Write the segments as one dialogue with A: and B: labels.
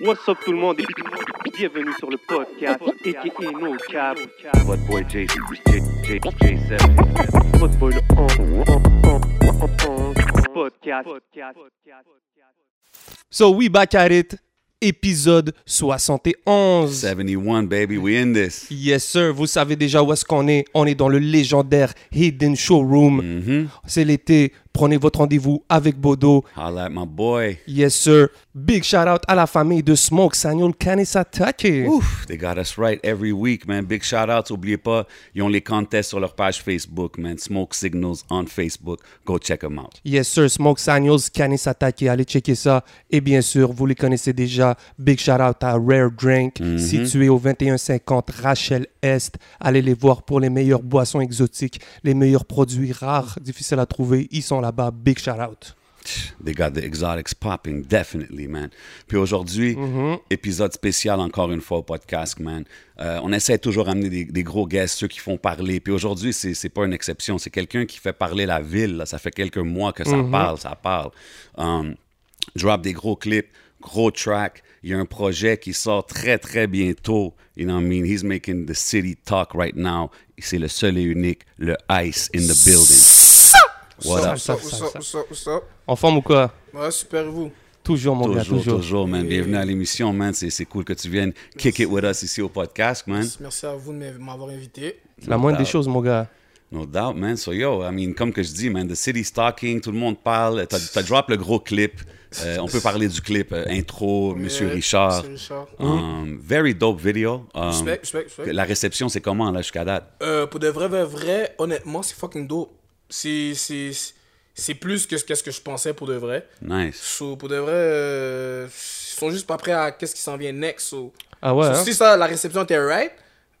A: What's up tout le monde et bienvenue sur le podcast aka No Cap.
B: What boy J J J J seven.
A: Votre boy le on- on- on- on- on- podcast.
C: So we back at it, épisode 71.
B: 71 baby, we in this.
C: Yes sir, vous savez déjà où est-ce qu'on est. On est dans le légendaire Hidden Showroom.
B: Mhm.
C: C'est l'été, prenez votre rendez-vous avec Bodo.
B: Holla at my boy.
C: Yes sir. Big shout out à la famille de Smoke, Sanyol Kanisatake.
B: Ouf, they got us right every week, man. Big shout outs. Oubliez pas, ils ont les contests sur leur page Facebook, man. Smoke Signals on Facebook. Go check them out.
C: Yes sir, Smoke Sanyol Kanisatake, allez checker ça. Et bien sûr, vous les connaissez déjà. Big shout out à Rare Drink,
D: Mhm.
C: situé au 2150 Rachel Est. Allez les voir pour les meilleures boissons exotiques, les meilleurs produits rares, difficiles à trouver. Ils sont là-bas. Big shout out.
B: They got the exotics popping, definitely, man. Puis aujourd'hui, épisode spécial encore une fois au podcast, man. Euh, on essaie toujours d'amener des, des gros guests, ceux qui font parler. Puis aujourd'hui, c'est, c'est pas une exception. C'est quelqu'un qui fait parler la ville. là. Ça fait quelques mois que ça parle, ça parle. Um, drop des gros clips, gros tracks. Il y a un projet qui sort très, très bientôt. You know what I mean? He's making the city talk right now. C'est le seul et unique, le Ice in the building. What up?
C: Ça,
D: What's
C: ça,
D: up,
C: ça.
D: what's up, what's up?
C: En forme ou quoi
D: Ouais, super et vous.
C: Toujours, mon gars,
B: Toujours,
C: toujours.
B: toujours, man. Bienvenue à l'émission, man. C'est c'est cool que tu viennes kick it with us ici au podcast, man.
D: Merci à vous de m'av- m'avoir invité.
C: La moindre des choses, mon gars.
B: No doubt, man. So, yo, I mean, comme que je dis, man, the city's talking, tout le monde parle. T'as t'as drop le gros clip. Euh, on peut parler du clip, euh, intro, Monsieur
D: Euh,
B: Richard.
D: Monsieur Richard.
B: Um, very dope video. Um,
D: Respect, respect, respect.
B: la réception, c'est comment, là, jusqu'à date?
D: Euh, pour de vrai, vrai, vrai, honnêtement, c'est fucking dope. C'est, c'est, c'est plus que ce qu'est-ce que je pensais pour de vrai.
B: Nice.
D: So, pour de vrai, euh, ils sont juste pas prêts à qu'est-ce qui s'en vient next. so.
C: Ah ouais,
D: So,
C: hein?
D: Si ça, la réception était right,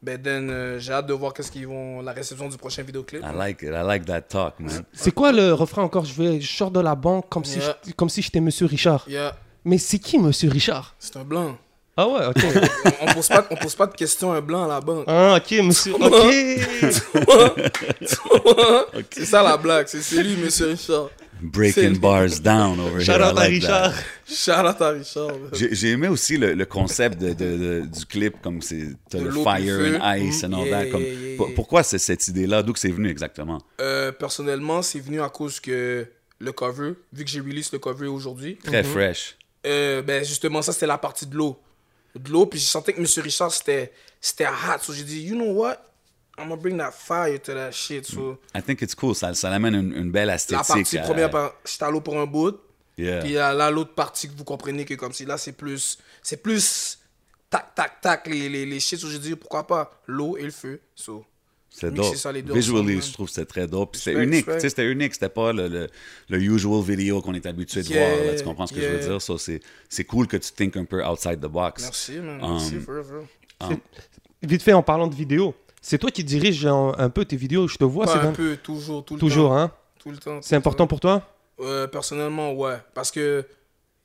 D: ben then, euh, j'ai hâte de voir qu'est-ce qu'ils vont, la réception du prochain vidéoclip.
B: I like it. I like that talk, man.
C: C'est quoi le refrain encore Je vais, je sors de la banque comme si,
D: Yeah.
C: je- comme si j'étais Monsieur Richard.
D: Yeah,
C: Mais c'est qui Monsieur Richard
D: c'est un blanc.
C: Ah ouais, ok.
D: on, on pose pas, on pose pas de questions à un blanc à la banque.
C: ah, ok, Monsieur. Ok.
D: C'est ça la blague, c'est c'est lui, monsieur Richard.
B: Breaking
D: C'est-
B: bars down over here. I
C: Shout out à
B: like that.
C: Richard.
D: Shout out à Richard. man.
B: J'ai j'ai aimé aussi le, le concept de, de- de- du clip, comme c'est t'as
D: De
B: le
D: l'eau puis
B: fire
D: le
B: and
D: feu.
B: ice and all
D: Yeah,
B: that. Comme,
D: yeah, yeah,
B: pour-
D: yeah.
B: Pourquoi c'est cette idée-là? D'où que c'est venu exactement?
D: Euh, personnellement, c'est venu à cause que le cover, vu que j'ai release le cover aujourd'hui,
B: Très fresh.
D: euh, ben justement, ça c'était la partie de l'eau. De l'eau, puis je sentais que monsieur Richard c'était c'était hot. So j'ai dit, you know what? I'm gonna bring that fire to that shit. So,
B: I think it's cool. Ça, ça l'amène une, une belle
D: la
B: esthétique.
D: partie
B: à-
D: première, par- j'étais à l'eau pour un bout.
B: Yeah.
D: Puis euh, là, là, l'autre partie que vous comprenez que comme si là, c'est plus. C'est plus. Tac, tac, tac, les, les, les shit. So j'ai dit, pourquoi pas? L'eau et le feu. So.
B: C'est
D: mixer
B: dope.
D: ça les deux ensemble,
B: Visually,
D: man.
B: je trouve que c'était très dope. Puis C'était
D: Respect,
B: unique.
D: respect.
B: Tu sais, C'était unique. C'était pas le, le, le usual video qu'on est habitué de
D: Yeah,
B: voir. là. tu comprends ce que je veux
D: yeah.
B: dire? So, c'est c'est cool que tu think un peu outside the box.
D: Merci, man.
B: Um,
D: Merci, forever.
C: Vite fait, en parlant de vidéo, c'est toi qui diriges un, un peu tes vidéos, je te vois.
D: Pas
C: c'est
D: un
C: dans-
D: peu, toujours, tout le
C: Toujours,
D: temps.
C: hein
D: Tout le temps.
C: C'est important pour toi
D: Euh, personnellement, ouais. Parce que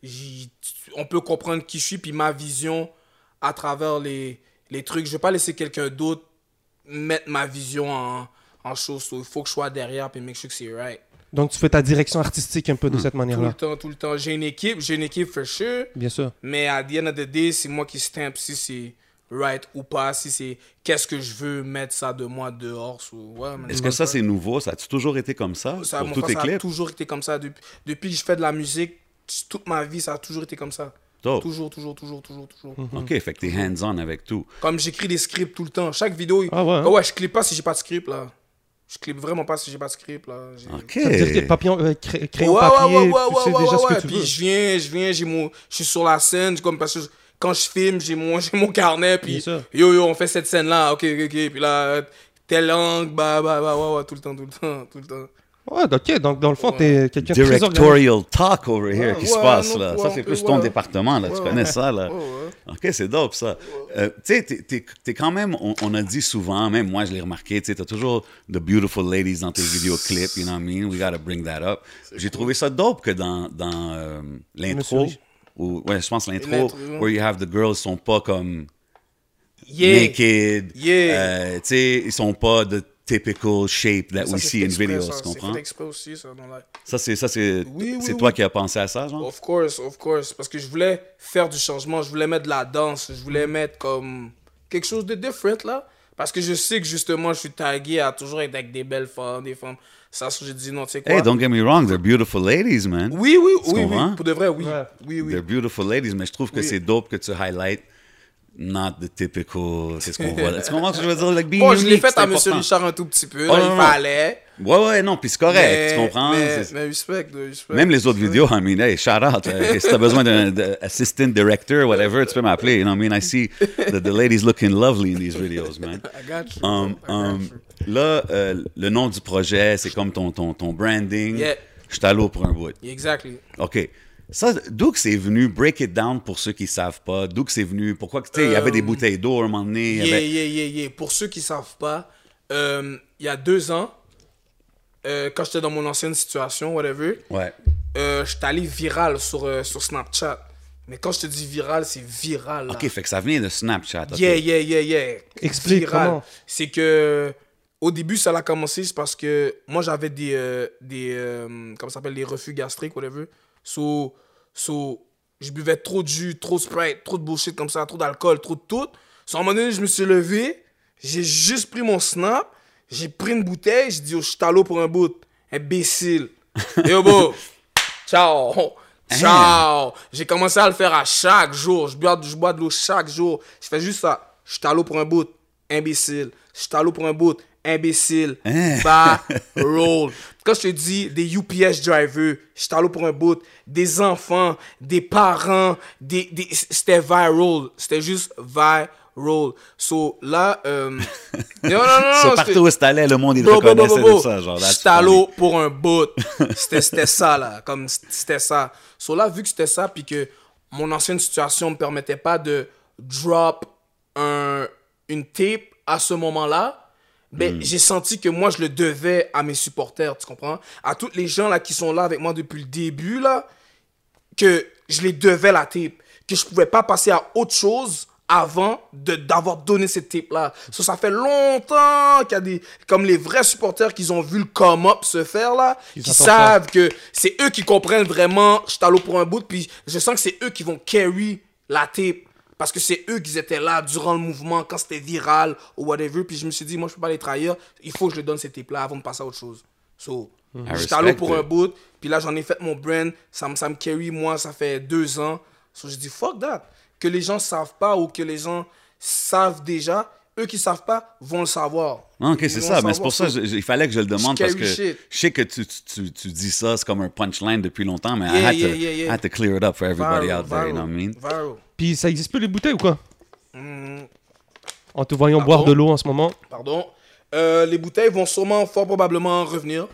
D: j'y- on peut comprendre qui je suis, puis ma vision à travers les, les trucs. Je veux pas laisser quelqu'un d'autre mettre ma vision en, en chose. So, Il faut que je sois derrière, puis make sure que c'est right.
C: Donc tu fais ta direction artistique un peu de cette
D: Hmm, Tout le
C: manière-là.
D: temps, tout le temps. J'ai une équipe, j'ai une équipe for sure.
C: Bien sûr.
D: Mais à the end of the day, c'est moi qui stamp si c'est right ou pas, si c'est qu'est-ce que je veux mettre ça de moi dehors. so, ouais, man.
B: Est-ce que ça, c'est nouveau? Ça a-tu toujours été comme ça,
D: Ça,
B: pour
D: mon
B: tous
D: frère,
B: tes
D: ça a
B: clips?
D: toujours été comme ça. Depuis, depuis que je fais de la musique, toute ma vie, ça a toujours été comme ça.
B: Dope.
D: Toujours, toujours, toujours, toujours, toujours.
C: Hmm.
B: OK, fait que t'es hands-on avec tout.
D: Comme j'écris des scripts tout le temps. Chaque vidéo,
C: Ah ouais, hein?
D: ouais, je clip pas si j'ai pas de script là. Je clipe vraiment pas si j'ai pas de script là. J'ai-
B: OK.
C: Ça veut dire que papillon, euh, cré-
D: Ouais,
C: crayon Ah, papier, tu sais déjà ce
D: ouais.
C: que tu
D: Puis
C: veux.
D: je viens, je viens, j'ai mon, je suis sur la scène, comme parce que je- quand je filme, j'ai mon, j'ai mon
C: Bien
D: carnet, puis
C: sûr.
D: yo yo, on fait cette scène là, ok ok ok, puis là telle langue, bah bah bah ouais ouais, tout le temps, tout le temps, tout le temps.
C: Ouais, ok, donc dans le fond, t'es quelqu'un de très organisé.
B: Directorial talk over here
D: Ouais,
B: qui se
D: ouais,
B: passe
D: non,
B: là.
D: Ah, ouais,
B: ça,
D: on
B: c'est
D: peut-
B: plus ton
D: ouais.
B: département là. tu
D: Ouais,
B: connais ça là.
D: Ouais, Oh, ouais.
B: Ok, c'est dope ça. Euh, tu sais, t'es- t'es t'es quand même, on, on a dit souvent, même moi je l'ai remarqué, tu sais, t'as toujours The Beautiful Ladies dans tes vidéoclips, you know what I mean? We gotta bring that up. J'ai trouvé ça dope que dans, dans euh, l'intro,
C: Monsieur-
B: ou ouais, je pense l'intro,
D: L'intro, ouais.
B: where you have the girls sont pas comme
D: Yeah.
B: naked.
D: Yeah.
B: Euh, tu sais, ils sont pas de typical shape that
D: Ça,
B: we
D: c'est
B: see
D: fait
B: in
D: exprès,
B: videos,
D: ça.
B: tu comprends?
D: C'est fait exprès aussi, ça, dans la-
B: Ça, c'est ça, c'est
D: Oui, oui,
B: c'est
D: oui. Oh,
B: toi qui as pensé à ça, genre?
D: Of course, of course. Parce que je voulais faire du changement, je voulais mettre de la danse, je voulais mettre comme quelque chose de different là. Parce que je sais que justement, je suis tagué à toujours être avec des belles femmes, des femmes. Ça, j'ai dit non, tu sais quoi.
B: Hey, don't get me wrong, they're beautiful ladies, man.
D: Oui, oui,
B: Tu
D: oui, oui.
B: comprends?
D: Pour de vrai, oui.
C: Ouais.
D: Oui, oui.
B: They're beautiful ladies, mais je trouve que
D: Oui.
B: c'est dope que tu highlight not the typical, c'est ce qu'on voit là. Tu comprends ce que je veux dire? Like, being
D: Bon, je l'ai
B: unique,
D: fait
B: c'est
D: à M.
B: important.
D: Richard un tout petit peu.
B: Oh, non,
D: là,
B: non,
D: il
B: non.
D: fallait.
B: Ouais, ouais, non, puis c'est correct,
D: mais-
B: tu comprends?
D: Mais,
B: C'est-
D: mais respect, respect.
B: Même les autres
D: Respect.
B: vidéos, I mean, hey, shout out. euh, si t'as besoin d'un d'un assistant director, whatever, tu peux m'appeler. You know, what I mean, I see that the ladies looking lovely in these videos, man.
D: I got you.
B: Um,
D: I got
B: um,
D: you.
B: là, euh, le nom du projet, c'est comme ton, ton, ton branding.
D: Yeah.
B: Je suis à l'eau pour un bout.
D: Exactly.
B: OK. Ça, d'où que c'est venu? Break it down pour ceux qui savent pas. D'où que c'est venu? Pourquoi que, tu sais, il y avait des bouteilles d'eau à un moment donné. il y
D: Euh, Yeah,
B: avait-
D: yeah, yeah, yeah. Pour ceux qui ne savent pas, euh, il y a deux ans, euh, quand j'étais dans mon ancienne situation, whatever,
B: Ouais.
D: euh, j'étais allé viral sur, euh, sur Snapchat. Mais quand je te dis viral, c'est viral. là.
B: OK, fait que ça venait de Snapchat. OK.
D: Yeah, yeah, yeah, yeah.
C: Explique comment.
D: C'est que au début, ça a commencé, c'est parce que moi, j'avais des, euh, des euh, comment ça s'appelle, des refus gastriques, whatever. So, so, je buvais trop de jus, trop de Sprite, trop de bullshit comme ça, trop d'alcool, trop de tout. So, à un moment donné, je me suis levé, j'ai juste pris mon snap, j'ai pris une bouteille, j'ai dit, oh, je suis à l'eau pour un bout. Imbécile. Yo, beau. Ciao. Ciao. J'ai commencé à le faire à chaque jour. Je bois, je bois de l'eau chaque jour. Je fais juste ça. Je suis à l'eau pour un bout. Imbécile. Je suis à l'eau pour un bout. Imbécile.
B: Hein?
D: Bah, roll. Quand je te dis des UPS drivers, je suis à l'eau pour un bout. Des enfants, des parents, des, des- c'était viral. C'était juste viral. So là, euh... non, non, non,
B: So,
D: non, je te-
B: partout où c'était le monde, il
D: Bro, bro, bro,
B: reconnaissait
D: bro, bro.
B: de ça. Genre, that's
D: J'étais à l'eau pour un bout. C'était c'était ça, là. Comme c- c'était ça. So là, vu que c'était ça, puis que mon ancienne situation me permettait pas de drop un, une tape à ce moment-là,
B: Hmm.
D: ben, j'ai senti que moi, je le devais à mes supporters, tu comprends? À tous les gens là qui sont là avec moi depuis le début, là, que je les devais la tape, que je pouvais pas passer à autre chose avant de d'avoir donné cette tape là. Ça, ça fait longtemps qu'il y a des comme les vrais supporters qu'ils ont vu le come up se faire là,
C: Ils
D: qui
C: attendent
D: savent que c'est eux qui comprennent vraiment je suis à l'eau pour un bout puis je sens que c'est eux qui vont carry la tape parce que c'est eux qui étaient là durant le mouvement quand c'était viral ou whatever puis je me suis dit moi je peux pas les trahir, il faut que je leur donne cette tape là avant de passer à autre chose. So,
B: I
D: j'étais à l'eau
B: respect
D: pour
B: it.
D: un bout. Puis là, j'en ai fait mon brand. Ça me, ça me carry, moi, ça fait deux ans. So, j'ai dit, fuck that. Que les gens savent pas ou que les gens savent déjà, eux qui savent pas vont le savoir.
B: Non, Ah, ok,
D: Ils
B: c'est
D: vont
B: ça.
D: le
B: Mais c'est
D: savoir.
B: pour ça je- je- il fallait que je le demande parce
D: Scary
B: que
D: shit.
B: je sais que tu, tu, tu, tu dis ça, c'est comme un punchline depuis longtemps, mais I,
D: Yeah,
B: had
D: yeah,
B: to,
D: yeah, yeah.
B: I had to clear it up for everybody
D: Viral,
B: out there, you know what I mean?
D: viral, viral.
C: Puis ça existe plus les bouteilles ou quoi
D: Hmm,
C: En te voyant
D: Ah
C: boire
D: bon
C: de l'eau en ce moment.
D: pardon. Euh, les bouteilles vont sûrement, fort probablement, revenir.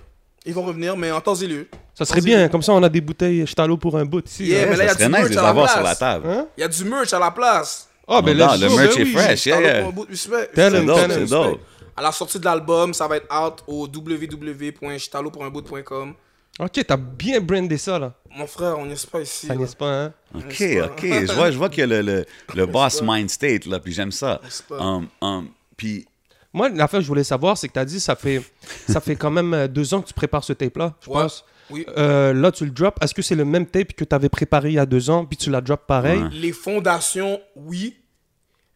D: Ils vont revenir, mais en temps et lieu.
C: Ça serait bien, comme ça on a des bouteilles Stalo pour un bout ici.
D: Ah, Yeah,
C: hein.
D: mais là, il y
B: Eh, ça
D: a
B: serait
D: du
B: nice
D: merch
B: de les
D: à la
B: avoir
D: place.
B: sur la table.
C: Hein?
D: Il y a du merch à la place.
C: Ah, ben
B: Oh, Non,
C: là,
B: non, le
C: ben
B: merch est
C: oui.
B: fresh. Yeah,
D: Allô
B: yeah.
D: pour un bout de respect.
C: Tell
D: Respect,
C: him, tell
D: respect,
C: him.
B: C'est dope.
D: À la sortie de l'album, ça va être out au www.chitalopourunbout.com.
C: Ok, t'as bien brandé ça là.
D: Mon frère, on n'est pas ici.
C: Ça
D: là.
C: n'est pas, hein
B: OK,
D: N'est-ce pas?
B: OK. Je vois, je vois qu'il y a le, le, le boss mind state, là, puis j'aime ça.
D: N'est-ce pas?
B: Um, um, puis,
C: Moi, l'affaire que je voulais savoir, c'est que t'as dit ça fait, ça fait quand même euh, deux ans que tu prépares ce tape là, je
D: Ouais.
C: pense.
D: Oui.
C: Euh, là, tu le drops. Est-ce que c'est le même tape que t'avais préparé il y a deux ans, puis tu la drops pareil
D: Les fondations, oui,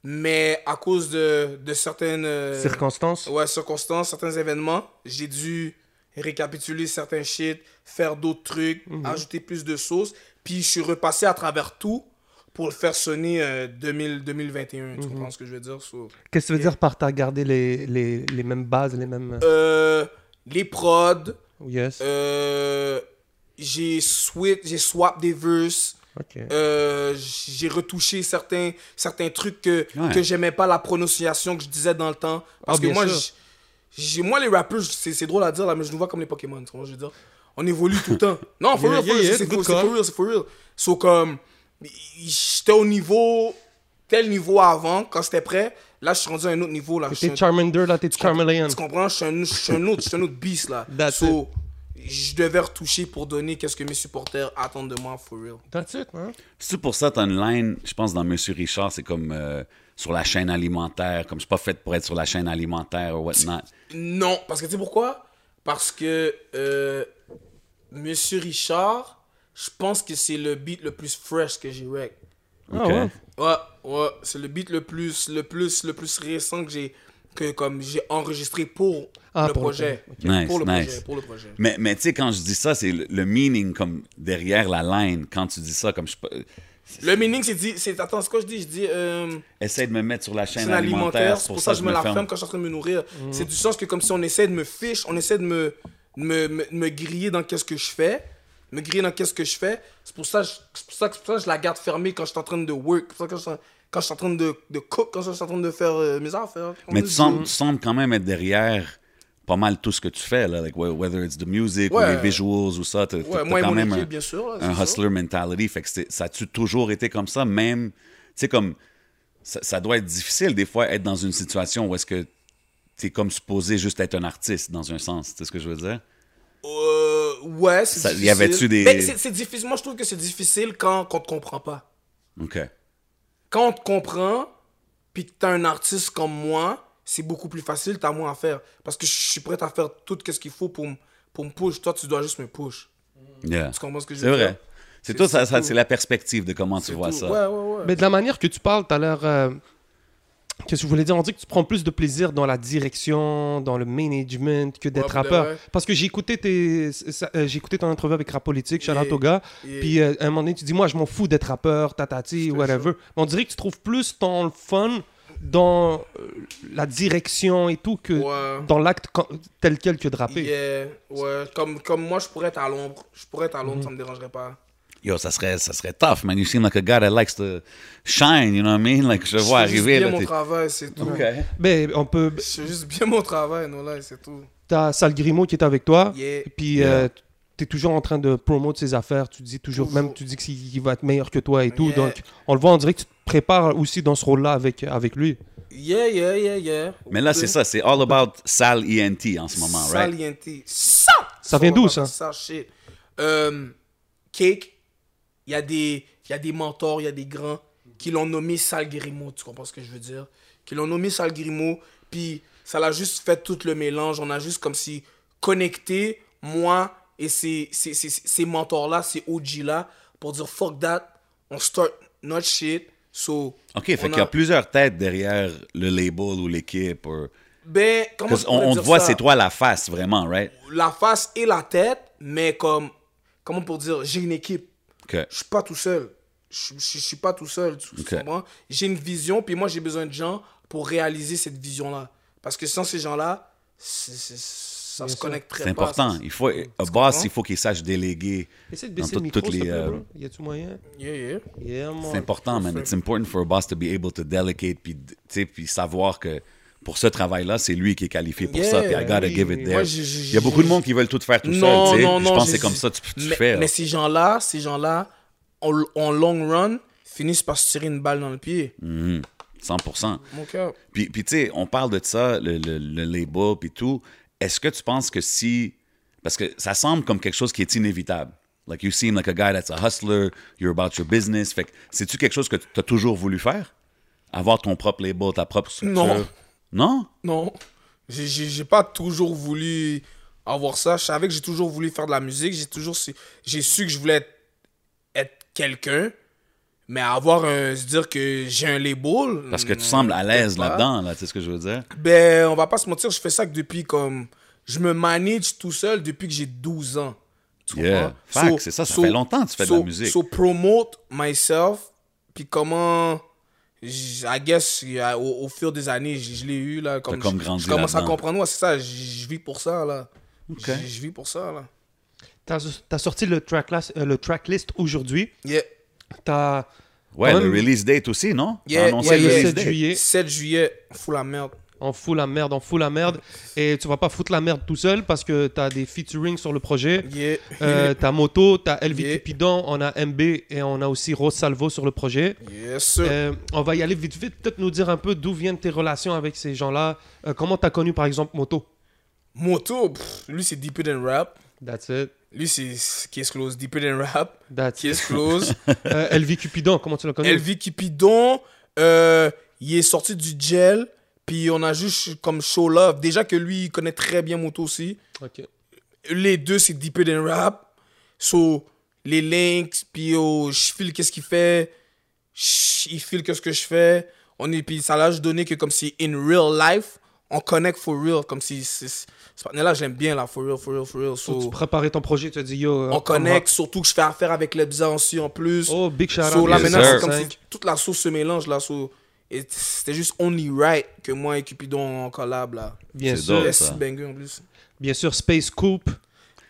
D: mais à cause de, de certaines euh,
C: Circonstances
D: ouais, circonstances, certains événements, j'ai dû récapituler certains shit, faire d'autres trucs, ajouter plus de sauce, puis je suis repassé à travers tout pour le faire sonner euh, 2000, 2021. Tu comprends ce que je veux dire? so-
C: Qu'est-ce que tu veux dire par t'as gardé les, les, les mêmes bases, les mêmes. oh,
D: Euh, les prods,
C: Yes.
D: Euh, j'ai switch, j'ai swap des verses.
C: ok.
D: Euh, j'ai retouché certains, certains trucs que,
B: Ouais.
D: que j'aimais pas la prononciation que je disais dans le temps. Parce
C: Ah,
D: que
C: bien
D: moi,
C: sûr.
D: j- j'ai, moi, les rappeurs, c'est, c'est drôle à dire là, mais je nous vois comme les Pokémon, tu comprends ce que je veux dire. On évolue tout le temps. Non,
C: Yeah,
D: for real, for
C: yeah,
D: real,
C: yeah,
D: c'est,
C: good
D: for, c'est
C: call.
D: for real, c'est for real. So, comme, j'étais au niveau, tel niveau avant, quand c'était prêt. Là, je suis rendu à un autre niveau. Là, je suis
C: T'es
D: un-
C: Charmander là, t'es Charmeleon.
D: tu comprends? Je suis un, je suis un autre, je suis un autre beast là.
C: That's
D: so, je devais retoucher pour donner qu'est-ce que mes supporters attendent de moi, for real.
C: That's it, man.
B: C'est pour ça, t'as une line, je pense, dans Monsieur Richard, c'est comme euh, sur la chaîne alimentaire, comme je suis pas fait pour être sur la chaîne alimentaire ou whatnot.
D: Non, parce que tu sais pourquoi Parce que euh, Monsieur Richard, je pense que c'est le beat le plus fresh que j'ai rec.
C: Ah
B: Ok.
C: ouais.
D: Ouais, ouais, c'est le beat le plus, le plus, le plus récent que j'ai que comme j'ai enregistré pour
C: Ah,
D: le
C: pour le
B: projet.
D: projet,
B: Ok. Nice,
D: pour le
B: nice.
D: projet, pour le projet.
B: Mais, mais tu sais, quand je dis ça, c'est le, le meaning comme derrière la line. Quand tu dis ça, comme je. euh, peux-
D: Le meaning c'est dit, c'est attends, ce que je dis, je dis euh,
B: Essaye de me mettre sur la chaîne
D: chaîne
B: alimentaire,
D: alimentaire, c'est pour ça que je me la
B: ferme. Mm.
D: ferme quand je suis en train de me nourrir. C'est du sens que comme si on essaie de me fiche, on essaie de me me, me, me griller dans qu'est-ce que je fais, me griller dans qu'est-ce que je fais. C'est pour ça que je- c'est pour ça que c'est pour ça que je la garde fermée quand je suis en train de work, c'est pour ça que je suis en- quand je suis en train de, de cook, quand je suis en train de faire euh, mes affaires.
B: Mais tu sembles, tu sembles quand même être derrière pas mal tout ce que tu fais, là. Like, wh- whether it's the music ou
D: Ouais.
B: les visuals ou ça, t'as t'as-
D: Ouais,
B: t'as
D: moi et
B: quand
D: mon
B: même
D: équipe,
B: un,
D: bien sûr, là,
B: un
D: Ah, c'est ça.
B: hustler mentality. Fait que c'est- ça a-tu toujours été comme ça, même, tu sais, comme, ça, ça doit être difficile des fois être dans une situation où est-ce que t'es comme supposé juste être un artiste dans un sens, tu sais ce que je veux dire?
D: Euh, ouais, c'est
B: Ça- y
D: difficile.
B: avait-tu des-
D: Ben, c'est, c'est difficile. Moi, je trouve que c'est difficile quand, quand on te comprend pas.
B: OK.
D: Quand on te comprend, puis que t'es un artiste comme moi, c'est beaucoup plus facile, t'as moins à faire. Parce que je suis prêt à faire tout ce qu'il faut pour, m- pour me push. Toi, tu dois juste me push.
B: Yeah.
D: Tu comprends ce que je
B: C'est
D: veux dire?
B: vrai. C'est
D: C'est-
B: tout, ça,
D: c'est
B: ça-
D: tout.
B: c'est la perspective de comment tu vois
D: Tout.
B: ça.
D: Ouais, ouais, ouais.
C: Mais de la manière que tu parles, t'as l'air. euh, Qu'est-ce que je voulais dire On dit que tu prends plus de plaisir dans la direction, dans le management que d'être
D: Ouais, pour de
C: rappeur.
D: vrai.
C: Parce que j'ai écouté, tes... ça- euh, j'ai écouté ton interview avec Rap Politique, Charlotte
D: Yeah.
C: au gars.
D: Yeah.
C: Puis euh, à un moment donné, tu dis Moi, je m'en fous d'être rappeur, tatati,
D: te
C: whatever. Mais on dirait que tu trouves plus ton fun dans euh, la direction et tout que
D: Ouais.
C: dans l'acte quand- tel quel que de rapper.
D: Yeah, ouais. Comme, comme moi, je pourrais être à l'ombre. Je pourrais être à l'ombre, ça me dérangerait pas.
B: Yo, ça serait, ça serait tough, man. You seem like a guy that likes to shine, you know what I mean? Like, je te vois
D: fais juste
B: arriver,
D: bien
B: là,
D: mon
B: t'es-
D: travail, c'est tout.
B: OK.
C: Ben, on peut.
D: Je fais juste bien mon travail, non, là, c'est tout.
C: T'as Sal Grimaud qui est avec toi.
D: Yeah.
C: Et Puis
B: Yeah.
C: euh, t'es toujours en train de promouvoir ses affaires. Tu dis toujours,
D: Toujours.
C: même tu dis qu'il va être meilleur que toi et tout.
D: Yeah.
C: Donc on le voit, on dirait que tu te prépares aussi dans ce rôle-là avec, avec lui.
D: Yeah, yeah, yeah, yeah.
B: Mais là, c'est ça, c'est all about Sal ENT en ce moment,
D: E
B: right?
D: Salienté. Ça!
C: Ça vient d'où,
D: on va
C: ça?
D: faire Ça, shit. Euh, Cake, il y, a des- il y a des mentors, il y a des grands qui l'ont nommé Sal Grimo, tu comprends ce que je veux dire? Qui l'ont nommé Sal Grimo, puis ça l'a juste fait tout le mélange. On a juste comme si connecté, moi et ces, ces, ces, ces mentors-là, ces OG-là, pour dire fuck that, on start notre shit. So,
B: OK, fait
D: on
B: qu'il y a
D: a-
B: plusieurs têtes derrière le label ou l'équipe. Or...
D: Ben, comment
B: Parce
D: je
B: qu'on-
D: pourrais
B: On, te
D: dire
B: voit,
D: ça?
B: c'est toi la face, vraiment, right?
D: la face et la tête, mais comme, comment pour dire, j'ai une équipe.
B: OK.
D: Je suis pas tout seul. Je je- je suis pas tout seul. tu- tu
B: Ok.
D: comprends? J'ai une vision, puis moi, j'ai besoin de gens pour réaliser cette vision-là. Parce que sans ces gens-là, c'est- c'est- ça se connecterait
B: C'est
D: pas.
B: important. Il faut, un boss, il faut qu'il sache déléguer.
C: Essaye de
B: Dans
C: baisser le
B: tout-
C: micro,
B: toutes
C: s'il te
B: les,
C: plaît,
B: euh,
C: bro. Y a-tu moyen
D: Yeah, yeah.
C: Yeah, mon-
B: C'est important, man.
D: c'est-
B: It's important for a boss to be able to delegate puis, tu sais, puis savoir que pour ce travail-là, c'est lui qui est qualifié pour ça.
D: Yeah,
B: Puis I gotta
C: oui.
B: give it there.
D: Moi, j'ai- j'ai-
B: Il y a beaucoup de monde qui veulent tout faire tout
D: non,
B: seul, tu sais.
D: Non, non,
B: Je pense que
D: j'ai-
B: c'est comme ça que tu, tu
D: mais,
B: fais. là.
D: Mais ces gens-là, ces gens-là, en, en long run, finissent par se tirer une balle dans le pied.
B: Mm. 100%.
D: Mon cœur.
B: Puis, puis tu sais, on parle de ça, le, le, le label, puis tout. Est-ce que tu penses que si. Parce que ça semble comme quelque chose qui est inévitable. Like, you seem like a guy that's a hustler, you're about your business. Fait que, c'est-tu quelque chose que tu as toujours voulu faire? Avoir ton propre label, ta propre structure?
D: Non.
B: Non?
D: Non. J'ai- J'ai j'ai pas toujours voulu avoir ça. Je savais que j'ai toujours voulu faire de la musique. J'ai toujours su, j'ai su que je voulais être, être quelqu'un. Mais avoir un. se dire que j'ai un label.
B: Parce que tu
D: non,
B: sembles à l'aise
D: peut-être pas.
B: là-dedans, là, tu sais ce que je veux dire?
D: Ben, on va pas se mentir, je fais ça que depuis comme. Je me manage tout seul depuis que j'ai 12 ans. Tu
B: Yeah.
D: comprends?
B: Fact, c'est ça, ça fait longtemps que tu fais de la musique.
D: So, promote myself, puis comment. j- I guess, euh, au, au fur des années, je, je l'ai eu, là. Comme,
B: T'as comme
D: je-
B: grandi
D: Je commence à
B: là-dedans.
D: comprendre, ouais, c'est ça, je, je vis pour ça, là. Je, je vis pour ça, là.
C: T'as t'as sorti le track, euh, le track list aujourd'hui.
D: Yeah.
C: T'as.
B: Ouais,
C: Quand
B: le
C: même-
B: release date aussi, non? T'as
D: Yeah,
B: annoncé
D: yeah,
B: le
D: yeah.
B: release
C: 7
B: date.
C: juillet.
D: 7 juillet, on fout la merde.
C: On fout la merde, on fout la merde. Et tu vas pas foutre la merde tout seul parce que t'as des featuring sur le projet.
D: Yeah.
C: Euh, t'as Moto, t'as LV
D: Yeah.
C: Cupidon, on a MB et on a aussi Rose Salvo sur le projet.
D: Yes, sir.
C: Euh, on va y aller vite vite, peut-être nous dire un peu d'où viennent tes relations avec ces gens-là. Euh, comment t'as connu par exemple Moto
D: Moto, pff, lui, c'est deeper than rap.
C: That's it.
D: Lui, c'est c'est Case Close, Deeper Than Rap,
C: That's it.
D: Case Close.
C: Euh, LV Cupidon, comment tu l'as connu
D: LV Cupidon, euh, il est sorti du gel, puis on a juste comme Show Love. Déjà que lui, il connaît très bien Moto aussi.
C: Ok.
D: Les deux, c'est Deeper Than Rap. So, les links, puis oh, je file qu'est-ce qu'il fait. Je- Il file qu'est-ce que je fais. On est, puis ça l'a juste donné que comme si in real life, on connect for real. Comme si c'est- c'est- ce partenaire-là, je l'aime bien, là, for real, for real, for real. So,
C: Tu préparais ton projet, tu as dit yo. euh,
D: on connecte, surtout que je fais affaire avec Lebza aussi en plus.
C: Oh, big shout
D: So,
C: out.
D: là,
B: Yes,
D: maintenant,
B: sir.
D: c'est comme si toute la sauce se mélange, là. so- et C'était juste Only Right que moi et Cupidon en collab, là.
C: Bien
B: C'est
C: sûr.
B: dope.
D: Yes,
B: ça.
D: banger, en plus.
C: Bien sûr, Space Coop.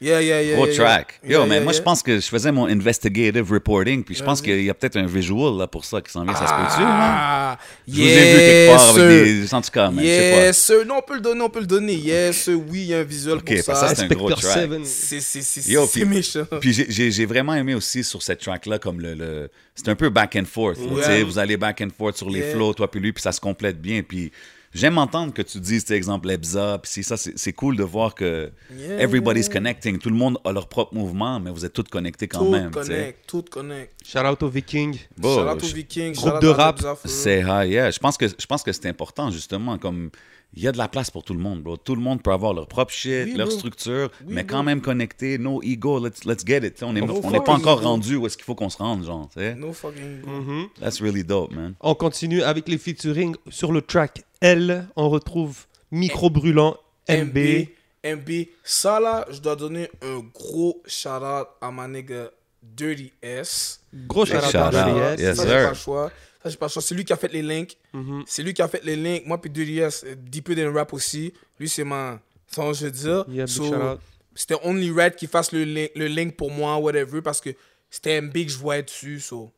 D: Yeah, yeah, yeah.
B: Gros
D: yeah, yeah.
B: track. Yo,
D: Yeah,
B: mais
D: yeah,
B: moi,
D: yeah.
B: je pense que je faisais mon investigative reporting, puis je pense qu'il y a peut-être un visual là, pour ça qui s'en vient. Ça se peut-tu, hein? man?
D: Ah,
B: Je vous ai vu quelque part avec des... En tout cas, man,
D: Yes, sir. Non, on peut le donner, on peut le donner. Yes, sir. Oui, il y a un visuel
B: Ok,
D: pour
B: parce que
D: ça.
B: ça, Ah, c'est un gros
C: Spectre
B: track.
C: 7.
D: C'est c'est- c'est-
B: Yo,
D: c'est
B: puis-
D: méchant.
B: je sais pas. Puis j'ai- j'ai j'ai vraiment aimé aussi sur cette track-là, comme le... le- c'est un peu back and forth. là,
D: Ouais.
B: tu sais, Vous allez back and forth sur les
D: Yeah.
B: flows, toi puis lui, puis ça se complète bien. Puis j'aime entendre que tu dises, par exemple, Ebza, puis c'est ça, c'est c'est cool de voir que
D: Yeah.
B: everybody's connecting. Tout le monde a leur propre mouvement, mais vous êtes tous connectés quand
D: Tout
B: même. tu sais.
D: connect, tout connect.
C: Shout out aux Vikings.
B: Bon,
D: Shout out aux
B: je-
D: Vikings,
C: groupe
D: shout out
C: de
D: à
C: rap,
D: Lebza, for real.
B: C'est high, yeah. Je pense que, je pense que c'est important, justement, comme il y a de la place pour tout le monde, bro. Tout le monde peut avoir leur propre shit,
D: Oui,
B: leur
D: bro.
B: structure,
D: Oui,
B: mais
D: bro.
B: quand même connecté, no ego, let's, let's get it. T'sais, On n'est
D: No
B: on n'est
D: fucking
B: pas encore
D: ego.
B: rendu où est-ce qu'il faut qu'on se rende, genre. t'sais.
D: No fucking go.
B: That's really dope, man.
C: On continue avec les featuring sur le track L. On retrouve Micro Brûlant, MB.
D: MB. MB. Ça là, je dois donner un gros shout-out à ma nigga Dirty S.
C: Gros shout
B: Big
C: out
B: shout
C: à
B: out.
C: Juliette.
B: Yes,
D: ça, j'ai
B: sir.
D: pas le choix. Ça, j'ai pas le choix. C'est lui qui a fait les links.
C: Mm-hmm.
D: C'est lui qui a fait les links. Moi, puis Dirty S, euh, Deeper Than Rap aussi. Lui, c'est ma. Ça, je veux dire.
C: Yeah, big
D: So,
C: shout-out.
D: c'était Only Red qui fasse le link, le link pour moi, whatever, parce que c'était MB que je voyais dessus. So.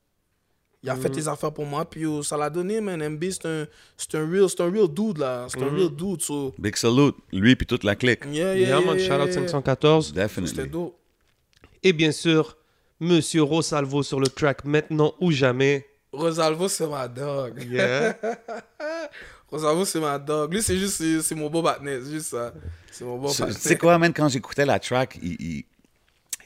D: Il a fait
C: Mm-hmm.
D: les affaires pour moi, puis oh, ça l'a donné, man. MB, c'est un, c'est un, real- c'est un real dude, là. C'est
C: Mm-hmm.
D: un real dude, so.
B: Big salute, lui puis toute la clique.
D: Yeah, yeah,
C: Yeah, man,
D: yeah,
C: shout out
D: yeah.
C: 514.
D: C'était
B: Definitely.
D: dope.
C: Et bien sûr, Monsieur Rosalvo sur le track Maintenant ou Jamais.
D: Rosalvo, c'est ma dog.
C: Yeah.
D: Rosalvo, c'est ma dog. Lui, c'est juste, c'est- c'est mon beau partner, c'est juste ça. C'est mon beau
B: Tu
D: partner.
B: tu sais quoi, man, quand j'écoutais la track, il... il-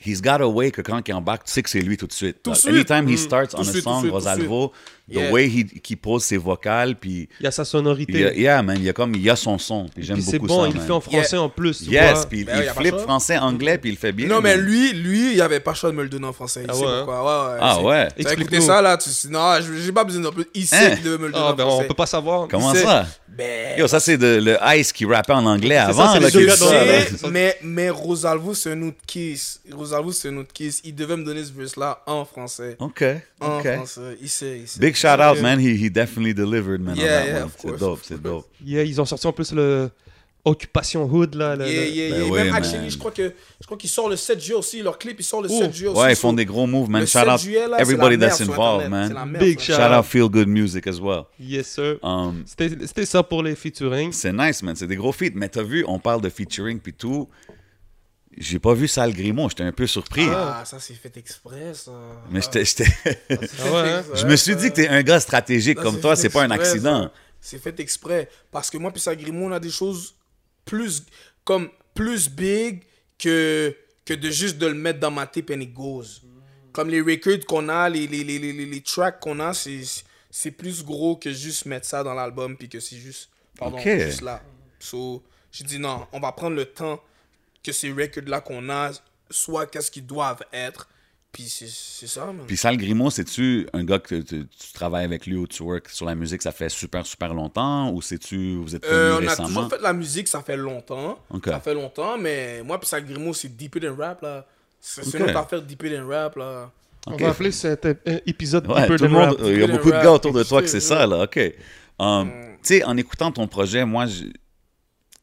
B: He's got a way que quand il embarque, tu sais que c'est lui tout de suite.
D: Tout de
B: Like,
D: suite.
B: Anytime he
D: Mm.
B: starts
D: Tout
B: on
D: de
B: a
D: suite, tout de
B: song,
D: suite, tout de suite.
B: Rosalvo, the
D: Yeah.
B: way he- qu'il pose ses vocales, puis
C: Il y a sa sonorité.
B: Il y a, yeah, man, il y a comme, il y a son son. Puis j'aime
C: Puis
B: beaucoup
C: c'est bon,
B: ça,
C: il le
B: man.
C: fait en français en plus. tu
B: Yes,
C: vois.
B: puis il,
D: Ben,
B: il
D: y a pas
B: flippe
D: ça.
B: français, anglais, puis il le fait bien.
D: Non, mais
B: man.
D: lui, euh, lui, il avait pas le choix de me le donner en français. Il
C: Ah
D: sait
C: ouais,
D: pourquoi. Ouais, ouais,
B: Ah
D: il sait.
B: ouais.
D: Tu as écouté
C: Explique-nous.
D: ça, là, tu non, je- j'ai pas besoin d'un peu. Il sait
B: Hein?
D: qu'il devait me le donner
C: Ah,
D: en
C: ben,
D: français.
C: on peut pas savoir.
B: Comment
D: c'est-
B: ça?
D: Ben,
B: Yo, ça, c'est de- le Ice qui rappait en anglais
C: C'est
B: avant.
C: ça, c'est
B: là,
C: les deux
B: qui-
C: gars dans la-
B: là.
D: Je sais, mais, mais Rosalvo, c'est un autre kiss. Rosalvo, c'est un autre kiss. Il devait me donner ce verse-là en français.
B: OK,
D: En
B: OK.
D: français. Il sait, il sait.
B: Big shout out,
D: Euh,
B: man. He, he definitely delivered, man. on
D: Yeah,
B: that
D: yeah,
B: one.
D: of
B: C'est
D: course,
B: dope,
D: of
B: c'est
D: course.
B: dope.
C: Yeah, ils ont sorti en plus le Occupation Hood là. le-
D: Yeah,
C: le-
D: yeah,
B: Ben
D: yeah.
B: ouais,
D: Même
B: man.
D: actually, je crois que je crois qu'ils sortent le 7 juillet aussi. Leur clip, ils sortent le
C: Oh.
D: 7 juillet aussi.
B: Ouais, ils font
D: So,
B: des gros moves, man.
D: le
B: Shout
D: 7
B: out
D: juillet, là, c'est
B: everybody
D: la merde
B: that's
D: sur
B: involved,
D: Internet. C'est la
B: man.
D: merde,
C: Big
D: ça.
C: shout
B: Shout out Feel Good Music as well.
C: Yes sir.
B: Um,
C: C'était c'était ça pour les featuring.
B: C'est nice, man. C'est des gros feats. Mais t'as vu, on parle de featuring puis tout. J'ai pas vu Sal Grimaud. J'étais un peu surpris.
D: Ah, ça, c'est fait exprès, ça.
B: Mais
D: Ah,
B: j'étais. j'étais-
C: Ah
D: ça, c'est
C: ouais,
D: fait
C: hein?
D: exprès,
B: Je me suis
D: ça.
B: dit que t'es un gars stratégique
D: Ça,
B: comme toi,
D: fait
B: c'est pas un
D: exprès,
B: accident.
D: ça. C'est fait exprès. Parce que moi, puis Sagrimo, on a des choses plus, comme, plus big que, que de juste de le mettre dans ma tape and it goes. Comme les records qu'on a, les, les, les, les, les- les tracks qu'on a, c'est, c'est plus gros que juste mettre ça dans l'album puis que c'est juste, pardon,
B: Ok.
D: juste là. So, j'ai dit non, on va prendre le temps que ces records-là qu'on a soient qu'est-ce qu'ils doivent être. Puis c'est, c'est ça, man.
B: Puis Sal Grimaud, c'est-tu un gars que tu, tu travailles avec lui ou tu work sur la musique, ça fait super, super longtemps ou c'est-tu, vous êtes
D: Euh,
B: connus
D: on a
B: récemment?
D: toujours fait de la musique, ça fait longtemps.
B: Ok.
D: Ça fait longtemps, mais moi, puis ça, Grimaud, c'est deeper than rap, là. C'est c'est
B: Ok.
D: notre affaire deeper than rap, là.
C: On
B: Ok.
C: va appeler cet é- épisode
B: Ouais,
C: Deeper
B: tout le
C: Than Rap.
B: monde, il y a
D: Deeper
B: beaucoup de
D: Rap, Mm.
B: gars autour de toi que
D: excusez,
B: c'est ça, là, OK. Um, Tu sais, en écoutant ton projet, moi, je,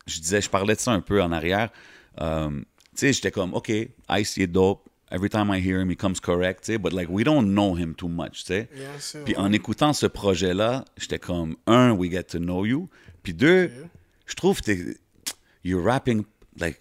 B: je disais, je parlais de ça un peu en arrière. Um, tu sais, j'étais comme, OK, Ice, il est dope. Every time I hear him, he comes correct, tu sais, but like, we don't know him too much, tu sais.
D: Bien sûr.
B: Puis en écoutant ce projet-là, j'étais comme, un, we get to know you. Puis deux, je trouve que t'es- you're rapping, like,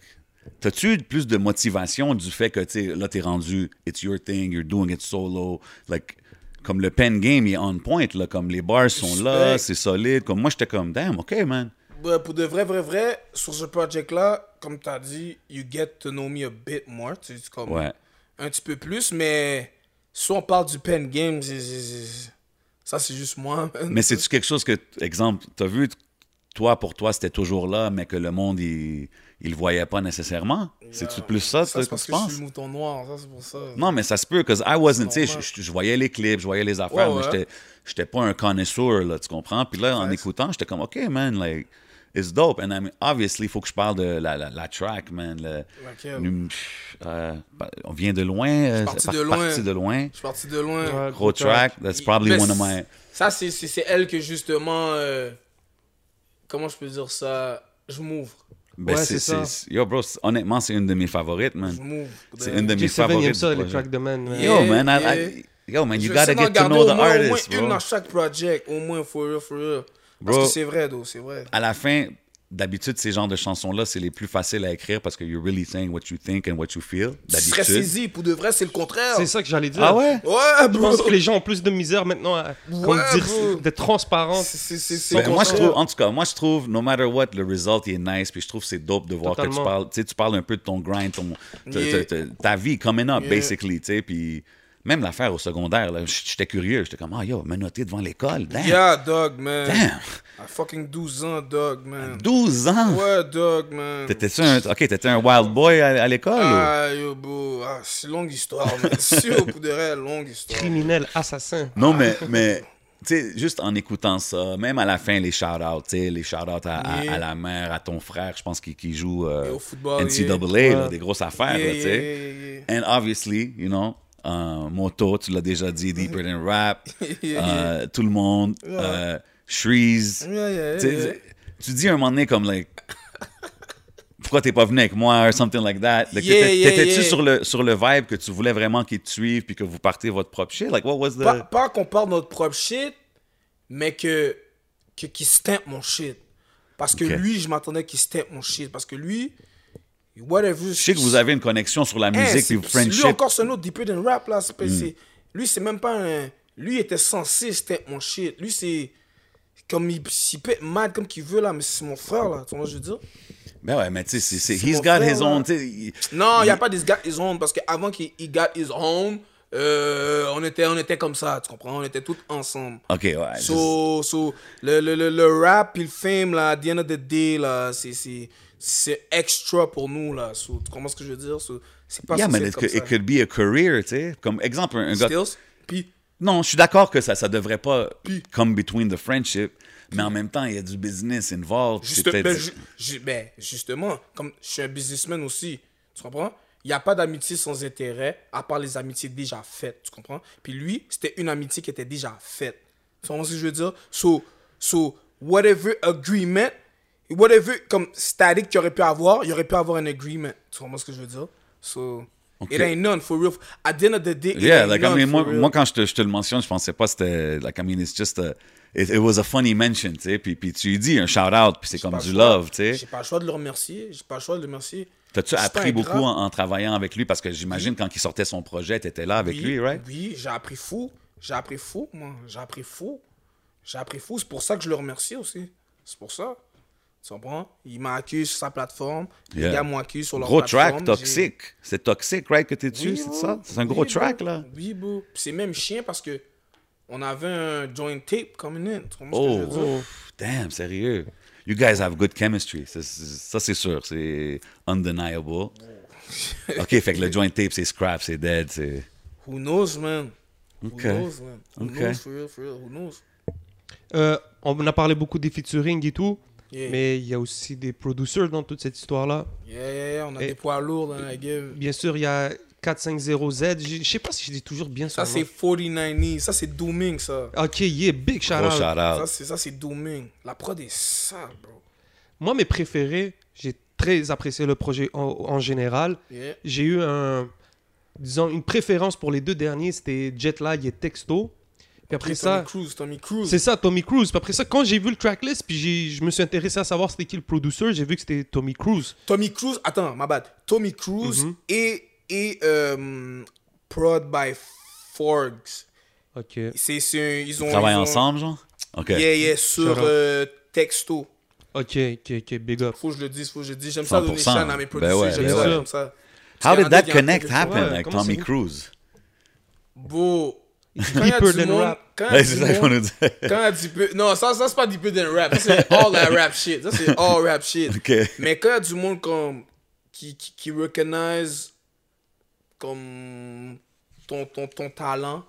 B: t'as-tu plus de motivation du fait que, tu sais, là, t'es rendu, it's your thing, you're doing it solo, like, comme le pen game il est on point, là, comme les bars sont là,
D: Respect.
B: c'est solide. Comme moi, j'étais comme, damn, OK, man.
D: ouais, pour de vrai, vrai, vrai, sur ce project-là, comme tu as dit, you get to know me a bit more. Tu sais, c'est comme
B: Ouais.
D: un petit peu plus, mais si on parle du pen game, c'est- c'est- c'est- ça c'est juste moi. man.
B: Mais c'est-tu quelque chose que, exemple, t'as vu, toi, pour toi, c'était toujours là, mais que le monde, il, il le voyait pas nécessairement? C'est-tu plus ça,
D: Ça,
B: ça
D: c'est
B: que
D: parce
B: tu
D: que je suis
B: penses?
D: le mouton noir, ça c'est pour ça.
B: Non, mais ça se peut, parce que I wasn't, tu sais,
D: normal.
B: je- je je voyais les clips, je voyais les affaires,
D: Ouais, ouais.
B: mais j'étais- j'étais pas un connoisseur, là, tu comprends? Puis là, en
D: Facts.
B: écoutant, j'étais comme, OK, man, like, it's dope. And I mean, obviously, il faut que je parle de la, la, la track, man. le-
D: Laquelle?
B: num- pff, euh, pa- on vient de loin. euh,
D: parti
B: par-
D: de loin.
B: parti de loin.
D: Je suis parti de loin.
C: Ouais.
B: Gros track, that's probably
D: Mais
B: one of my...
D: Ça, c'est- c'est c'est elle que justement. euh, comment je peux dire ça Je m'ouvre.
B: Ben,
C: Ouais,
B: c'est,
C: c'est ça.
B: c'est- Yo, bro, c'est- honnêtement, c'est une de mes favorites, man.
D: Je m'ouvre.
B: C'est une de mes
C: J7, il aime
B: favorites.
C: ça,
B: du
C: les
B: projet.
C: tracks de man. man.
D: Yeah.
B: Yo, man, I- I- yo, man,
D: Je
B: you
D: vais
B: gotta
D: essayer
B: get
D: d'en
B: to know
D: garder
B: the
D: au moins, au moins
B: artist,
D: une
B: bro.
D: dans chaque project, au moins for real, for real. Parce
B: Bro.
D: que c'est vrai, though, c'est vrai.
B: À la fin, d'habitude, ces genres de chansons-là, c'est les plus faciles à écrire parce que you're really saying what you think and what you feel.
D: Tu
B: D'habitude.
D: serais saisi, pour de vrai, c'est le contraire.
C: C'est ça que j'allais dire.
B: Ah ouais?
D: Ouais,
C: Je
D: bro.
C: pense que les gens ont plus de misère maintenant à comme
D: Ouais,
C: dire,
D: bro.
C: d'être transparents.
D: C'est- c'est- c'est- c'est
B: Ben,
D: le
B: moi, je
D: contraire.
B: trouve, en tout cas, moi, je trouve, no matter what, le result il est nice. Puis je trouve que c'est dope de voir que
C: Totalement.
B: tu parles. Tu sais, tu parles un peu de ton grind, ton, ta, ta-
D: Yeah.
B: ta- ta vie coming up,
D: Yeah.
B: basically. Tu sais, puis même l'affaire au secondaire, là, j- j'étais curieux. J'étais comme, ah, yo, menotté devant l'école. Damn.
D: Yeah, dog, man.
B: Damn.
D: À fucking 12 ans, dog, man.
B: 12 ans.
D: Ouais, dog, man.
B: T'étais-tu un, ok, t'étais un wild boy à, à l'école?
D: Ah, yo, bro. Ah, c'est longue histoire, man. C'est au bout de vrai, longue histoire.
C: Criminels, assassins.
B: ou? Non, mais, mais tu sais, juste en écoutant ça, même à la fin, les shout-outs, tu sais, les shout-outs à, à-
D: Yeah.
B: à la mère, à ton frère, je pense qu'il qui joue
D: Et
B: euh,
D: au football,
B: NCAA, là,
C: Ouais.
B: des grosses affaires,
D: Yeah,
B: là, tu sais.
D: yeah, yeah, yeah.
B: And obviously, you know, euh, Moto, tu l'as déjà dit, Deeper Than Rap, euh, tout le monde, euh, Shreeze.
D: Yeah, yeah,
B: Tu sais,
D: yeah.
B: Tu dis à un moment donné comme, like, pourquoi t'es pas venu avec moi, or something like that. Like,
D: Yeah,
B: t'étais-
D: yeah,
B: T'étais-tu
D: yeah.
B: sur, le, sur le vibe que tu voulais vraiment qu'ils te suivent puis que vous partez votre propre shit? Like, what was the...
D: Pas, pas qu'on parle de notre propre shit, mais que, que qu'il stamp mon shit. Parce que
B: Ok.
D: lui, je m'attendais qu'il stamp mon shit. Parce que lui, whatever.
B: Je sais que vous avez une connexion sur la musique Hmm. puis
D: Eh, c'est-
B: vos
D: Lui
B: friendship.
D: encore, c'est un autre deeper than rap là. c'est pas- c'est- Lui, c'est même pas un. Lui il était censé stamp mon shit. Lui, c'est. Comme il, il peut être mad comme qu'il veut là, mais c'est mon frère là. Tu vois ce que je veux dire?
B: Ben ouais, mais tu sais, c'est- c'est-
D: C'est
B: he's
D: mon
B: got
D: frère,
B: his own,
D: là.
B: tu sais, il-
D: Non, il n'y a pas des got his own parce qu'avant qu'il il got his own, euh, on, était, on était comme ça, tu comprends? On était tous ensemble.
B: OK, ouais.
D: So, so, le, le, le, le rap puis le fame, là, at the end of the day, là, c'est- c'est c'est extra pour nous, là. So, tu comprends ce que je veux dire? So, c'est pas
B: yeah,
D: censé
B: man,
D: être
B: it
D: comme
B: could,
D: ça.
B: it could be a career, tu sais. Comme exemple, un, un gars...
D: Stills, puis,
B: Non, je suis d'accord que ça ça devrait pas come between the friendship, mais en même temps, il y a du business involved. c'est
D: juste,
B: peut-être-
D: ben, ju- ju- ben, justement, comme je suis un businessman aussi, tu comprends? Il n'y a pas d'amitié sans intérêt, à part les amitiés déjà faites, tu comprends? Puis lui, c'était une amitié qui était déjà faite. Tu comprends ce que je veux dire? So, so whatever agreement, whatever comme static qu'il aurait pu avoir, il aurait pu avoir un agreement. Tu comprends ce que je veux dire? So, it ain't none, for real. At the end of the day, it
B: Yeah,
D: ain't
B: like, I
D: none,
B: mean, moi,
D: for real.
B: moi, quand je te, je te le mentionne, je pensais pas que c'était. Like, I mean, it's just a. It, it was a funny mention, tu sais. Puis, puis tu lui dis un shout-out, puis c'est comme
D: pas
B: du
D: le choix.
B: love, tu
D: J'ai
B: sais.
D: pas le choix de le remercier, j'ai pas le choix de le remercier.
B: T'as-tu
D: C'est
B: appris
D: un grand-
B: beaucoup en, en travaillant avec lui? Parce que j'imagine quand il sortait son projet, t'étais là avec
D: oui,
B: lui, right?
D: Oui, j'ai appris fou. J'ai appris fou, moi. J'ai appris fou. J'ai appris fou. C'est pour ça que je le remercie aussi. C'est pour ça. Tu comprends? Il m'a accueilli sur sa plateforme.
B: Yeah.
D: Les gars m'ont accueilli sur leur
B: Gros
D: plateforme.
B: track,
D: J'ai-
B: toxique. C'est toxique, right, que t'es dessus,
D: Oui,
B: c'est
D: bro.
B: ça? C'est un
D: Oui,
B: gros
D: bro.
B: track, là.
D: Oui, bro. Puis C'est même chien parce que on avait un joint tape coming in. Tu comprends ce
B: Oh,
D: que je veux dire?
B: damn, sérieux. You guys have good chemistry. Ça, c'est- ça, c'est sûr. C'est undeniable. OK, fait que le joint tape, c'est scrap, c'est dead, c'est...
D: Who knows, man?
B: oh. Ok.
D: Who knows, man? Who
B: Ok.
D: knows, for real, for real? Who knows?
C: Euh, on a parlé beaucoup des featuring et tout,
D: Yeah.
C: mais il y a aussi des producers dans toute cette histoire-là.
D: Yeah, yeah, yeah. On a
C: Et-
D: des poids lourds dans la game.
C: Bien sûr, il y a 450Z. J'ai- Je sais pas si je dis toujours bien
D: Ça,
C: son
D: c'est
C: nom.
D: 49 Ça, c'est dooming, ça.
C: Ok, yeah, big shout
B: Gros
C: out.
D: Ça,
B: shout-out.
D: c'est, ça, c'est Dooming. La prod est sale, bro.
C: Moi, mes préférés, j'ai très apprécié le projet en, en général.
D: Yeah.
C: J'ai eu un, disons, une préférence pour les deux derniers, c'était Jetlag et Texto. Puis après
D: Tommy
C: ça,
D: Cruise, Tommy Cruise.
C: c'est ça, Tommy Cruise. Puis après ça, quand j'ai vu le tracklist, puis j'ai- je me suis intéressé à savoir c'était qui le producer, j'ai vu que c'était Tommy Cruise.
D: Tommy Cruise, attends, ma bad. Tommy Cruise
C: Mhm.
D: et, et euh, prod by Forgs.
C: Ok.
D: C'est, c'est un- ils ont.
B: Travaillent
D: ils ont-
B: ensemble, genre? OK.
D: Yeah, yeah, sur
C: Shout out.
D: euh, Texto.
C: Ok, ok, ok, big up.
D: Faut que je le dise, faut que je le dise. J'aime ça donner
B: 100%.
D: Shine à mes
B: Ben
D: producers.
B: ouais,
D: J'aime
B: ben
D: ça,
B: ouais.
D: j'aime
B: How
D: ça. Parce qu'il y en
B: did
D: a
B: that
D: qui ont
B: connect
D: fait-
B: happen,
C: Ouais,
B: like
C: comment
B: Tommy
C: c'est-
B: Cruise?
D: Bro, quand il y a
C: Deeper
D: du
C: than
D: monde...
C: rap.
D: Quand il y a
B: Ouais, c'est
D: du
B: ça qu'on
D: monde-
B: nous dit.
D: Quand il y a du peu... Non, ça, ça c'est pas deeper than rap. Ça, c'est all that rap shit. Ça, c'est all rap shit.
B: OK.
D: Mais quand il y a du monde comme, qui, qui, qui recognize comme ton, ton, ton talent,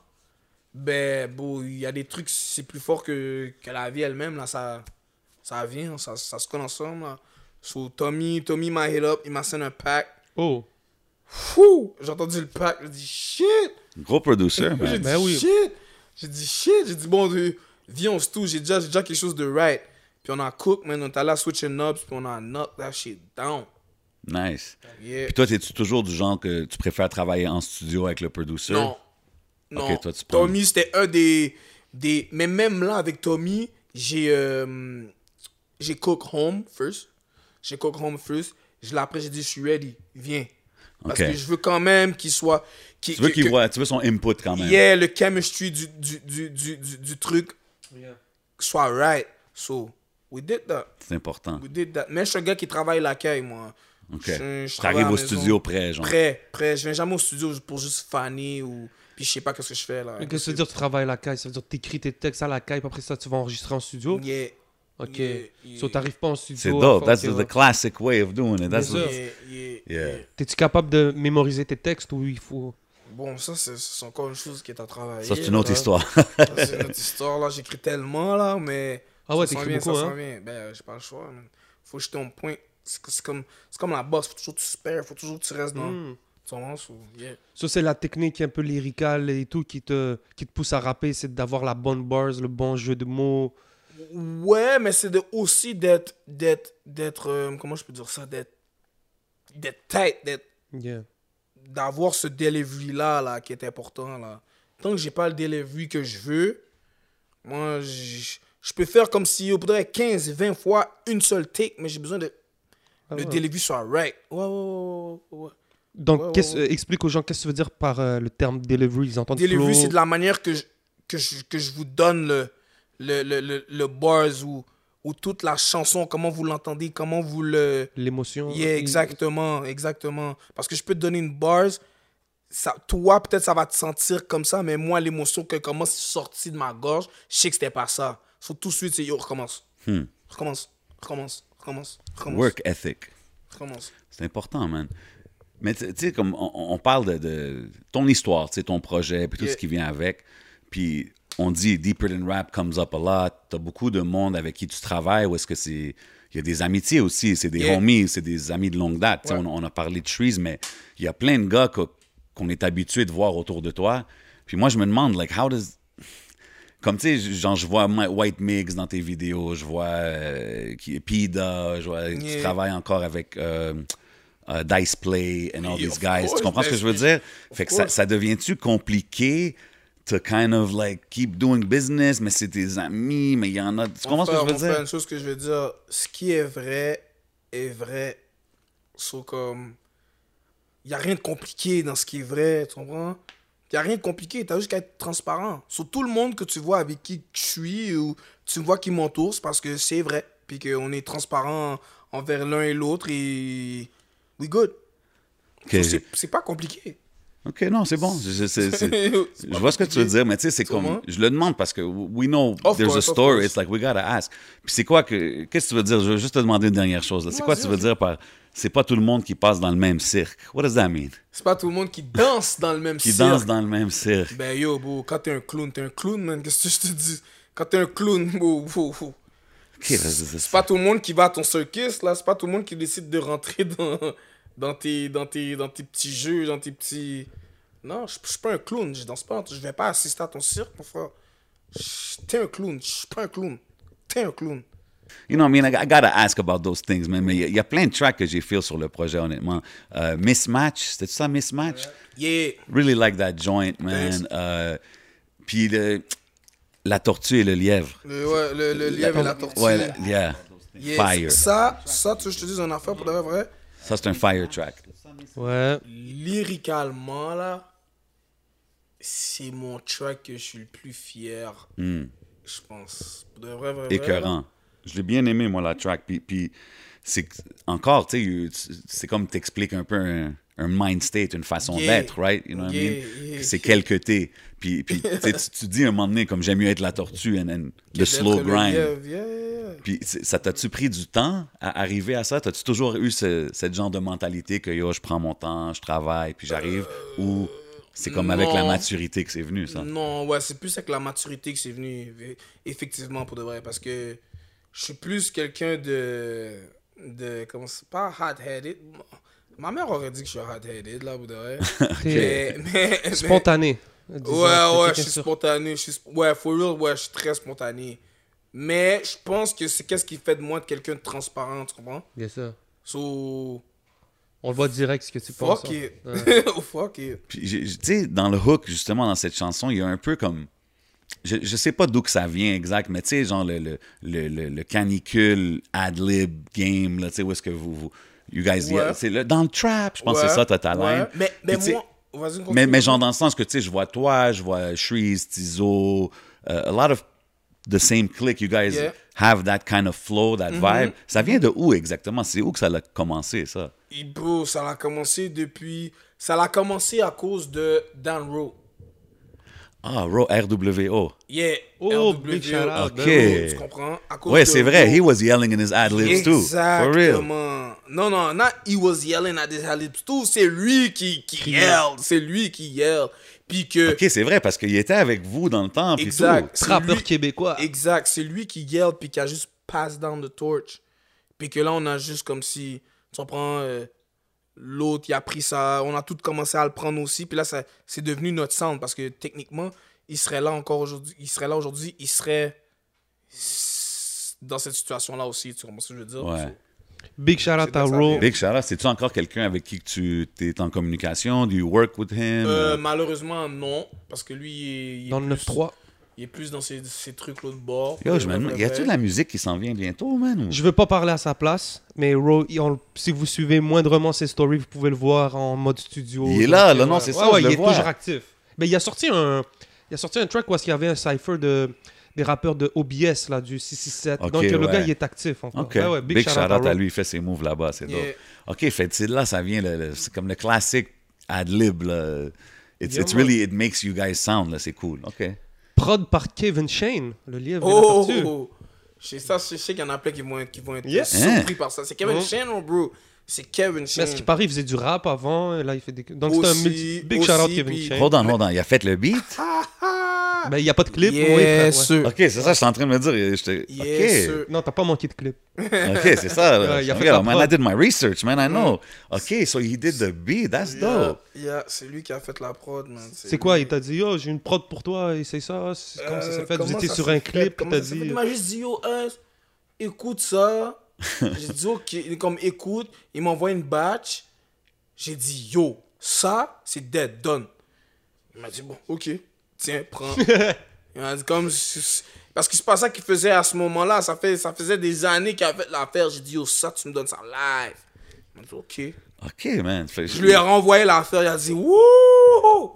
D: ben, bon, il y a des trucs, c'est plus fort que, que la vie elle-même, là, ça, ça vient, ça, ça se colle ensemble, là. So, Tommy, Tommy m'a hit up, il m'a sent un pack.
C: Oh,
D: Fou! J'ai entendu le pack, j'ai dit shit!
B: Gros producer,
D: J'ai
B: man.
D: dit
C: ben oui.
D: shit! J'ai dit shit! J'ai dit bon, euh, viens, on se touche, j'ai déjà, j'ai déjà quelque chose de right. Puis on a cook, man, on est allé à switching knobs, puis on a knock that shit down.
B: Nice.
D: Yeah.
B: Puis toi, es-tu toujours du genre que tu préfères travailler en studio avec le producer?
D: Non. Non.
B: toi, tu prends-
D: Tommy, c'était un des, des. Mais même là, avec Tommy, j'ai. euh, j'ai Cook Home first. J'ai Cook Home first. Je l'ai après, j'ai dit, je suis ready. Viens. Parce
B: Ok.
D: que je veux quand même qu'il soit. qu'il-
B: Tu veux
D: que-
B: qu'il
D: que-
B: voit, tu veux son input quand même.
D: Yeah, le chemistry du, du, du, du, du, du truc soit right. So, we did that.
B: C'est important.
D: We did that. Mais je suis un gars qui travaille l'accueil, moi.
B: OK.
D: Je- je travaille
B: T'arrives
D: à la
B: au
D: maison.
B: studio prêt, genre.
D: Prêt, prêt. Je viens jamais au studio pour juste faner ou. Puis je sais pas qu'est-ce que je fais là.
C: Mais qu'est-ce que ça veut dire tu travailles à la caille Ça veut dire que t'écris tes textes à la caille, puis après ça, tu vas enregistrer en studio
D: Yeah.
C: Ok.
D: Yeah, yeah.
C: So, t'arrives pas en studio.
B: C'est
C: à
B: dope.
C: faire
B: That's
C: tes-
B: the classic way of doing it. That's
C: Bien
B: the-
C: sûr.
D: Yeah, yeah,
B: Yeah.
D: yeah.
C: T'es-tu capable de mémoriser tes textes ou il faut.
D: Bon, ça, c'est c'est encore une chose qui est à travailler.
B: Ça, c'est une autre
D: là.
B: histoire.
D: bah, Ça, c'est une autre histoire, là. J'écris tellement, là, mais.
C: Ah ouais,
D: ça s'en
C: t'écris
D: vient,
C: beaucoup,
D: ça s'en
C: hein.
D: vient. Ben, j'ai pas le choix, man. Faut que je tombe point. C'est c'est comme, c'est comme la bosse, faut toujours que tu spares, faut toujours que tu restes
C: Mm.
D: dans. Tu comprends, so, yeah.
C: Ça, Hmm. c'est la technique un peu lyricale et tout qui te, qui te pousse à rapper, c'est d'avoir la bonne bars, le bon jeu de mots.
D: Ouais, mais c'est de- aussi d'être. d'être. d'être. euh, comment je peux dire ça D'être. d'être tête, d'être.
C: Yeah.
D: d'avoir ce delivery là là qui est important là. Tant que j'ai pas le delivery que je veux, moi je je peux faire comme si au bout de 15 20 fois une seule take mais j'ai besoin de le
C: Ah ouais.
D: delivery soit right. Ah Ouais ouais ouais, ouais, ouais.
C: Donc,
D: Ouais, ouais,
C: qu'est-ce-
D: ouais.
C: euh, explique aux gens qu'est-ce que tu veux dire par euh, le terme delivery. Ils entendent
D: Delivery
C: flow.
D: c'est de la manière que je, que je, que je vous donne le le, le, le, le bars ou ou toute la chanson comment vous l'entendez, comment vous le
C: l'émotion.
D: Yeah,
C: Et-
D: exactement, exactement. Parce que je peux te donner une bars, ça, toi, peut-être ça va te sentir comme ça, mais moi, l'émotion que commence sortie de ma gorge, je sais que c'était pas ça. So, tout de suite, c'est yo, recommence. Recommence, recommence, recommence, recommence.
B: Work ethic.
D: Recommence.
B: C'est important, man. Mais tu tu sais, comme on, on parle de, de ton histoire, tu sais, ton projet, puis tout
D: Yeah.
B: ce qui vient avec. Puis on dit Deeper Than Rap comes up a lot. T'as beaucoup de monde avec qui tu travailles ou est-ce que c'est. Il y a des amitiés aussi, c'est des
D: Yeah.
B: homies, c'est des amis de longue date. Tu sais,
D: Ouais.
B: On, on a parlé de Trees, mais il y a plein de gars qu'o- qu'on est habitué de voir autour de toi. Puis moi, je me demande, like, how does comme tu sais, genre, je vois Ma- White Mix dans tes vidéos, je vois euh, qui- Pida, je vois, tu
D: Yeah.
B: travailles encore avec euh, euh, Dice Play and all
D: Yeah,
B: these
D: of
B: guys.
D: course,
B: tu comprends ce que
D: man.
B: je veux dire? Fait que ça,
D: course.
B: ça devient-tu compliqué to kind of like keep doing business, mais c'est tes amis, mais il y en a. Tu
D: Mon
B: comprends ce que je
D: frère,
B: veux
D: mon frère,
B: dire?
D: Une chose que je veux dire, ce qui est vrai est vrai. Sauf comme. Il n'y a rien de compliqué dans ce qui est vrai, tu comprends? Il n'y a rien de compliqué, tu as juste qu'à être transparent. Sur tout le monde que tu vois avec qui je suis ou tu vois qui m'entoure, c'est parce que c'est vrai. Puis qu'on est transparent envers l'un et l'autre et. We good.
B: Ok,
D: C'est- C'est pas compliqué.
B: Ok, non, c'est bon. Je- je- c'est- c'est-
D: C'est
B: Je
D: pas
B: vois ce que tu veux
D: compliqué.
B: dire, mais tu sais, c'est
D: Tu vois?
B: comme. Je le demande parce que we know
D: Of
B: there's
D: course,
B: a
D: of
B: story.
D: course.
B: It's like we gotta ask. Puis c'est quoi que. Qu'est-ce que tu veux dire? Je veux juste te demander une dernière chose. là. C'est quoi
D: Vas-y,
B: tu veux
D: vas-y.
B: dire par. C'est pas tout le monde qui passe dans le même cirque. What does that mean?
D: C'est pas tout le monde qui danse dans le même
B: Qui
D: cirque.
B: danse dans le même cirque.
D: Ben yo, bro, quand t'es un clown, t'es un clown, man. Qu'est-ce que je te dis? Quand t'es un clown, bro, bro, bro.
B: Ok, vas-y,
D: C'est pas tout le monde qui va à ton circus, là. C'est pas tout le monde qui décide de rentrer dans, dans, tes, dans, tes, dans tes petits jeux, dans tes petits. Non, je je suis pas un clown, je danse pas. Je vais pas assister à ton cirque, mon frère. Je- T'es un clown, je suis pas un clown. T'es un clown.
B: You know, what I mean, I, I gotta ask about those things, man. Mais il y, a- il y a plein de tracks que j'ai feel sur le projet, honnêtement. Euh, Mismatch, c'était ça, Mismatch?
D: Yeah.
B: Really like that joint,
D: Thanks.
B: man. Euh, Puis le- la tortue et le lièvre.
D: Le, ouais, le, le lièvre et la tortue.
B: Ouais, la- yeah.
D: Yeah.
B: Fire.
D: Ça, ça, tu veux que je te dis une affaire pour de vrai, vrai?
B: Ça, c'est un fire track.
C: Ouais.
D: lyricalement là, c'est mon track que je suis le plus fier, je pense. Pour De vrai, vrai, vrai,
B: Hmm, Écœurant.
D: là.
B: Je l'ai bien aimé, moi, la track. Puis, puis c'est encore, tu sais, c'est comme t'expliques un peu un, un mind state, une façon
D: Yeah.
B: d'être, right? You know what I
D: Yeah,
B: mean?
D: yeah,
B: c'est
D: yeah.
B: quel que t'es. Puis, puis tu sais, tu, tu dis à un moment donné, comme j'aime mieux être la tortue and then the slow grind. Puis c'est- ça t'a-tu pris du temps à arriver à ça? T'as-tu toujours eu ce, cette genre de mentalité que yo, je prends mon temps, je travaille, puis j'arrive? Ou c'est comme avec la
D: non.
B: maturité que c'est venu, ça?
D: Non, ouais, c'est plus avec la maturité que c'est venu, eff- effectivement, pour de vrai. Parce que je suis plus quelqu'un de. de comment c'est pas hot-headed. Ma mère aurait dit que je suis hot-headed, là, pour de vrai. mais, mais, mais-
C: Spontané.
D: Ouais,
C: disons, c'est
D: ouais, je
C: quelqu'un
D: suis
C: sur-
D: spontané. Je suis, sp- ouais, for real, ouais, je suis très spontané. Mais je pense que c'est qu'est-ce qui fait de moi de quelqu'un de transparent, tu comprends?
C: Bien sûr.
D: So,
C: On voit direct ce que tu penses.
D: fuck
C: hein.
D: it.
C: Ouais.
D: fuck it.
B: Puis, j'ai- j'ai- tu sais, dans le hook, justement, dans cette chanson, il y a un peu comme. Je, je sais pas d'où que ça vient exact, mais tu sais, genre le, le, le, le- le canicule ad-lib game, là, tu sais, où est-ce que vous. vous you guys.
D: Ouais.
B: c'est le- dans le trap, je pense que c'est
D: Ouais,
B: ça, ta ta
D: ouais.
B: line.
D: Mais,
B: Puis
D: mais
B: tu sais-
D: moi, vas-y, continue.
B: Mais, mais genre dans le sens que, tu sais, je vois toi, je vois Shreeze, Tizo, uh, a lot of the same clique. You guys
D: Yeah. Mm-hmm.
B: have that kind of flow, that vibe. Ça vient de où exactement? C'est où que ça a commencé, ça?
D: Et bro, ça l'a commencé depuis. Ça l'a commencé à cause de Dan Rowe.
B: Ah, Ro, RWO.
D: Yeah.
C: Oh,
D: RWO,
C: big shout out,
B: Dan
D: bro,
B: Rowe.
D: Tu comprends? À cause
B: Ouais,
D: de
B: c'est vrai.
D: Rowe.
B: He was yelling in his ad-libs, too. For real.
D: Exactement. Non, non, not he was yelling at his lips too. C'est lui qui, qui yell. C'est lui qui yell. Puis que.
B: OK, c'est vrai, parce qu'il était avec vous dans le temps, puis
D: Exact.
B: tout.
D: C'est
C: Trappeur
D: lui-
C: québécois.
D: Exact. C'est lui qui yell puis qui a juste pass down the torch. Puis que là, on a juste comme si. Tu comprends? euh, L'autre, il a pris ça. On a tout commencé à le prendre aussi. Puis là, ça, c'est devenu notre sound parce que techniquement, il serait là encore aujourd'hui. Il serait là aujourd'hui. Il serait s- dans cette situation-là aussi. Tu comprends ce que je veux dire?
B: Ouais.
C: Big shout out
D: C'est
C: à
D: ça,
C: Ro.
D: bien.
B: Big shout out. C'est-tu encore quelqu'un avec qui que tu es en communication? Do you work with him?
D: Euh, malheureusement, non. Parce que lui, il est, il est
C: Dans le
D: plus-
C: 9-3.
D: Il est plus dans ses, ses trucs l'autre bord.
B: Yo, je me demande, y a-tu de la musique qui s'en vient bientôt, man? ou-
C: Je veux pas parler à sa place, mais Ro, il- on- si vous suivez moindrement ses stories, vous pouvez le voir en mode studio.
B: Il est
C: Donc,
B: là,
C: euh,
B: là, non,
C: ouais.
B: c'est
C: Ouais,
B: ça,
C: ouais,
B: je le
C: il est
B: vois.
C: toujours actif. Mais il a sorti un, il a sorti un track où il y avait un cipher de des rappeurs de OBS là du 667.
B: Ok,
C: Donc euh, le
B: ouais.
C: gars il est actif encore.
B: OK.
C: Ouais, ouais,
B: big shout out
C: Ro.
B: à lui, il fait ses moves là-bas, c'est
D: Yeah.
B: dope. OK, fait c'est de là, ça vient, le- le- c'est comme le classique ad-lib. là. It's,
D: Yeah,
B: it's
D: man.
B: really, it makes you guys sound, là, c'est cool. OK.
C: Prod par Kevin Shane, le lièvre et la
D: Oh,
C: tortue.
D: oh, oh. Je sais, ça, je sais qu'il y en a plein qui vont être, qui vont être
C: Yeah.
D: surpris par ça. C'est Kevin
C: Oh.
D: Shannon, bro. C'est Kevin
C: Mais à ce qui
D: Shannon.
C: paraît, il faisait du rap avant, et là il fait des... Donc c'est un
D: Aussi,
C: multi- big shout out
D: aussi,
C: Kevin
D: puis-
C: Shane.
B: Hold on, hold on, il a fait le beat?
C: Ben il y a pas de clip, mais oui, frère,
B: ben,
C: ouais.
D: Yes, sir.
B: OK, c'est ça, je suis en train de me dire. j'étais-
D: Yes,
B: OK,
D: sir.
C: Non, t'as pas manqué de clip.
B: OK, c'est ça. là.
C: Ouais, il a
B: Je
C: fait
B: regarde, man,
C: la
B: I
C: prod.
B: did my research, man, I know. OK, so he did the beat, that's
D: Yeah,
B: dope.
D: yeah, c'est lui qui a fait la prod, man.
C: C'est quoi Il t'a dit, yo, j'ai une prod pour toi, et c'est ça. c'est- Comment ça
D: Euh,
C: s'est fait Vous
D: comment
C: étiez
D: ça
C: sur
D: s'est
C: un
D: fait?
C: clip,
D: Comment
C: t'as
D: ça s'est fait?
C: dit. euh,
D: Il m'a juste dit, yo, hein, écoute ça. J'ai dit, ok, comme écoute. Il m'envoie une batch. J'ai dit, yo, ça, c'est dead, done. Il m'a dit, bon, ok, tiens, prends. il m'a dit, comme. Parce que c'est pas ça qu'il faisait à ce moment-là. Ça, fait, ça faisait des années qu'il avait fait l'affaire. J'ai dit, yo, ça, tu me donnes ça live. Il m'a dit, ok.
B: OK, man. fait-
D: Je lui ai renvoyé l'affaire. Il a dit, wouh!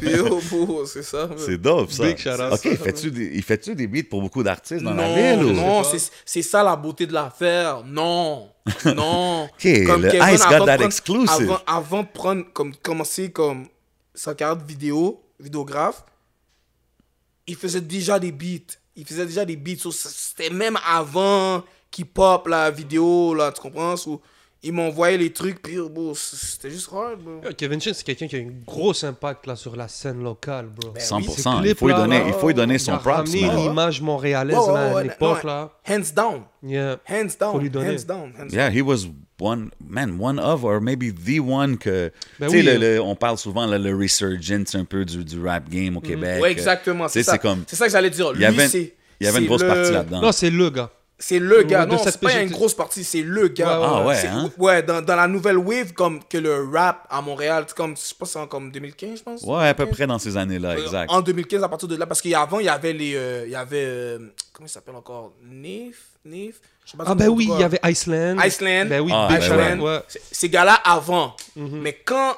D: Puis, yo, bro, c'est ça. man.
B: C'est dope, ça.
C: Big shout out.
B: OK, fais-tu des- il fait-tu des beats pour beaucoup d'artistes dans
D: non,
B: la ville? ou-
D: Non, c'est- c'est ça la beauté de l'affaire. Non, non.
B: Ok, le Ice got
D: avant de
B: that
D: prendre-
B: exclusive.
D: Avant, avant de prendre, comme, commencer comme sa carrière de vidéo, vidéographe, il faisait déjà des beats. Il faisait déjà des beats. So, c- C'était même avant qu'il pop la vidéo, là, tu comprends? So, il m'envoyait les trucs, puis oh, bro, c- c'était juste hard, bro.
C: Yo, Kevin Shane, c'est quelqu'un qui a un gros impact là, sur la scène locale, bro.
D: Ben,
B: 100%.
C: oui,
B: il,
C: ce
B: faut lui
C: clip-là,
B: donner,
C: là,
B: il faut lui donner
C: Il
B: son
C: a
B: props,
C: ramené
B: man.
C: l'image montréalaise
D: Ouais, ouais,
C: là, à
D: ouais,
C: l'époque,
D: non,
C: là.
D: Hands down.
C: Yeah.
D: Hands
C: Faut lui
D: down.
C: donner.
D: Hands down. hands
B: Yeah, he was one, man, one of, or maybe the one que.
C: Ben
B: tu sais,
C: oui.
B: le- le- on parle souvent, le, le resurgence un peu du, du rap game au Québec.
D: Ouais, exactement.
B: euh, Tu sais,
D: C'est ça.
B: C'est comme.
D: C'est ça que j'allais dire.
B: Il y avait,
D: Lui, c'est.
B: il y avait
D: c'est
B: une grosse
D: le-
B: partie là-dedans.
C: Non, c'est le gars.
D: C'est le gars.
C: de
D: Non,
C: cette
D: c'est pas
C: PGT.
D: une grosse partie, c'est le gars.
C: Ouais, ouais,
B: Ah ouais,
D: C'est-
B: hein?
D: ouais, dans, dans la nouvelle wave, comme que le rap à Montréal, c'est comme, je sais pas, c'est en comme 2015, je pense.
B: Ouais, à peu près dans ces années-là,
D: Euh,
B: exact.
D: En 2015, à partir de là, parce qu'avant, il y avait les. euh, il y avait. euh, comment il s'appelle encore Nif Nif Je sais pas
C: Ah,
D: si
C: ben
D: on
C: oui,
D: dit
C: il
D: quoi.
C: y avait Iceland.
D: Iceland.
C: Ben oui,
B: Ah,
C: Big
B: ben
C: Shout
D: Iceland.
C: out, ouais.
D: C- Ces gars-là avant. Mais quand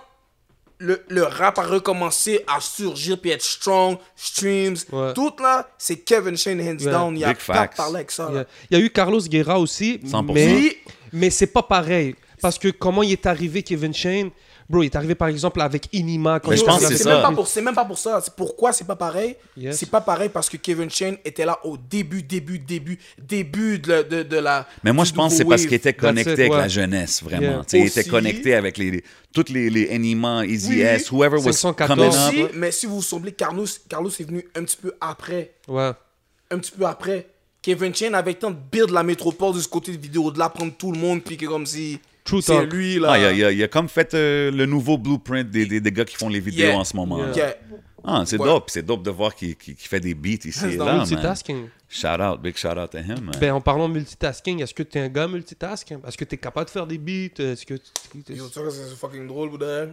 D: le, le rap a recommencé à surgir puis être strong, streams,
C: Ouais.
D: tout là, c'est Kevin Shane hands
C: Yeah.
D: down. Il y a
B: Big
D: pas
B: facts.
D: de parler avec ça.
C: Il y
D: là.
C: a- il y a eu Carlos Guerra aussi,
B: 100%.
C: mais,
D: Oui.
C: mais c'est pas pareil. Parce que comment il est arrivé, Kevin Shane Bro, il est arrivé par exemple avec Inima. quand
B: Mais je
C: il
B: pense
C: a
B: que
C: fait-
B: c'est
D: même
B: ça.
D: pas pour, c'est même pas pour ça. C'est pourquoi c'est pas pareil.
C: Yes.
D: C'est pas pareil parce que Kevin Shane était là au début, début, début, début de la. De, de la
B: Mais moi,
D: du
B: je pense que c'est
D: nouveau
B: parce
D: wave.
B: qu'il était
C: that's it,
B: connecté avec
C: ouais.
B: la jeunesse, vraiment.
C: Yeah.
B: Tu sais, Il était
D: Aussi-
B: connecté avec les, les- toutes les, les Anima, Easy
D: Oui.
B: S, whoever was
C: 514.
B: coming up.
D: Aussi, mais si vous vous semblez, Carlos, Carlos est venu un petit peu après.
C: Ouais.
D: un petit peu après. Kevin Chain avait le temps de build la métropole de ce côté de vidéo, de là prendre tout le monde, puis que comme si
C: True
D: c'est
C: talk.
D: lui là.
B: Ah, il a, il a- il a comme fait euh, le nouveau blueprint des, des, des gars qui font les vidéos
D: Yeah.
B: en ce moment.
D: Yeah.
B: Ah, c'est
D: Ouais.
B: dope. C'est dope de voir qu'il qu'il- qu'il fait des beats ici et
D: Dans
B: là, man.
C: Multitasking.
B: Shout out, big shout out to him, man.
C: Ben, en parlant de multitasking, est-ce que t'es un gars multitask Est-ce que t'es capable de faire des beats Est-ce que. tu- tu-
D: Yo, tu vois, c'est fucking drôle, Bouddha.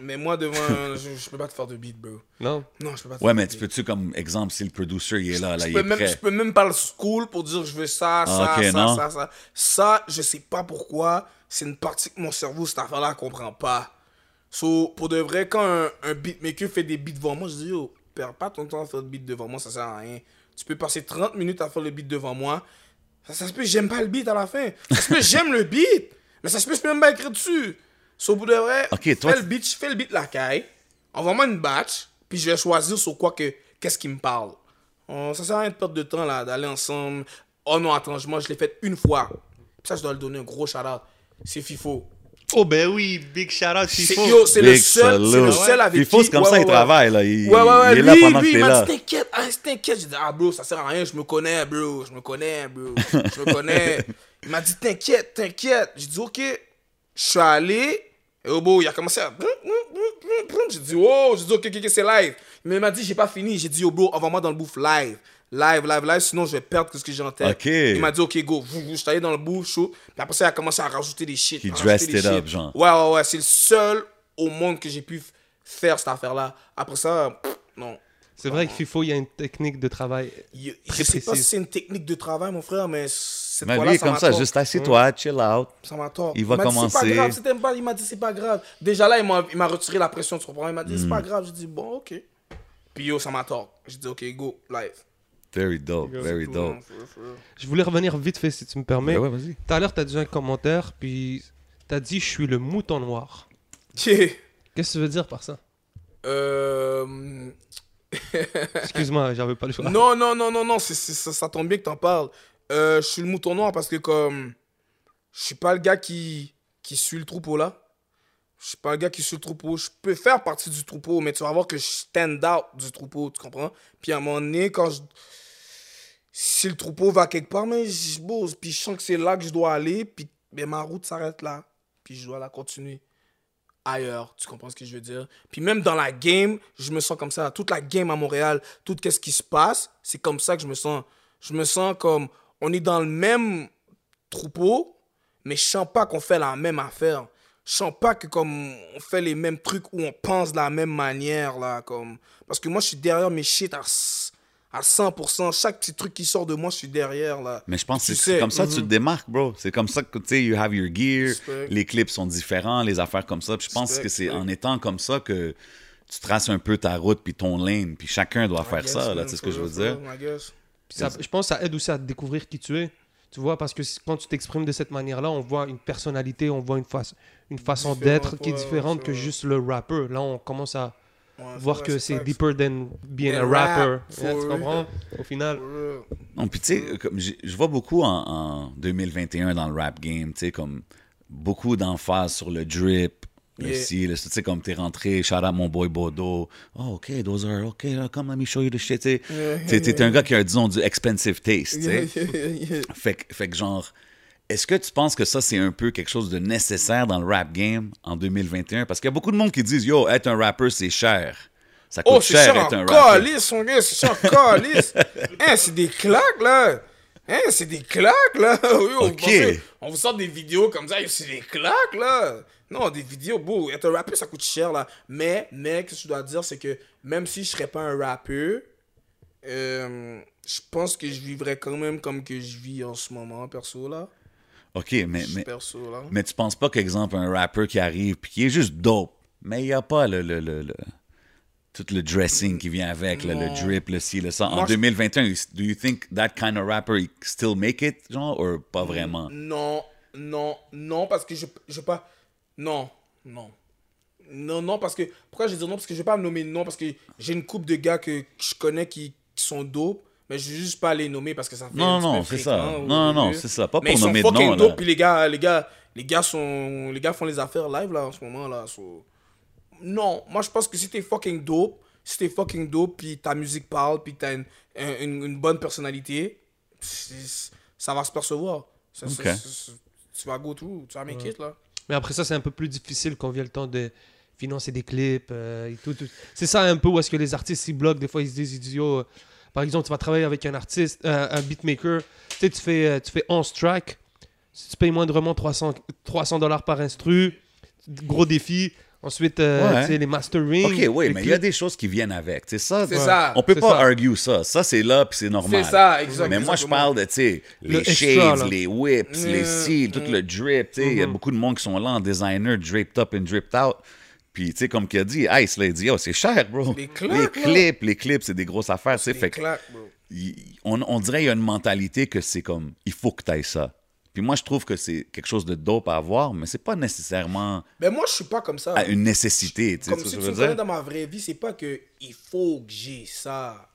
D: Mais moi, devant, un- je, je peux pas te faire de beat, bro.
C: Non.
D: Non, je peux pas te
B: Ouais,
D: faire
B: mais
D: de
B: tu
D: beat.
B: peux-tu, comme exemple, si le producer il est là, là,
D: Je
B: il
D: peux,
B: est
D: même,
B: prêt. Ah,
D: je peux même pas le school pour dire je veux ça, ça,
B: ok,
D: ça,
B: non.
D: ça, ça. Ça, je sais pas pourquoi. C'est une partie que mon cerveau, cette affaire-là, comprend pas. So, pour de vrai, quand un, un beatmaker fait des beats devant moi, je dis yo, perds pas ton temps à faire le beat devant moi, ça sert à rien. Tu peux passer 30 minutes à faire le beat devant moi. Ça, ça se peut, que j'aime pas le beat à la fin. Ça se peut, que j'aime le beat. Mais ça se peut, que je peux même pas écrire dessus. So, pour de vrai,
B: Ok,
D: fais,
B: toi,
D: le beat, fais le beat la caille. Envoie-moi une batch, puis je vais choisir sur quoi que, qu'est-ce qui me parle. On- ça sert à rien de perdre de temps là, d'aller ensemble. Oh non, attends, moi je l'ai fait une fois. Ça, je dois le donner un gros shout-out. C'est FIFO.
C: Oh, ben oui, big shout out,
D: C'est- Yo, c'est le
B: Big
D: seul, c'est le
B: salute.
D: seul avec
B: Puis faut,
D: qui.
B: c'est comme
D: ouais,
B: ça,
D: ouais,
B: il
D: ouais.
B: travaille, là. Il,
D: Ouais, ouais, ouais.
B: il est
D: lui,
B: là pendant
D: lui,
B: que
D: il
B: t'es
D: m'a
B: là.
D: dit t'inquiète, ah, t'inquiète. J'ai dit ah bro, ça sert à rien, je me connais, bro, je me connais, bro, je me connais. il m'a dit t'inquiète, t'inquiète. J'ai dit ok, je suis allé. Et oh, bro, il a commencé à. J'ai dit oh, j'ai dit ok, ok, ok, c'est live. Mais il m'a dit j'ai pas fini. J'ai dit oh bro, envoie-moi dans le bouffe live. Live, live, live, sinon je vais perdre ce que j'ai en tête.
B: Ok.
D: Il m'a dit, OK, go, vous, vous, je suis allé dans le bout, chaud. Puis après ça, il a commencé à rajouter des shit.
B: He
D: à
B: dressed
D: rajouter des
B: it
D: shit.
B: up, genre.
D: Ah, Ouais, ouais, ouais, c'est le seul au monde que j'ai pu f- faire cette affaire-là. Après ça, pff, non.
C: C'est vrai que FIFO, il y a une technique de travail.
D: Je,
C: Très
D: je sais pas
C: précise.
D: si c'est une technique de travail, mon frère, mais cette
B: Mais lui,
D: fois-là,
B: il est
D: ça
B: comme
D: m'a
B: ça,
D: tort.
B: juste assis-toi, chill out.
D: Ça m'a tort.
B: Il va
D: m'a dit, C'est
B: commencer.
D: pas grave, c'était pas- il m'a dit, c'est pas grave. Déjà là, il m'a- il m'a retiré la pression, tu comprends? Il m'a dit,
B: Hmm.
D: c'est pas grave. J'ai dit, bon, OK. Puis yo, ça m'a tort. J'ai dit, OK, go, live.
B: Very dope, very dope.
C: Je voulais revenir vite fait, si tu me permets.
B: Ben ouais, vas-y.
C: Tout à l'heure, t'as dit un commentaire, puis t'as dit Je suis le mouton noir.
D: OK.
C: Qu'est-ce que tu veux dire par ça
D: Euh...
C: Excuse-moi, j'avais pas le choix.
D: Non, non, non, non, non, c'est- c'est- ça, ça tombe bien que t'en parles. Euh, je suis le mouton noir parce que comme je suis pas le gars qui, qui suit le troupeau là. Je suis pas le gars qui suit le troupeau. Je peux faire partie du troupeau, mais tu vas voir que je stand out du troupeau, tu comprends? Puis à un moment donné, quand je... Si le troupeau va quelque part, mais je bosse, puis je sens que c'est là que je dois aller, puis ben, ma route s'arrête là. Puis je dois la continuer ailleurs. Tu comprends ce que je veux dire? Puis même dans la game, je me sens comme ça. Toute la game à Montréal, tout ce qui se passe, c'est comme ça que je me sens. Je me sens comme on est dans le même troupeau, mais je sens pas qu'on fait la même affaire. Je sens pas que comme on fait les mêmes trucs ou on pense de la même manière là comme parce que moi je suis derrière mes shit à s- à 100%, chaque petit truc qui sort de moi, je suis derrière là.
B: Mais je pense que
D: Tu
B: c'est
D: sais, mm-hmm.
B: comme ça que tu te démarques, bro. C'est comme ça que tu sais, you have your gear,
D: Respect.
B: les clips sont différents, les affaires comme ça. Puis je pense
D: Respect,
B: que c'est
D: respect.
B: en étant comme ça que tu traces un peu ta route puis ton lane, puis chacun doit
D: I
B: faire
D: guess,
B: ça, là,
D: man,
B: tu sais ce
D: for
B: que je veux
D: real,
B: dire?
D: for real, I guess.
C: Puis ça- je pense que ça aide aussi à découvrir qui tu es. Tu vois, parce que si- quand tu t'exprimes de cette manière-là, on voit une personnalité, on voit une, fa- une façon
D: Différente,
C: d'être qui est
D: ouais,
C: différente
D: c'est
C: que
D: vrai. Ah,
C: juste le rapper. Là, on commence à
D: Ouais,
C: voir
D: ouais,
C: que c'est
D: facts.
C: deeper than being
D: Et
C: a rapper.
D: rap,
C: Yeah, tu
D: for-
C: comprends Au final.
D: For real.
B: Non, puis tu
D: Mm-hmm.
B: sais, comme j'ai- je vois beaucoup en, en 2021 dans le rap game, tu sais, comme beaucoup d'emphase sur le drip, le
D: Yeah.
B: ci, le ça, tu sais, comme t'es rentré, shout out mon boy Bodo, oh, ok, those are, ok, uh, come let me show you the shit, tu sais.
D: Yeah.
B: T'es- T'es un gars qui a, disons, du expensive taste, tu sais.
D: Yeah.
B: Fait, que- fait que genre, est-ce que tu penses que ça, c'est un peu quelque chose de nécessaire dans le rap game en 2021? Parce qu'il y a beaucoup de monde qui disent, yo, être un rappeur, c'est cher. Ça coûte
D: Oh, c'est
B: cher,
D: cher
B: être
D: en
B: un rappeur.
D: calice, mon gars, c'est cher en calice. hein, c'est des claques, là. Hein, c'est des claques, là. Oui, on, vous
B: Ok.
D: pensez- on vous sort des vidéos comme ça, c'est des claques, là. Non, des vidéos, beau, être un rappeur, ça coûte cher, là. Mais, mais, ce que je dois dire, c'est que même si je serais pas un rappeur, euh, je pense que je vivrais quand même comme que je vis en ce moment, perso, là.
B: OK, mais, mais,
D: Perso, là.
B: mais tu penses pas qu'exemple, un rappeur qui arrive puis qui est juste dope, Mais il n'y a pas le, le- le- le- tout le dressing qui vient avec, là, le
D: Non.
B: drip, le ci, le ça.
D: Moi,
B: En
D: je-
B: 2021, do you think that kind of rapper he still make it, genre, ou pas vraiment?
D: Non, non, non, parce que je, je pas. Non, non. Non, non, parce que. Pourquoi je dis non Parce que je vais pas nommer de nom, parce que j'ai une coupe de gars que je connais qui, qui sont dope, mais je vais juste pas les nommer parce que ça fait.
B: Non,
D: un petit
B: non,
D: peu
B: c'est
D: fréquent
B: ça.
D: au
B: Non, non,
D: début.
B: c'est ça. Pas
D: mais
B: pour
D: ils sont
B: nommer de
D: fucking
B: nom, là.
D: dope, puis les gars, les, gars, les, gars sont, les gars font les affaires live, là, en ce moment, là. so- Non, moi je pense que si t'es fucking dope, si t'es fucking dope, puis ta musique parle, puis t'as une, un- une, une bonne personnalité, c'est- ça va se percevoir. Ça, c'est-
B: Ok.
D: c'est- c'est- tu vas go through, tu vas make it, là.
C: Mais après ça, c'est un peu plus difficile quand vient le temps de financer des clips euh, et tout. tout. C'est ça un peu où est-ce que les artistes ils bloquent. Des fois, ils se disent, ils disent, Yo, euh, par exemple, tu vas travailler avec un artiste, euh, un beatmaker, tu sais, tu fais, euh, tu fais 11 tracks, si tu payes moindrement 300 300 dollars par instru, gros défi. Ensuite, euh,
B: Ouais.
C: tu sais, les mastering.
B: OK, oui,
C: les
B: mais il y a
C: clips.
B: des choses qui viennent avec. C'est ça.
D: C'est ça.
B: On peut
C: C'est
B: pas
C: ça.
B: argue ça. Ça, c'est là, puis c'est normal.
D: C'est ça, exact-
B: Mais moi, je
D: exactement. Mm.
B: parle de, tu sais,
C: Le
B: les
C: extra,
B: shaves,
C: là.
B: les whips, les cils, tout le drip. Tu sais, il y a
C: Mhm.
B: beaucoup de monde qui sont là en designer, draped up and dripped out. Puis, tu sais, comme qu'il a dit, Ice l'a dit, oh, c'est cher, bro.
D: Les claques,
B: les
D: là.
B: clips, les clips, c'est des grosses affaires. tu sais.
D: Des
B: Fait que
D: claques, bro.
B: il- on, on dirait qu'il y a une mentalité que c'est comme, il faut que tu ailles ça. Puis moi, je trouve que c'est quelque chose de dope à avoir, mais c'est pas nécessairement
D: Mais moi je suis pas comme ça.
B: à Ah, une nécessité. Tu sais
D: Comme
B: ce que
D: si
B: je
D: tu
B: veux
D: me
B: dire?
D: connais dans ma vraie vie, c'est pas que il faut que j'ai ça.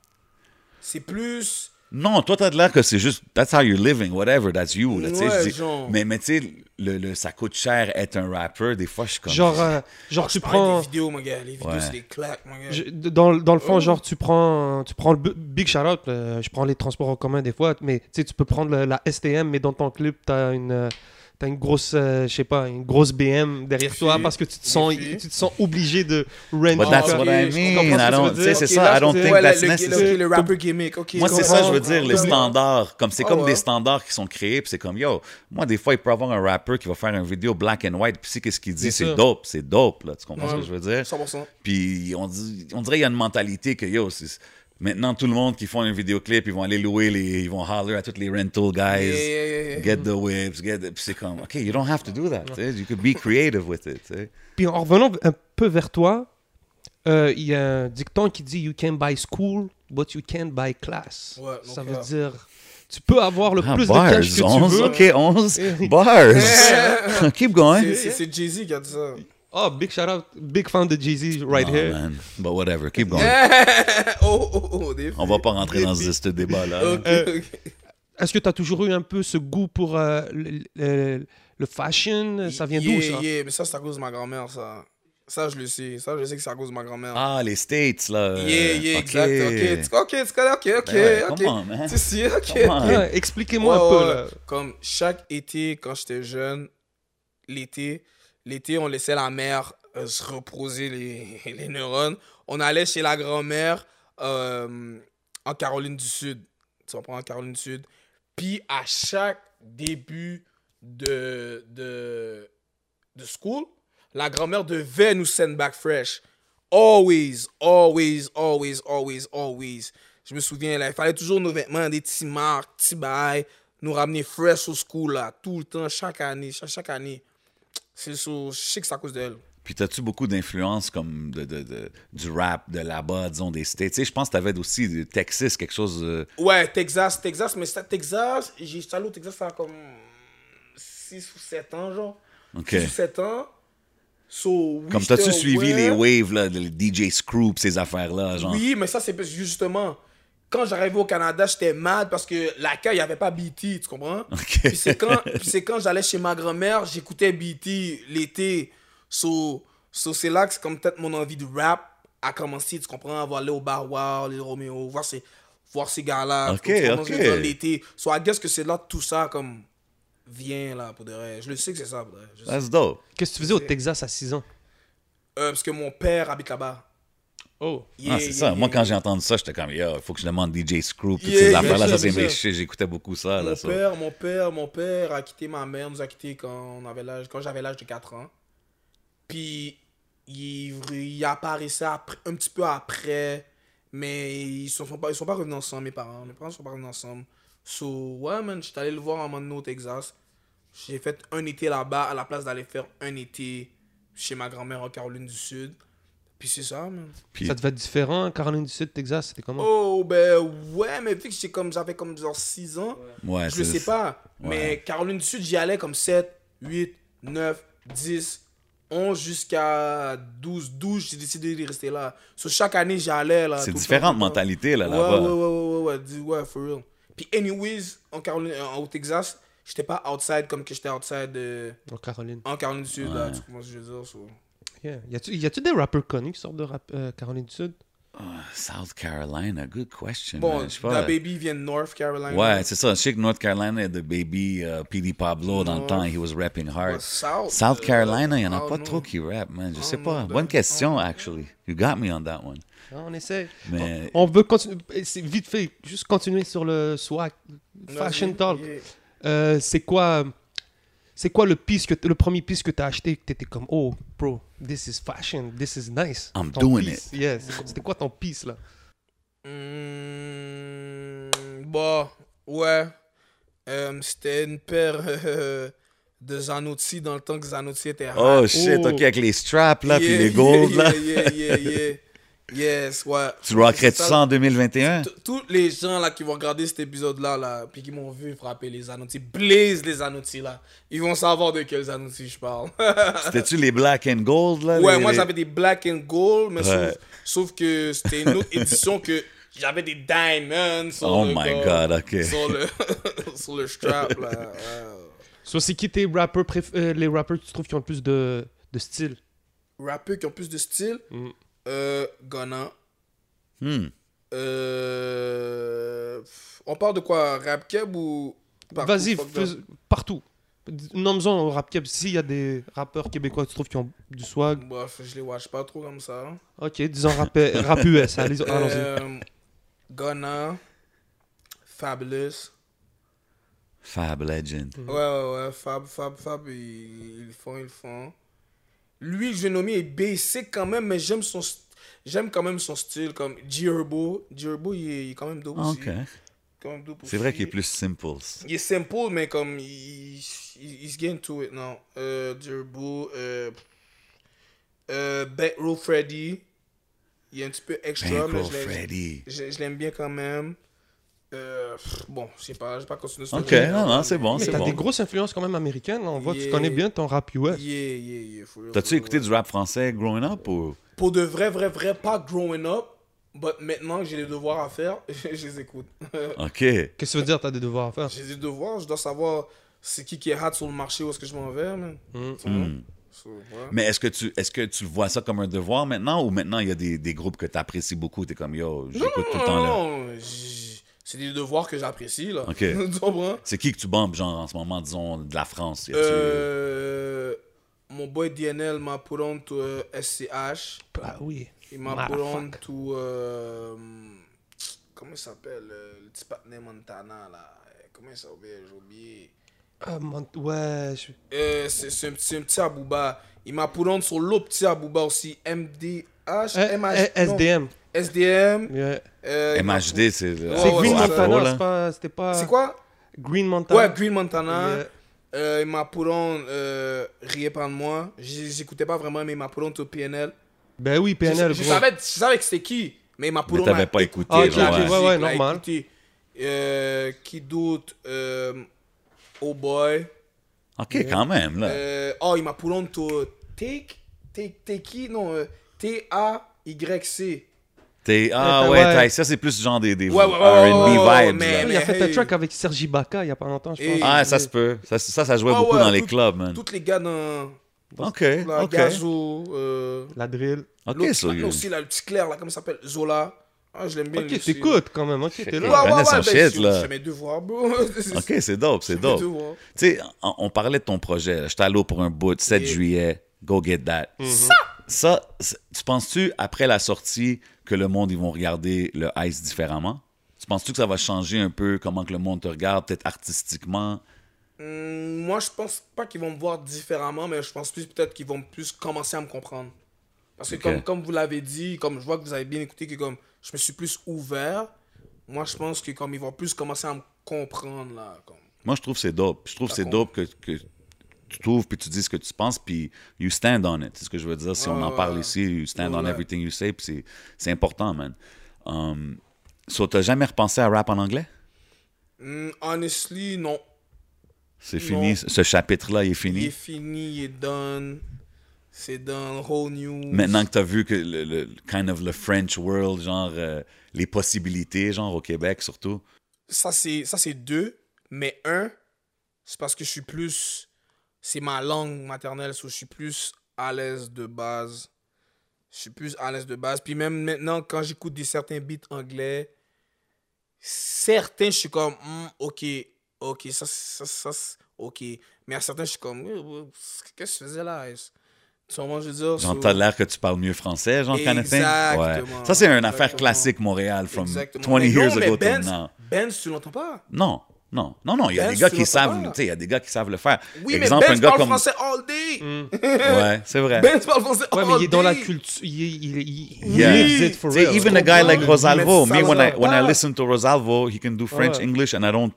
D: C'est plus.
B: Non, toi, t'as de l'air que c'est juste, that's how you're living, whatever, that's you. là, tu sais,
D: Ouais,
B: je dis-
D: genre.
B: Mais, mais tu sais, le, le- ça coûte cher être un rapper. Des fois, je suis comme. Ah,
C: Genre, euh, genre tu
D: Je parlais
C: prends.
D: des vidéos, mon gars. Les vidéos,
B: Ouais.
D: c'est des claques, mon gars.
C: Je- d- dans, le- dans le fond,
D: Oh.
C: genre, tu prends, tu prends le b- Big Charlotte, je prends les transports en commun des fois, mais tu sais, tu peux prendre le- la STM, mais dans ton clip, t'as une, euh, t'as une grosse, euh, je sais pas, une grosse BM derrière toi
D: Défi.
C: parce que tu te sens,
D: Défi.
C: tu te sens obligé de rent.
B: But that's what I mean.
C: comprends ce
D: Ok, je
C: que
B: I
C: tu veux
B: don't-
C: dire.
B: tu sais, c'est
D: Ok,
B: ça,
D: là,
B: I don't
D: je-
B: think
D: ouais,
B: that's
D: le- le-
B: necessary.
D: le rapper gimmick,
C: euh,
D: ok.
B: Moi,
D: je
B: c'est
D: comprends,
B: ça, je veux
D: je
B: dire, les
D: comprends.
B: standards. Comme c'est
D: Ah
B: comme
D: ouais.
B: des standards qui sont créés, puis c'est comme, yo, moi, des fois, il peut y avoir un rappeur qui va faire une vidéo black and white, puis si qu'est-ce qu'il dit,
C: C'est ça.
B: c'est dope, c'est dope, là. Tu comprends ce que
D: Ouais.
B: je veux dire?
D: 100%.
B: Puis on, dit- on dirait qu'il y a une mentalité que yo, c'est- maintenant tout le monde qui font un vidéoclip, ils vont aller louer, les, ils vont holler à tous les rental guys.
D: Yeah, yeah, yeah, yeah.
B: Get the whips, get the... Puis c'est comme, OK, you don't have to do that. tu sais. You could be creative with it. tu sais.
C: Puis en revenant un peu vers toi, euh, il y a un dicton qui dit You can buy school, but you can't buy class.
D: Ouais, donc
C: ça veut
D: là.
C: dire, tu peux avoir le
B: Ah,
C: plus de cash que
B: bars,
C: tu
B: 11,
C: veux.
B: OK, 11, bars. Keep going.
D: C'est- C'est c'est Jay-Z qui a dit ça.
C: Oh, big shout out, big fan de Jay-Z right
B: Oh,
C: here.
B: man. But whatever, keep going.
D: Oh, oh, oh, des
B: On va pas rentrer dans ce, ce débat-là.
D: Ok,
C: Euh,
D: ok.
C: Est-ce que tu as toujours eu un peu ce goût pour euh, le, le- le fashion Ça vient d'où
D: Yeah,
C: ça
D: yeah, mais ça, c'est à cause de ma grand-mère, ça. Ça, je le sais. Ça, je sais que c'est à cause de ma grand-mère.
B: Ah, les States, là.
D: Yeah, yeah,
B: OK. Ben
D: exact. Ok, tu- ok, tu connais, ok, ok,
B: ouais,
D: ok.
B: come on, man.
D: Tu sais, ok.
B: Come on.
D: ok.
C: Ouais, Ah, Expliquez-moi
D: Ouais,
C: un peu.
D: ouais,
C: là.
D: ouais. Comme chaque été, quand j'étais jeune, l'été, l'été, on laissait la mère euh, se reposer les, les neurones. On allait chez la grand-mère euh, en Caroline du Sud. Tu comprends, en Caroline du Sud. Puis à chaque début de, de, de school, la grand-mère devait nous send back fresh. Always, always, always, always, always. Je me souviens, là, il fallait toujours nos vêtements, des petits marques, petits bails, nous ramener fresh au school, là, tout le temps, chaque année, chaque, chaque année. C'est sur, je sais que c'est à cause d'elle.
B: Puis, t'as-tu beaucoup d'influence comme de, de- de- du rap, de là-bas, disons, des States? Tu sais, je pense que t'avais aussi du Texas, quelque chose. euh,
D: Ouais, Texas, Texas, mais ça, Texas, j'ai j'étais allé au Texas, ça a comme 6 ou 7 ans, genre.
B: OK.
D: 6 ou 7 ans. So, oui,
B: Comme
D: j'étais
B: t'as-tu suivi
D: aware.
B: les waves, là, le DJ Screw, pis ces affaires-là, genre?
D: Oui, mais ça, c'est parce que justement, quand j'arrivais au Canada, j'étais mad parce que la il n'y avait pas BT, tu comprends? Puis c'est quand, puis c'est quand j'allais chez ma grand-mère, j'écoutais BT l'été. So, so c'est là que c'est comme peut-être mon envie de rap a commencé, tu comprends? Avoir aller au bar, voir les Roméo, voir ces, voir ces gars-là.
B: Ok,
D: tu comprends ce que je veux
B: ok.
D: dire, L'été. So, I guess que c'est là que tout ça, comme, vient, là, pour de vrai. Je le sais que c'est ça, pour de vrai. Je sais.
B: That's dope. Ah,
C: Qu'est-ce que tu faisais au Texas à 6 ans
D: Euh, parce que mon père habite là-bas.
B: Ah,
C: Oh.
B: c'est
D: Yeah,
B: ça.
D: yeah,
B: Moi,
D: yeah.
B: quand j'ai entendu ça, j'étais comme, yo, il faut que je demande DJ Screw, pis
D: Yeah,
B: ces
D: yeah,
B: affaires-là, ça,
D: bien sûr,
B: c'est
D: bien
B: mes
D: sûr.
B: shit. J'écoutais beaucoup ça,
D: Mon
B: là, ça.
D: père, mon père, mon père a quitté ma mère, nous a quitté quand on avait l'âge, quand j'avais l'âge de 4 ans. Puis il, il apparaissait après- un petit peu après, mais ils sont, sont pas ils sont pas revenus ensemble mes parents, mes parents sont pas revenus ensemble. So ouais man, j'étais allé le voir un moment donné au Texas. J'ai fait un été là-bas à la place d'aller faire un été chez ma grand-mère en Caroline du Sud. Puis c'est ça, man.
B: Puis-
C: Ça devait être différent. Caroline du Sud, Texas, c'était comment
D: Oh, ben ouais, mais vu que j'étais comme, j'avais comme genre 6 ans,
B: Ouais,
D: je le
B: Ah, c'est-
D: sais pas.
B: Ouais.
D: Mais Caroline du Sud, j'y allais comme 7, 8, 9, 10, 11 jusqu'à 12. 12, j'ai décidé de rester là. Sur chaque année, j'allais là.
B: C'est
D: tout le temps,
B: différentes
D: tout le temps.
B: mentalités, là,
D: Ouais,
B: là-bas.
D: ouais, ouais, ouais, ouais, ouais, dis- ouais, for real. Puis, anyways, en Caroline, en- au Texas, j'étais pas outside comme que j'étais outside euh,
C: En Oh, Caroline.
D: en Caroline du Sud, là, tu comprends ce que je veux dire. so.
C: Yeah. Y a-tu- Y a-tu des rappeurs connus qui sortent de rap- euh, Caroline du Sud
B: South Carolina, good question.
D: Bon,
B: man. Je sais pas.
D: la baby vient de North Carolina.
B: Ouais, c'est ça. Je sais que North Carolina, the baby euh, PD Pablo, dans le temps, he was rapping hard.
D: Ouais, South,
B: South
D: euh,
B: Carolina, il n'y en a
D: I
B: pas
D: don't
B: trop
D: know.
B: qui rap, man. Je
D: I
B: sais
D: don't
B: pas.
D: know,
B: Bonne
D: but-
B: question, actually. You got me on that one.
C: Ah, On essaie.
B: Mais-
C: On, on veut continuer. c'est Vite fait, juste continuer sur le swag. Fashion
D: Vas-y,
C: talk.
D: yeah.
C: Euh, c'est quoi c'est quoi le piece que t- le premier piece que tu as acheté que tu étais comme oh bro this is fashion this is nice
B: I'm
C: Ton
B: doing
C: piece, yeah, c'est quoi- c'était quoi ton piece là
D: Hmm, bon, ouais. Euh, c'était une paire euh, de Zanotti dans le temps que Zanotti était
B: Oh
D: hot.
B: shit,
C: Oh.
B: ok, avec les straps là, puis
D: Yeah,
B: les golds
D: yeah,
B: là.
D: yeah, yeah, yeah, yeah. Yes, ouais.
B: Tu rockerais tout
D: C'est
B: ça en 2021?
D: T- Tous les gens là qui vont regarder cet épisode là, là puis qui m'ont vu frapper les Zanotti, blaze les Zanotti là. Ils vont savoir de quels Zanotti je parle.
B: C'était-tu les black and gold là?
D: Ouais,
B: les-
D: moi
B: les-
D: j'avais des black and gold, mais
B: Ouais.
D: sauf, sauf que c'était une autre édition que j'avais des diamonds sur
B: Oh
D: le
B: my
D: gars,
B: God, ok.
D: sur le, sur le strap là. euh, ouais.
C: so c'est qui tes rappeurs préf- euh, les rappeurs que tu trouves qui ont le plus de, de style
D: Rappeurs qui ont plus de style,
C: Mm.
D: euh, Ghana.
B: Hmm.
D: Euh, on parle de quoi Rap Keb ou. partout,
C: vas-y
D: fuck
C: fais-
D: that.
C: partout nomme-en au rap québécois s'il y a des rappeurs québécois que tu trouves qui ont du swag
D: Bof, je les watch pas trop comme ça. hein.
C: ok disons rap, euh, rap US allez, ah, allons-y
D: Euh, Ghana. Fabulous.
B: Fab Legend.
C: Mm.
D: Ouais, ouais, ouais. Fab, Fab, Fab, ils, ils le font, ils le font. Lui, je l'ai nommé est basic quand même, mais j'aime son st- j'aime quand même son style. Comme G-Herbo. G-Herbo, il, est- il est quand même dope aussi.
B: Ok.
D: Quand même dope
B: C'est vrai
D: aussi.
B: qu'il est plus simple.
D: Il est simple, mais comme il, il, il se gagne tout, non. Euh, G-Herbo, euh, euh, Back Row Freddy. Il est un petit peu extra, mais
B: Bankroll
D: je l'aime-
B: Ben, Freddy.
D: je je l'aime bien quand même. Euh, pff, bon, je sais pas, je vais pas continuer sur
B: Ok,
D: le-
B: non, non, c'est bon,
C: mais
B: Oh, c'est
C: t'as des
B: bon.
C: grosses influences quand même américaines on voit que tu
D: Yeah.
C: connais bien ton rap US
D: Yeah, yeah, yeah. for real,
B: T'as-tu
D: for
B: écouté
D: real.
B: du rap français growing up ou.
D: Pour de vrai, vrai, vrai, pas growing up, but maintenant que j'ai des devoirs à faire, je les écoute.
B: Ok.
D: Hein?
C: qu'est-ce que ça veut dire t'as des devoirs à faire
D: j'ai des devoirs, je dois savoir c'est qui qui est hot sur le marché, où est-ce que je m'en vais, man. Tu vois?
B: Hmm.
D: So, ouais.
B: Mais est-ce que tu est-ce que tu vois ça comme un devoir maintenant ou maintenant il y a des, des groupes que t'apprécies beaucoup, t'es comme yo, j'écoute tout le temps là.
D: Non, j- c'est des devoirs que j'apprécie, là.
B: Ok.
D: tu comprends?
B: C'est qui que tu bombes genre en ce moment, disons de la France y a-tu-
D: Euh, mon boy DNL m'a put on to euh, SCH.
C: ah oui
D: Il m'a put on to... euh, comment il s'appelle? euh, le petit patinet Montana, là. Comment il s'appelle? J'ai oublié.
C: Ah, mon- ouais, je-
D: Euh, c'est c'est un, petit- c'est un petit Abouba. Il m'a put on sur l'autre petit Abouba aussi. MDH,
C: Eh,
D: MH,
C: eh, SDM.
D: non, SDM.
C: Yeah.
D: euh, il m'a put-
B: MHD, c'est
C: C'est
D: ouais,
C: Green
D: ouais,
B: Afro,
C: Montana,
B: là.
C: c'est pas- c'était pas.
D: C'est quoi?
C: Green Montana.
D: Ouais, Green Montana.
C: Yeah.
D: Euh, il m'a put on, euh, riez pas de moi. J- J'écoutais pas vraiment, mais il m'a put on au PNL.
C: Ben oui,
D: Je,
C: PNL,
D: je
C: gros.
D: savais, je savais que c'était qui, mais il m'a put
B: Mais
D: on
B: t'avais
D: à
B: pas écouté,
C: Ah, ok,
D: la
C: ok,
B: genre, hein.
C: ouais,
D: musique,
B: ouais.
C: ouais,
D: là,
C: normal.
D: écouter. Euh, qui d'autre? Euh, oh boy.
B: Ok, quand même là.
D: Euh, oh, il m'a pour l'onto. Take, take, take qui Non, euh, T-A-Y-C.
B: T'es- ah
C: t'as-
B: ouais,
C: ouais.
B: t'as- ça c'est plus genre des, des
D: euh, Ouais, ouais, ouais, ouais,
B: R&B
D: ouais, ouais,
B: vibes.
D: mais-
B: là.
C: Il a
D: mais
C: fait un
D: hey.
C: track avec Sergi Baca il y a pas longtemps, je
D: Et-
C: pense.
B: Ah, ça se peut. Ça, ça, ça jouait
D: Ah
B: beaucoup
D: ouais,
B: dans les
D: tout-
B: clubs, man.
D: Tous les gars dans
B: Ok,
D: la
B: ok.
D: Gazo. Euh,
C: La drill.
B: Ok,
D: l'autre
B: so
D: là
B: you-
D: aussi, là, le petit Claire, là, comment il s'appelle Zola. Ah, je l'aime bien. lui
C: Ok,
D: aussi.
C: t'écoutes quand même. Ok, t'es
D: Ouais,
B: Ouais,
C: là.
D: ouais,
B: connais
D: ouais,
B: son
D: ben,
B: shit,
D: je-
B: là.
D: Je fais mes devoirs, bro.
B: Ok, c'est dope, c'est dope. Tu
D: devoirs.
B: sais, on, on parlait de ton projet. là. J'étais allé pour un bout, 7
D: Yeah. Mm.
B: juillet, go get that. Ça, ça c'est- tu penses-tu, après la sortie, que le monde, ils vont regarder le Ice différemment? Tu penses-tu que ça va changer un peu comment que le monde te regarde, peut-être artistiquement?
D: Hum, Moi, je pense pas qu'ils vont me voir différemment, mais je pense plus peut-être qu'ils vont plus commencer à me comprendre. Parce que
B: Ok.
D: comme, comme vous l'avez dit, comme je vois que vous avez bien écouté, que comme je me suis plus ouvert, moi je pense que comme ils vont plus commencer à me comprendre là. Comme...
B: Moi, je trouve que c'est dope. Je trouve que c'est
D: D'accord.
B: dope que, que tu trouves, puis tu dis ce que tu penses, puis you stand on it. C'est ce que je veux dire. Si on en
D: Ouais,
B: parle
D: ouais.
B: ici, you stand on
D: Ouais.
B: everything you say, puis c'est- c'est important, man. Um, so, t'as jamais repensé à rap en anglais?
D: Hmm, honestly, non.
B: C'est
D: Non.
B: fini, ce chapitre-là, il est
D: Il
B: fini.
D: est fini, il est done. C'est done, whole news.
B: Maintenant que t'as vu que le, le- kind of le French world, genre, euh, les possibilités, genre, au Québec, surtout.
D: ça c'est ça c'est deux mais un c'est parce que je suis plus c'est ma langue maternelle so je suis plus à l'aise de base je suis plus à l'aise de base puis même maintenant quand j'écoute des certains beats anglais certains je suis comme Hmm, ok ok ça ça ça c'est- ok mais à certains je suis comme Eh, euh, qu'est-ce que tu faisais là est-ce- tu comprends ce que je veux dire
B: Genre,
D: So,
B: t'as l'air que tu parles mieux français, genre, kind of thing.
D: Exactement.
B: Ça, c'est une affaire
D: Exactement.
B: classique Montréal, from
D: exactement.
B: 20
D: Mais non,
B: years
D: mais Ben,
B: ago to
D: Benz-
B: now.
D: Benz tu l'entends pas
B: Non, non, non, non. Il y a
D: Ben,
B: des gars
D: tu
B: qui
D: l'entends
B: savent,
D: pas.
B: tu sais, il y a des gars qui savent le faire.
D: oui
B: Exemple,
D: mais Benz
B: un gars
D: parle
B: comme.
D: français all day Euh,
B: Ouais, c'est vrai.
D: Benz parle Ben, français Oh,
C: Ouais, mais
D: all
C: il est dans la
D: day.
C: culture. Il, est- il, est- il
B: Yeah.
C: lives it for
B: Tu sais,
C: real.
B: even a guy like
D: Mais
B: Rosalvo,
D: ça
B: me when I
D: l'entend
B: when I
D: pas.
B: listen to Rosalvo, he can do French,
C: Ouais.
B: English, and I don't,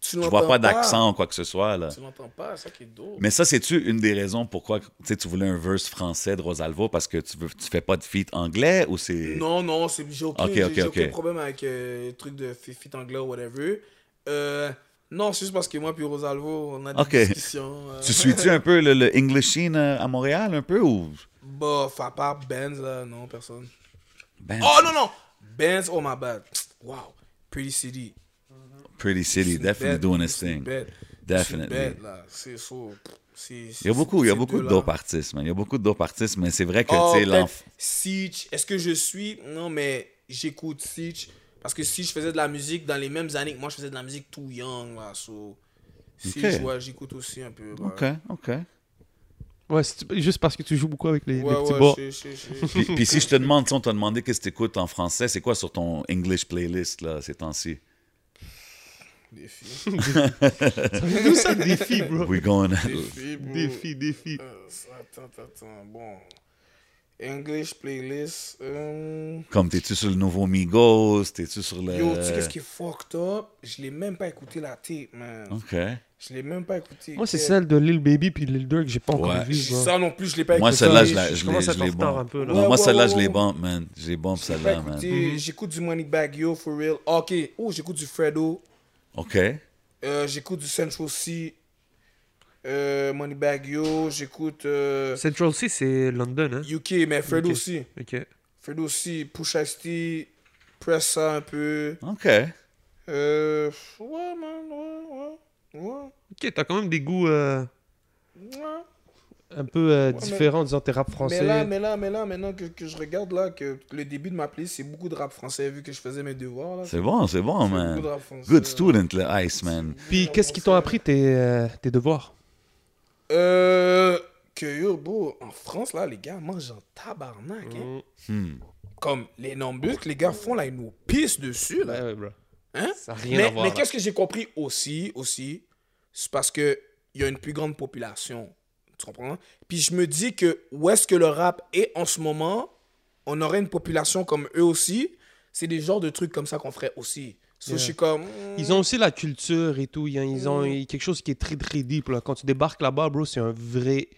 D: Tu
B: je vois
D: l'entends
B: pas d'accent ou quoi que ce soit là.
D: Tu l'entends pas, ça qui est dope.
B: Mais ça, c'est-tu une des raisons pourquoi tu sais, tu voulais un verse français de Rosalvo parce que tu veux, tu fais pas de feat anglais ou c'est
D: Non, non, c'est- j'ai aucun,
B: Ok,
D: j'ai-
B: ok,
D: j'ai
B: ok.
D: aucun problème avec euh, le truc de fi- fit anglais ou whatever. Euh, non, c'est juste parce que moi puis Rosalvo, on a des
B: Ok.
D: discussions. euh,
B: Tu suis-tu un peu le, le English scene euh, à Montréal un peu ou
D: Bof, à part Benz, là, non, personne.
B: Ben,
D: Oh non, non! Benz, oh my bad. Wow, Pretty City.
B: Pretty
D: C'est
B: City
D: une
B: definitely
D: bête,
B: doing his
D: c'est une
B: thing.
D: bête,
B: Definitely.
D: C'est une bête, là, c'est ça. C'est-
B: Il y a beaucoup, il y a beaucoup de
D: là.
B: dope artistes, man. Il y a beaucoup de dope artistes, mais c'est vrai que
D: Oh,
B: tu sais
D: peut-être
B: l'enf-
D: Siege. Est-ce que je suis Non, mais j'écoute Siege. Parce que si je faisais de la musique dans les mêmes années que moi, je faisais de la musique tout young. Là, so, Siege,
B: Ok.
D: ouais, j'écoute aussi un peu. ouais.
B: OK, OK.
C: Ouais, c'est- juste parce que tu joues beaucoup avec les, les
D: Ouais,
C: petits
D: ouais,
C: bords.
D: je- je- je-
B: Puis, puis si je te demande, si on t'a demandé qu'est-ce que t'écoutes en français, c'est quoi sur ton English playlist là, ces temps-ci?
D: Des filles.
C: Nous, ça, des filles, bro.
B: We going
D: Des filles, bro.
C: Des filles, des filles.
D: Euh, attends, attends, attends. Bon. English playlist. euh,
B: Comme t'es-tu sur le nouveau Migos? T'es-tu sur le.
D: Yo, tu sais qu'est-ce qui est fucked up Je l'ai même pas écouté la tape, man.
B: OK.
D: Je l'ai même pas écouté.
C: Moi, c'est
D: Eh,
C: celle de Lil Baby puis Lil Durk, j'ai pas encore
B: Ouais.
C: vu. bro.
D: Ça non plus, je l'ai pas
B: Moi,
D: écouté.
B: celle-là, je la-
C: je
B: je l'ai
C: commence à être en
B: je l'ai
C: retard
B: bump.
C: un peu, là.
B: Non,
D: Ouais,
B: moi,
D: ouais,
B: celle-là,
D: ouais,
B: je les
D: ouais.
B: bump, man. Je les bump,
D: J'ai pas
B: celle-là, man.
D: écouté. Bah,
C: Mhm.
D: J'écoute du Moneybag Yo, for real. Ok. Oh, j'écoute du Fredo.
B: OK.
D: Euh, j'écoute du Central C. Euh, Moneybag Yo. J'écoute euh,
C: Central C, c'est London, hein.
D: UK, mais Fredo
C: Ok.
D: aussi.
C: Ok.
D: Fredo aussi. Pusha T. Pressa un peu.
B: OK.
D: Euh, ouais, man. Ouais, ouais. Ouais.
C: Ok, t'as quand même des goûts euh,
D: ouais.
C: un peu euh,
D: mais-
C: différents, disons, tes rap
D: Mais
C: français.
D: là, mais là, mais là, maintenant que, que je regarde là, que le début de ma playlist, c'est beaucoup de rap français vu que je faisais mes devoirs là.
B: C'est bon, c'est bon,
D: C'est
B: man.
D: beaucoup de rap français.
B: Good student, le Ice, man.
C: Puis, qu'est-ce qui t'ont appris tes, euh, tes devoirs
D: Euh, que yo, bro, en France, là, les gars mangent en tabarnak. hein.
C: Mhm. Mm,
B: Hmm.
D: Comme les nombres que les gars font, là, ils nous pissent dessus, là.
C: ouais, bro.
D: Hein?
C: Ça a rien à
D: Mais,
C: voir.
D: mais
C: là.
D: qu'est-ce que j'ai compris aussi, aussi, c'est parce que il y a une plus grande population. Tu comprends? Puis je me dis que où est-ce que le rap est en ce moment, on aurait une population comme eux aussi. C'est des genres de trucs comme ça qu'on ferait aussi. So,
C: Yeah.
D: Je suis comme. hmm,
C: Ils ont aussi la culture et tout. Ils ont, ils ont
D: Mm.
C: quelque chose qui est très, très deep. Là. Quand tu débarques là-bas, bro, c'est un vrai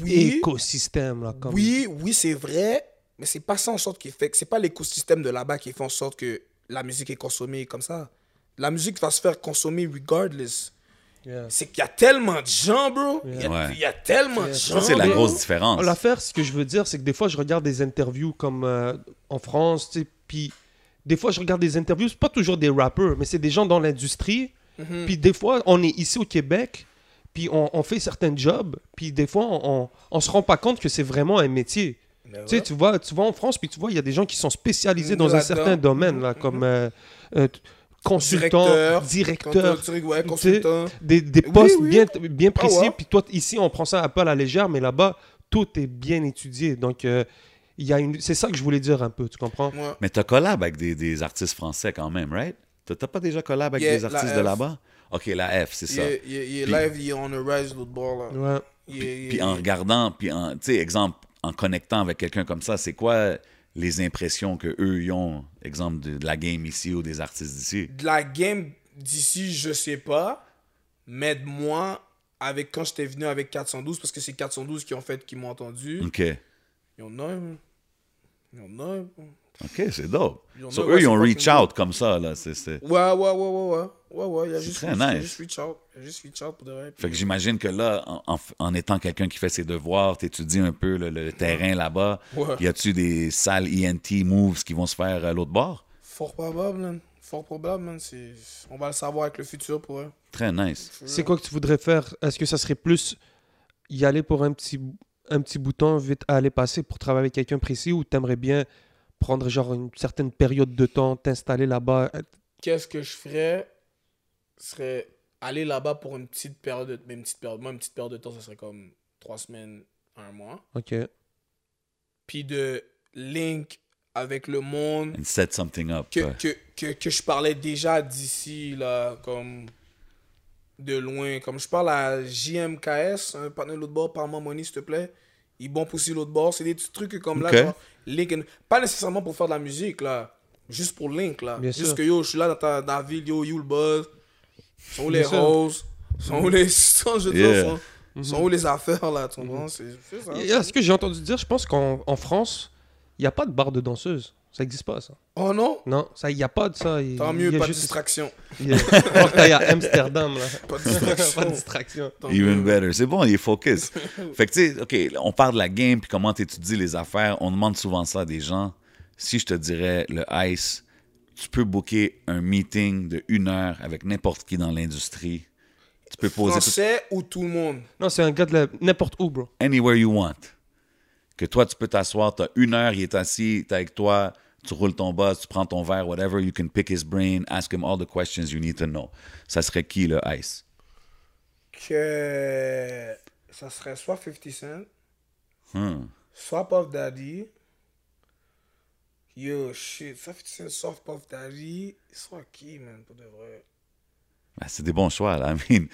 D: Oui.
C: écosystème. Là, comme...
D: Oui, oui, c'est vrai, mais c'est pas ça en sorte qui fait que c'est pas l'écosystème de là-bas qui fait en sorte que la musique est consommée comme ça. La musique va se faire consommer regardless.
C: Yeah.
D: C'est qu'il y a tellement de gens, bro. Il y a,
B: Ouais.
D: il y a tellement de
C: Yeah.
B: Ça,
D: gens.
B: c'est la
D: bro.
B: grosse différence.
C: L'affaire, ce que je veux dire, c'est que des fois, je regarde des interviews comme euh, en France, tu sais, puis des fois, je regarde des interviews, c'est pas toujours des rappeurs, mais c'est des gens dans l'industrie.
D: Mhm.
C: Mm. Puis des fois, on est ici au Québec, puis on, on fait certains jobs, puis des fois, on, on, on se rend pas compte que c'est vraiment un métier.
D: Mais
C: Tu sais,
D: ouais.
C: tu vois, tu vas en France, puis tu vois, il y a des gens qui sont spécialisés dans un
D: Là-dedans.
C: certain domaine, là, comme euh, euh, t- consultant,
D: Mm-hmm. Directeur,
C: directeur,
D: Quand t'as un truc,
C: tu
D: ouais,
C: sais,
D: consultant.
C: des, des
D: Oui,
C: postes
D: oui. Ah,
C: bien, bien précis.
D: ouais.
C: Puis toi, ici, on prend ça un peu à la légère, mais là-bas, tout est bien étudié. Donc, euh, il y a une... c'est ça que je voulais dire un peu, tu comprends?
D: Ouais.
B: Mais t'as collab avec des, des artistes français quand même, right? T'as t'as pas déjà collab avec
D: Yeah,
B: des
D: la
B: artistes
D: F.
B: de là-bas? OK, la F, c'est
D: Il
B: ça.
D: est, il est- il est
B: Puis-
D: live, il est on the rise de l'autre bord, là.
C: Ouais.
D: Il est- il est-
B: Puis en regardant, puis en, tu sais, exemple, en connectant avec quelqu'un comme ça, c'est quoi les impressions que eux y ont, exemple, de, de la game ici ou des artistes d'ici?
D: de la game d'ici, je sais pas. Mais de moi, avec quand j'étais venu avec 412, parce que c'est 412 qui ont fait, qui m'ont entendu.
B: OK.
D: Ils en ont un. Ils en ont un.
B: OK, c'est dope.
D: Ils en
B: So,
D: ont-
B: eux,
D: ouais,
B: ils ont
D: c'est
B: reach
D: fucking
B: out comme ça, là. c'est- c'est-
D: Ouais, ouais, ouais, ouais, ouais. Ouais, ouais, il y a
B: C'est
D: juste,
B: très
D: il y a
B: nice.
D: juste reach out. Il y a juste reach out pour de vrai.
B: Fait que j'imagine que là, en, en f- en étant quelqu'un qui fait ses devoirs, t'étudies un peu le, le terrain là-bas.
D: Ouais.
B: Y a-tu des salles ENT moves qui vont se faire à l'autre bord?
D: Fort probable, man. Fort probable, man. C'est- On va le savoir avec le futur pour eux.
B: Très nice.
C: C'est quoi que tu voudrais faire Est-ce que ça serait plus y aller pour un petit, un petit bouton, vite aller passer pour travailler avec quelqu'un précis ou t'aimerais bien prendre genre une certaine période de temps, t'installer là-bas être-
D: Qu'est-ce que je ferais serait aller là-bas pour une petite période de... mais une petite période... Moi, une petite période de temps, ça serait comme trois semaines à un mois.
C: Ok.
D: Puis de link avec le monde
B: And set something up.
D: que,
B: euh.
D: que, que, que je parlais déjà d'ici, là, comme de loin. Comme je parle à JMKS, un partenaire de l'autre bord, par moi Money, s'il te plaît. Il est bon pour aussi l'autre bord. C'est des petits trucs que comme
B: Ok.
D: là, genre, Link, and- pas nécessairement pour faire de la musique, là. Juste pour Link, là.
C: Bien
D: Juste
C: sûr.
D: que yo, je suis là dans, ta, dans la ville, yo, you le buzz. Sont où les
C: Bien sûr.
D: roses? Sont où les. Sont, je veux dire,
B: Yeah.
D: sont- sont où les affaires, là, tu
C: Mhm.
D: comprends? C'est- c'est ça.
C: Et à ce que j'ai entendu dire, je pense qu'en en France, il n'y a pas de bar de danseuse. Ça n'existe pas, ça.
D: Oh non?
C: Non, ça, il n'y a pas de ça. Il-
D: Tant
C: il
D: mieux,
C: y a
D: pas de
C: juste-
D: distraction.
C: il y a- Alors que t'as- il y a Amsterdam, là.
D: Pas de
C: pas de
D: distraction.
C: distraction.
D: Tant
B: Even
D: mieux.
B: better. C'est bon, il est focus. fait que, tu sais, OK, on parle de la game, puis comment tu étudies les affaires. On demande souvent ça à des gens. Si je te dirais le ICE, tu peux booker un meeting de une heure avec n'importe qui dans l'industrie. Tu peux poser tout-
D: Français ou tout le monde?
C: Non, c'est un gars de la- n'importe où, bro.
B: anywhere you want. Que toi, tu peux t'asseoir, tu as une heure, il est assis, il est avec toi, tu roules ton boss, tu prends ton verre, whatever, you can pick his brain, ask him all the questions you need to know. Ça serait qui, le ICE?
D: que ça serait soit 50 Cent,
B: Hmm.
D: soit Puff Daddy. Yo, shit, soit 50 Cent, soit Puff Daddy, soit qui, man, pour de vrai.
B: Ben, c'est des bons choix, là. I mean,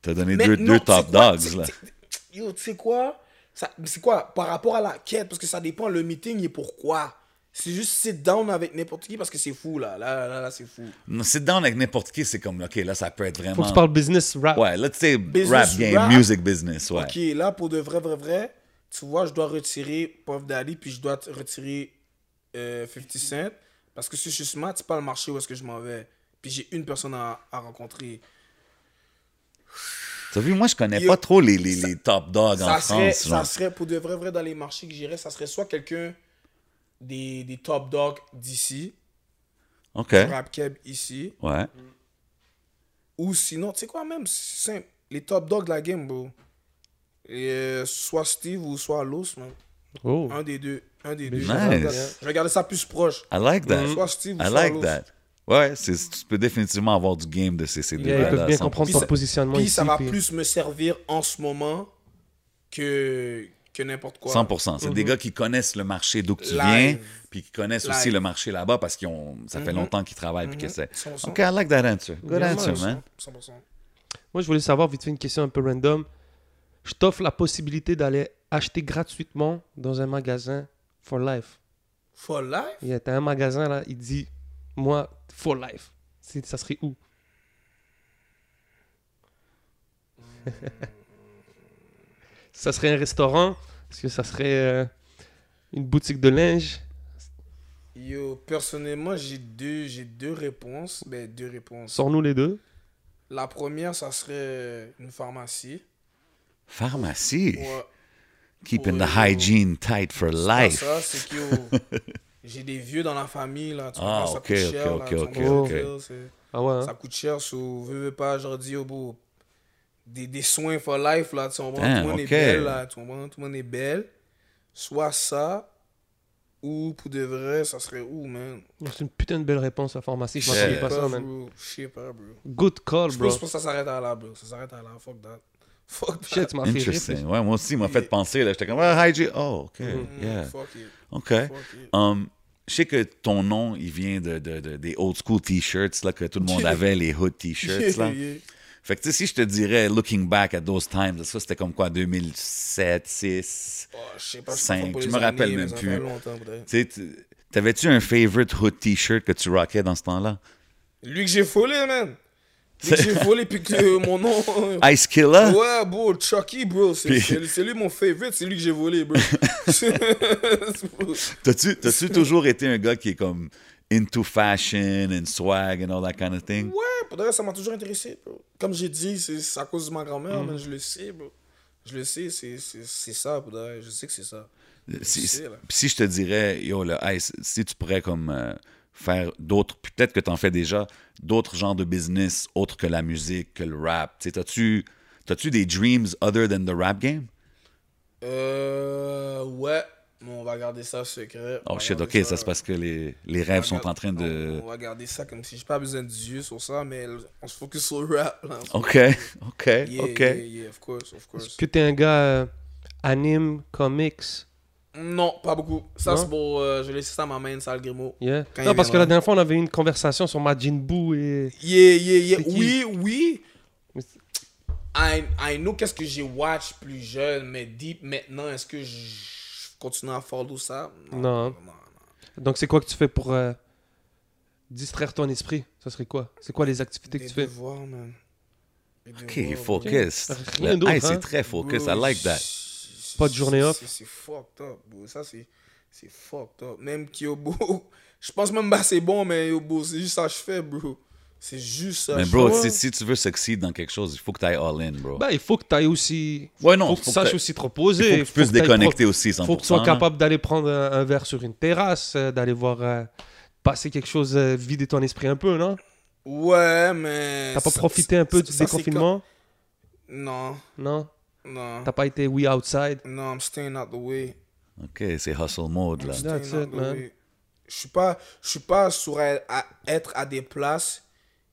B: t'as donné
D: Mais
B: deux,
D: non,
B: deux
D: tu sais
B: top
D: quoi, tu
B: dogs,
D: sais-
B: là.
D: tu sais- Yo, tu sais quoi? Ça- mais C'est quoi? Par rapport à la quête, parce que ça dépend le meeting et pourquoi. C'est juste sit down avec n'importe qui parce que c'est fou, là. Là, là, là, c'est fou.
B: Non, Sit down avec n'importe qui, c'est comme, OK, là, ça peut être vraiment...
C: Faut que tu parles business rap.
B: Ouais, let's say
D: Business
B: rap game,
D: rap.
B: music business, ouais.
D: Ok, là, pour de vrai, vrai, vrai, tu vois, je dois retirer Puff Daddy, puis je dois t- retirer euh, 50 Cent. Parce que si je suis smart, c'est pas le marché où est-ce que je m'en vais. Puis j'ai une personne à, à rencontrer.
B: T'as vu, moi, je connais
D: Yo,
B: pas trop les, les, les top dogs en
D: Ça serait,
B: France,
D: ça
B: genre.
D: serait, pour de vrai, vrai, dans les marchés que j'irais, ça serait soit quelqu'un des, des top dogs d'ici,
B: OK,
D: rap keb ici,
B: ouais.
D: ou sinon, tu sais quoi, même, c'est simple, les top dogs de la game, bro. Et, euh, soit Steve ou soit Los, man.
C: Oh.
D: Un des deux. Un des deux.
B: Nice.
D: Je regarde- Je regardais ça plus proche.
B: I like that.
D: Soit Steve ou
B: I
D: soit
B: like
D: Los.
B: that. Ouais, c'est, tu peux définitivement avoir du game de ces, ces
C: Yeah, ils
B: débats-là,
C: peuvent bien
B: 100%.
C: comprendre
D: Puis
C: ton
D: ça-
C: positionnement
D: Puis
C: ici,
D: ça va
C: puis-
D: plus me servir en ce moment que, que n'importe quoi.
B: 100%. C'est
C: Mhm.
B: des gars qui connaissent le marché d'où que tu
D: Live. Mm-hmm.
B: viens, puis qui connaissent aussi
D: Live.
B: le marché là-bas parce qu'ils ont, ça fait
D: Mhm.
B: longtemps qu'ils travaillent Ah, puis
D: Mhm.
B: qu'ils essaient.
D: 100%.
B: OK, I like that answer. Good
C: Yeah,
B: answer,
C: man.
B: man.
D: 100%.
C: Moi, je voulais savoir, vite fait, une question un peu random. Je t'offre la possibilité d'aller acheter gratuitement dans un magasin for life.
D: For life?
C: Il y a t'as un magasin là, il dit, moi, for life. C'est- Ça serait où Ça serait un restaurant Est-ce que ça serait euh, une boutique de linge
D: Yo, personnellement, j'ai deux, j'ai deux réponses. Ben, deux réponses.
C: Sors-nous les deux.
D: La première, ça serait une pharmacie.
B: Pharmacie.
D: Ouais.
B: Keeping the
D: Ouais, ouais.
B: hygiene tight for
D: Pas
B: life.
D: ça, c'est que yo, j'ai des vieux dans la famille, là. Tu
B: Ah,
D: comprends, ça
B: ok,
D: coûte
B: ok,
D: cher, là,
B: ok,
D: tu
B: ok,
D: comprends,
C: ok.
D: c'est- c'est-
C: Ah ouais. hein?
D: Ça coûte cher, si vous veux, veux pas, genre, dis, oh, bro, des, des soins for life, là, tu comprends,
B: Damn,
D: tout le monde
B: ok.
D: est belle, là, tu comprends, tout le monde est belle. Soit ça, ou pour de vrai, ça serait où, man?
C: C'est une putain de belle réponse à pharmacie. Je
B: Yeah.
C: m'attendais
D: Je
C: pas à
D: sais
C: ça,
D: pas,
C: man.
D: bro. Je sais pas, bro.
C: Good call,
D: Je
C: bro.
D: pense que ça s'arrête à là, bro. Ça s'arrête à là, fuck that. Fuck that.
C: Shit, tu m'as fait rire,
B: Interesting. Ouais, moi aussi, il m'a fait penser. Là, j'étais comme, ah, hygiene. Oh, OK.
D: Mm,
B: Yeah.
D: Fuck it.
B: OK.
D: Fuck it.
B: Um, je sais que ton nom, il vient de, de- de- des old school t-shirts là, que tout le monde avait, les hood t-shirts. là.
D: Yeah, yeah.
B: Fait que tu sais, si je te dirais, looking back at those times, ça c'était comme quoi, 2007, 6.
D: Oh, je sais pas, je suis
B: Cinq,
D: pas pour
B: je
D: les
B: me rappelle
D: années,
B: même
D: mais ça
B: plus.
D: fait longtemps, pour de vrai.
B: Tu sais, tu- t'avais-tu un favorite hood t-shirt que tu rockais dans ce temps-là?
D: Lui que j'ai foulé, man. Dès que j'ai volé, puis que euh, mon nom. euh,
B: Ice Killer.
D: Ouais, bro, Chucky, bro. C'est
B: Hein? Puis-
D: c'est lui- c'est lui mon favorite, c'est lui que j'ai volé, bro.
B: T'as-tu, t'as-tu toujours été un gars qui est comme into fashion and swag and all that kind of thing?
D: Ouais, pour de vrai, ça m'a toujours intéressé, bro. Comme j'ai dit, c'est c'est à cause de ma
B: Mm.
D: grand-mère, mais je le sais, bro. Je le sais, c'est c'est- c'est ça, pour de vrai, Je sais que c'est ça.
B: Si,
D: Je
B: si-
D: sais, là.
B: si je te dirais, yo, là, hey, si- si tu pourrais comme euh, faire d'autres, puis peut-être que t'en fais déjà, d'autres genres de business autres que la musique, que le rap, tu sais, t'as-tu, t'as-tu des dreams other than the rap game?
D: Euh. Ouais, mais on va garder ça secret. On
B: Oh
D: va
B: shit, ok,
D: garder
B: ça c'est parce que les, les rêves sont en train de.
D: On va garder ça comme si j'ai pas besoin de Dieu sur ça, mais on se focus sur le rap. Là.
B: Ok, ok,
D: Yeah,
B: ok.
D: yeah, yeah, of course, of course.
C: Est-ce que t'es un gars euh, anime, comics?
D: Non, pas beaucoup. Ça,
C: Non?
D: c'est pour. euh, je laisse ça à ma main, ça, le Grimaud.
C: Yeah.
D: Quand
C: Non,
D: il
C: parce que
D: viendra.
C: la dernière fois, on avait eu une conversation sur Majin Buu et...
D: Yeah, yeah, yeah.
C: C'est qui?
D: Oui, oui.
C: Mais c'est-
D: I, I know qu'est-ce que j'ai watch plus jeune, mais deep maintenant, est-ce que je continue à follow ça?
C: Non. Donc, c'est quoi que tu fais pour euh, distraire ton esprit? Ça serait quoi? C'est quoi les activités que
D: Des
C: tu fais?
D: devoirs, man. Des
B: Ok,
D: devoirs,
B: focus.
C: Rien d'autre,
B: Hey, c'est
C: hein?
B: très
D: bro.
B: focus, I
D: Bro,
B: like that.
D: c'est-
C: Pas de journée
D: c'est-
C: off.
D: c'est- C'est fucked up, bro. Ça, c'est c'est fucked up. Même Kyobo, je pense même pas c'est bon, mais Yobo, c'est juste ça que je fais, bro. C'est juste ça.
B: Mais
D: je
B: bro, si,
D: fais.
B: si tu veux succeed dans quelque chose, il faut que tu ailles all-in, bro.
C: Ben, il faut que tu ailles aussi...
B: Ouais, non,
C: faut que
B: faut
C: tu
B: que
C: saches
B: t'ailles-
C: aussi te reposer.
B: il faut que tu puisses
C: t'ailles
B: déconnecter
C: pro-
B: aussi 100%.
C: faut que tu sois
B: là.
C: capable d'aller prendre un, un verre sur une terrasse, euh, d'aller voir... euh, passer quelque chose, euh, vider ton esprit un peu, non?
D: Ouais, mais.
C: T'as pas
D: ça-
C: profité un peu
D: ça-
C: du
D: ça, c'est
C: déconfinement?
D: comme- Non,
C: Non?
D: non.
C: T'as pas été we outside?
D: Non, I'm staying out the way.
B: Ok, c'est hustle mode, là.
D: I'm
C: That's
D: staying out
C: it,
D: the
C: man.
D: way. Je suis pas, je suis pas sur à, à être à des places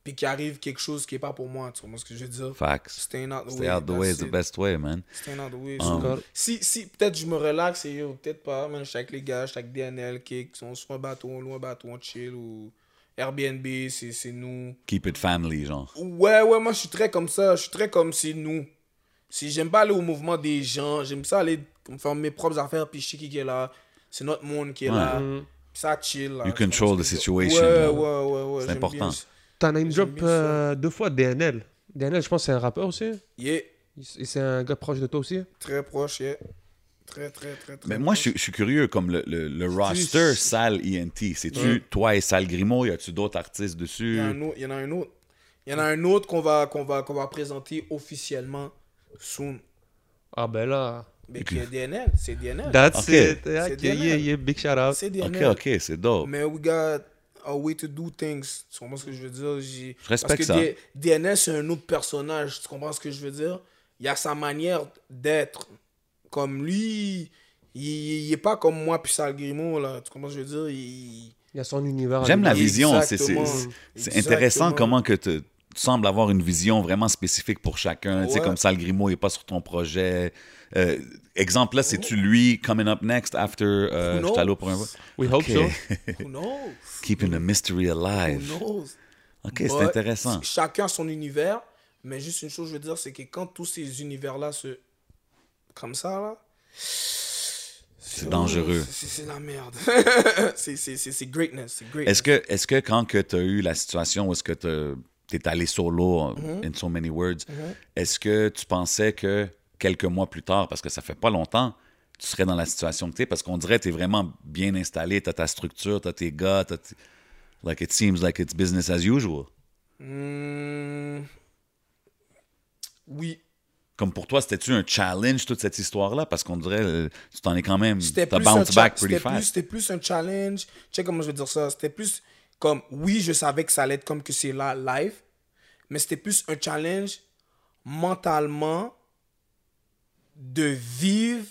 D: puis qu'il arrive quelque chose qui est pas pour moi. Tu comprends ce que je veux dire?
B: Facts.
D: Staying out the
B: Stay
D: way.
B: out the way is
D: that's
B: the
D: it.
B: best way, man.
D: Staying out the way.
B: Um,
D: So, si, si, peut-être je me relaxe et yo, peut-être pas. Man, je suis avec les gars, je suis avec DNL, qui sont sur un bateau, loin un bateau, on chill ou Airbnb, c'est c'est nous.
B: Keep it family, genre.
D: Ouais, ouais, moi je suis très comme ça. Je suis très comme c'est nous. Si j'aime pas aller au mouvement des gens, j'aime ça aller comme faire mes propres affaires, puis je sais qui qui est là. C'est notre monde qui est
B: Ouais.
D: là. Ça chill. Là,
B: You
D: Tu
B: control
D: vois ce
B: the
D: que je veux dire?
B: situation, là.
D: Ouais, ouais, ouais, ouais.
B: C'est
D: j'aime
B: important.
D: bien ça.
C: T'as name drop
D: bien
C: euh, deux fois DNL. DNL, je pense que c'est un rappeur aussi.
D: Yeah,
C: Il- Et c'est un gars proche de toi aussi.
D: très proche, yeah. Très, très, très, très.
B: Mais moi, je,
D: proche.
B: suis- je suis curieux, comme le, le- le roster Salle INT, c'est-tu toi et Salle Grimaud? Y a-tu d'autres artistes
D: Il
B: dessus?
D: y en a un autre. Il y en a un autre, Il y en a un autre qu'on va, qu'on va, qu'on va présenter officiellement soon.
C: Ah ben là.
D: Mais qui est DNL. C'est DNL.
C: That's
B: Ok.
C: it. Yeah,
D: DNL.
C: yeah, yeah, big shout out.
D: C'est
B: Ok,
D: DNL.
B: ok, c'est dope.
D: Mais we got a way to do things. Tu comprends ce que je veux dire? J'ai-
B: Je respecte
D: Parce que
B: ça.
D: D- DNS, c'est un autre personnage. Tu comprends ce que je veux dire? Il a sa manière d'être. Comme lui, il, il est pas comme moi puis Sal Grimaud, là. Tu comprends ce que je veux dire? Il-
C: Il y a son univers. à
B: J'aime
C: lui.
B: la
D: Exactement.
B: vision. c'est- C'est c'est intéressant
D: Exactement.
B: comment que te- tu sembles avoir une vision vraiment spécifique pour chacun. Tu sais,
D: Ouais.
B: comme ça, le Grimaud n'est pas sur ton projet. Euh, exemple, là, c'est-tu lui, coming up next after euh,
D: Who
B: je suis allé au premier
D: knows?
B: vote?
C: We
B: Ok.
C: hope so.
D: Who knows?
B: Keeping the mystery
D: Who
B: alive.
D: knows?
B: OK, c'est
D: But
B: intéressant.
D: Bah, Chacun a son univers, mais juste une chose, je veux dire, c'est que quand tous ces univers-là se. comme ça, là. C'est
B: dangereux.
D: C'est c'est la merde. c'est c'est- c'est- c'est greatness. C'est greatness.
B: Est-ce que, est que quand que tu as eu la situation où est-ce que tu es allé solo,
D: Mhm.
B: in so many words, est-ce que tu pensais que quelques mois plus tard, parce que ça fait pas longtemps, tu serais dans la situation que tu es? Parce qu'on dirait que tu es vraiment bien installé, tu as ta structure, tu as tes gars, t'as t- like it seems like it's business as usual.
D: Hmm. Oui.
B: Comme pour toi, c'était-tu un challenge toute cette histoire-là? Parce qu'on dirait euh, tu t'en es quand même.
D: C'était
B: T'as
D: plus, un
B: bounce
D: cha-
B: back pretty
D: c'était plus,
B: fast.
D: c'était plus un challenge. Tu sais comment je veux dire ça? C'était plus comme, oui, je savais que ça allait être comme que c'est là, live, mais c'était plus un challenge mentalement de vivre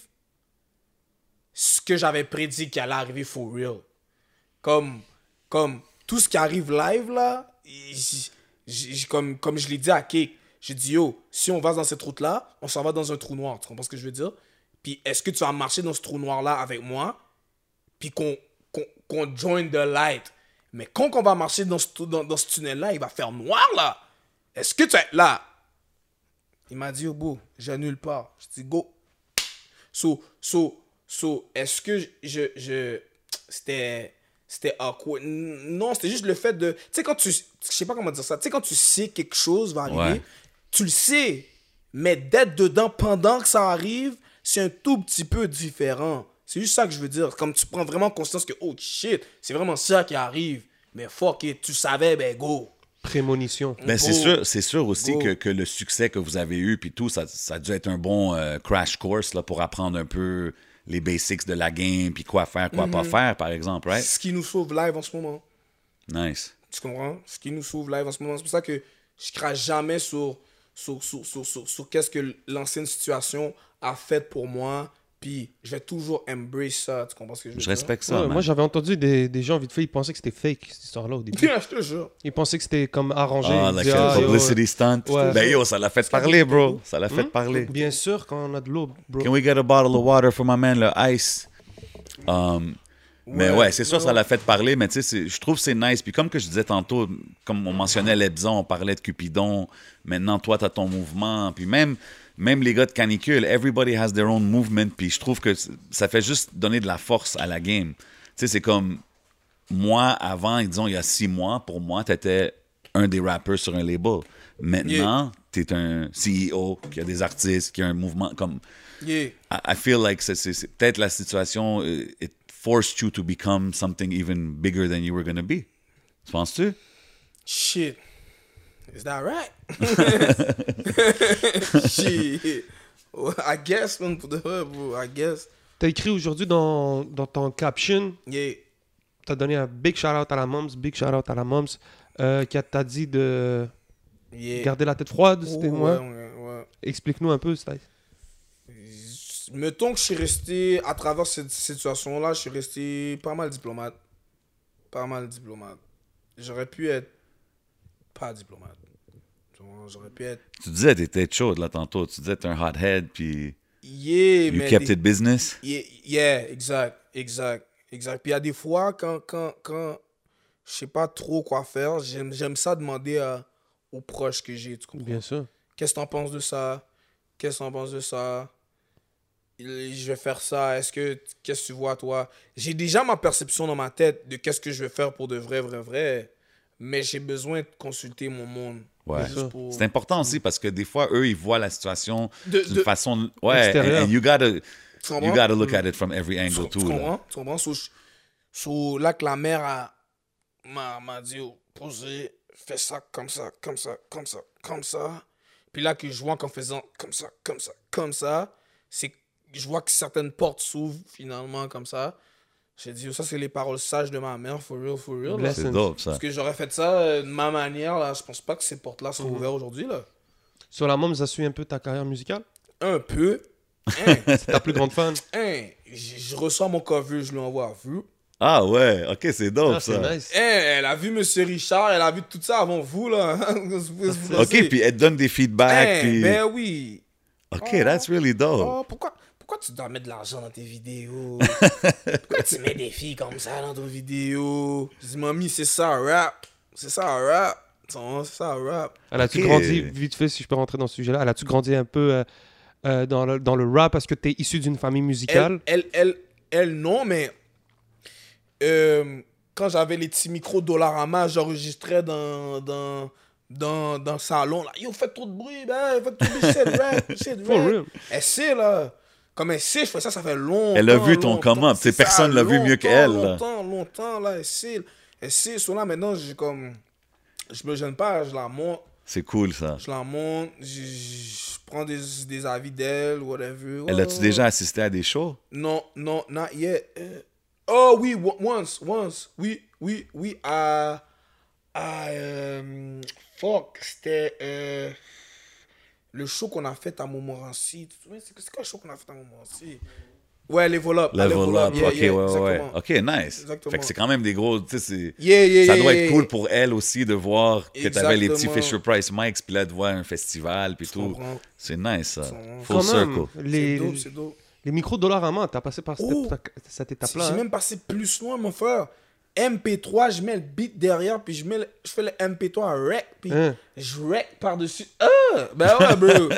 D: ce que j'avais prédit qui allait arriver for real. Comme, comme tout ce qui arrive live, là, j- j- j- comme, comme je l'ai dit à Kate, j'ai dit, yo, si on va dans cette route-là, on s'en va dans un trou noir. Tu comprends ce que je veux dire? Puis est-ce que tu vas marcher dans ce trou noir-là avec moi? Puis qu'on qu'on qu'on join the light. Mais quand on va marcher dans ce, trou- dans, dans ce tunnel-là, il va faire noir, là. Est-ce que tu es là? Il m'a dit, oh, beau, j'annule pas. Je dis, go. So, so, so, est-ce que je. je, je- c'était. c'était awkward. Non, c'était juste le fait de. Tu sais, quand tu. Je sais pas comment dire ça. Tu sais, quand tu sais que quelque chose va arriver,
B: Ouais.
D: tu le sais. Mais d'être dedans pendant que ça arrive, c'est un tout petit peu différent. C'est juste ça que je veux dire. Comme tu prends vraiment conscience que, oh shit, c'est vraiment ça qui arrive. Mais fuck it, tu savais, ben go.
C: Prémonition.
B: Ben, c'est
D: Go.
B: sûr, c'est sûr aussi
D: Go.
B: que, que le succès que vous avez eu puis tout, ça, ça a dû être un bon euh, crash course là, pour apprendre un peu les basics de la game puis quoi faire, quoi pas faire, par exemple, right?
D: Ce qui nous sauve live en ce moment.
B: Nice.
D: Tu comprends? Ce qui nous sauve live en ce moment. C'est pour ça que je crache jamais sur, sur, sur, sur, sur, sur qu'est-ce que l'ancienne situation a fait pour moi. Puis je vais toujours embrace ça. Tu comprends ce que je veux
B: Je
D: dire?
B: respecte ça,
C: Ouais,
B: man.
C: moi, j'avais entendu des, des gens vite fait, ils pensaient que c'était fake, cette histoire-là, au début.
D: Tiens, je te jure.
C: Ils pensaient que c'était comme arrangé.
B: Ah,
C: Ils
B: like
C: disaient,
B: a
C: ah, yo,
B: publicity stunt.
C: Ouais.
B: Ben yo, ça l'a fait parler, bro. Ça l'a fait
C: ouais.
B: parler.
C: Bien sûr, quand on a de l'eau, bro.
B: Can we get a bottle of water for my man, le ice? Um, mais
D: Ouais,
B: ouais, c'est sûr,
D: ouais,
B: ça l'a fait parler, mais tu sais, c'est- je trouve que c'est nice. Puis comme que je disais tantôt, comme on mentionnait Lebson, on parlait de Cupidon, maintenant, toi, t'as ton mouvement. Puis même, même les gars de Canicule, everybody has their own movement. Puis je trouve que c- ça fait juste donner de la force à la game. Tu sais, c'est comme moi, avant, disons, il y a six mois, pour moi, t'étais un des rappers sur un label. Maintenant, t'es un CEO, qui a des artistes, qui a un mouvement comme...
D: Yeah.
B: I I feel like c'est, c'est- c'est peut-être la situation, euh, it forced you to become something even bigger than you were going to be. Tu penses-tu?
D: Shit. Is that right? Shit. Ouais, I guess, man, pour de vrai, bro. I guess.
C: T'as écrit aujourd'hui dans, dans ton caption,
D: Yeah.
C: t'as donné un big shout-out à la Moms, big shout-out à la Moms, euh, qui a- t'a dit de
D: Yeah.
C: garder la tête froide,
D: Oh,
C: c'était
D: ouais,
C: moi.
D: ouais, ouais.
C: Explique-nous un peu, Stice.
D: mettons que je suis resté, à travers cette situation-là, je suis resté pas mal diplomate. Pas mal diplomate. J'aurais pu être pas diplomate. Tu vois, J'aurais pu être
B: Tu disais que t'étais chaude là tantôt. Tu disais que t'es un hothead, puis
D: yeah,
B: you
D: mais
B: kept
D: des-
B: it business.
D: yeah, yeah, exact, exact, exact. Puis il y a des fois quand quand quand je sais pas trop quoi faire, j'aime j'aime ça demander à- aux proches que j'ai, tu comprends?
C: Bien sûr.
D: Qu'est-ce que t'en penses de ça? Qu'est-ce que t'en penses de ça? Il- Je vais faire ça. Est-ce que qu'est-ce que tu vois toi? J'ai déjà ma perception dans ma tête de qu'est-ce que je vais faire pour de vrai, vrai, vrai. Mais j'ai besoin de consulter mon monde.
B: Ouais.
D: Juste pour-
B: C'est important aussi parce que des fois, eux, ils voient la situation
D: De-
B: d'une
D: de-
B: façon. Ouais,
C: Extérieure.
B: and, and you, gotta,
D: Tu
B: you
D: comprends?
B: gotta look at it from every
D: Tu-
B: angle,
D: tu
B: too. là.
D: comprends? Tu comprends? So, je- so, là que la mère a- m'a m'a dit, oh, posez, fais ça comme ça, comme ça, comme ça, comme ça. Puis là que je vois qu'en faisant comme ça, comme ça, comme ça, c'est je vois que certaines portes s'ouvrent finalement comme ça. J'ai dit, oh, ça c'est les paroles sages de ma mère, for real, for real. là.
C: Bless.
B: C'est dope, ça.
D: Parce que j'aurais fait ça euh, de ma manière, là, je pense pas que ces portes-là sont ouvertes aujourd'hui, là.
C: Sur la Moms, ça suit un peu ta carrière musicale.
D: Un peu. Hein,
C: C'est ta plus grande fan.
D: hein. Je je reçois mon cover, je l'envoie à vous.
B: Ah ouais, ok, c'est dope,
C: Ah,
B: Oh, ça.
C: c'est nice.
D: Eh, elle a vu Monsieur Richard, elle a vu tout ça avant vous, là. Vous- vous- vous
B: Ok, puis elle te donne des feedbacks,
D: Eh,
B: puis.
D: ben oui.
B: Ok,
D: Oh.
B: that's really dope.
D: Oh, pourquoi, pourquoi tu dois mettre de l'argent dans tes vidéos? pourquoi tu mets des filles comme ça dans tes vidéos? Je dis, mamie, c'est ça, un rap. C'est ça, un rap. Tu comprends? C'est ça, un rap.
C: Elle a-tu
B: Ok.
C: grandi, vite fait, si je peux rentrer dans ce sujet-là, elle a-tu grandi un peu euh, euh, dans, le, dans le rap parce que t'es issu d'une famille musicale
D: Elle, elle, elle, elle, non, mais euh, quand j'avais les petits micros Dollarama, j'enregistrais dans, dans, dans, dans le salon. Là. Yo, faites trop de bruit, ben, faites trop de bruit, c'est de rap, c'est de
C: For
D: rap.
C: real.
D: Elle sait, là. Comme elle sait, je fais ça, ça fait longtemps.
B: Elle a vu ton
D: longtemps.
B: come-up.
D: C'est
B: T'sais, personne
D: ça,
B: l'a vu mieux
D: longtemps,
B: qu'elle, là.
D: Longtemps, longtemps, là, elle sait. Elle sait, sur là, maintenant, j'ai comme. Je me gêne pas, je la montre.
B: C'est cool, ça.
D: Je la montre, je, je- je prends des, des avis d'elle, whatever.
B: Elle a-tu
D: Ouais,
B: déjà assisté à des shows?
D: non, non, not yet. Euh, oh oui, wo- once, once. Oui, oui, oui. À. à euh, fuck, c'était. euh, le show qu'on a fait à Montmorency. Tu te souviens, c'est c'est quoi le show qu'on a fait à Montmorency? Ouais, les volop.
B: Level up, ok, ouais, ouais, ouais.
D: exactement.
B: Ok, nice.
D: Exactement.
B: Fait que c'est quand même des gros. tu sais, c'est-
D: Yeah, yeah,
B: ça
D: yeah,
B: doit
D: yeah,
B: être
D: yeah.
B: cool pour elle aussi de voir que t'avais les petits
D: Exactement.
B: Fisher Price Mics, puis là, de voir un festival, puis tout.
D: comprends.
B: C'est nice, ça.
D: comprends.
B: Full
C: Quand
B: circle.
C: même,
D: C'est
C: les,
D: dope, c'est dope.
C: les micros dollars à main, t'as passé par cette,
D: Oh.
C: ta- cette
D: J'ai
C: étape-là. hein.
D: même passé plus loin, mon frère. MP3, je mets le beat derrière, puis je, mets le- je fais le MP3 à rec, puis
C: Hein.
D: je rec par-dessus. Ah! Ben ouais, bro!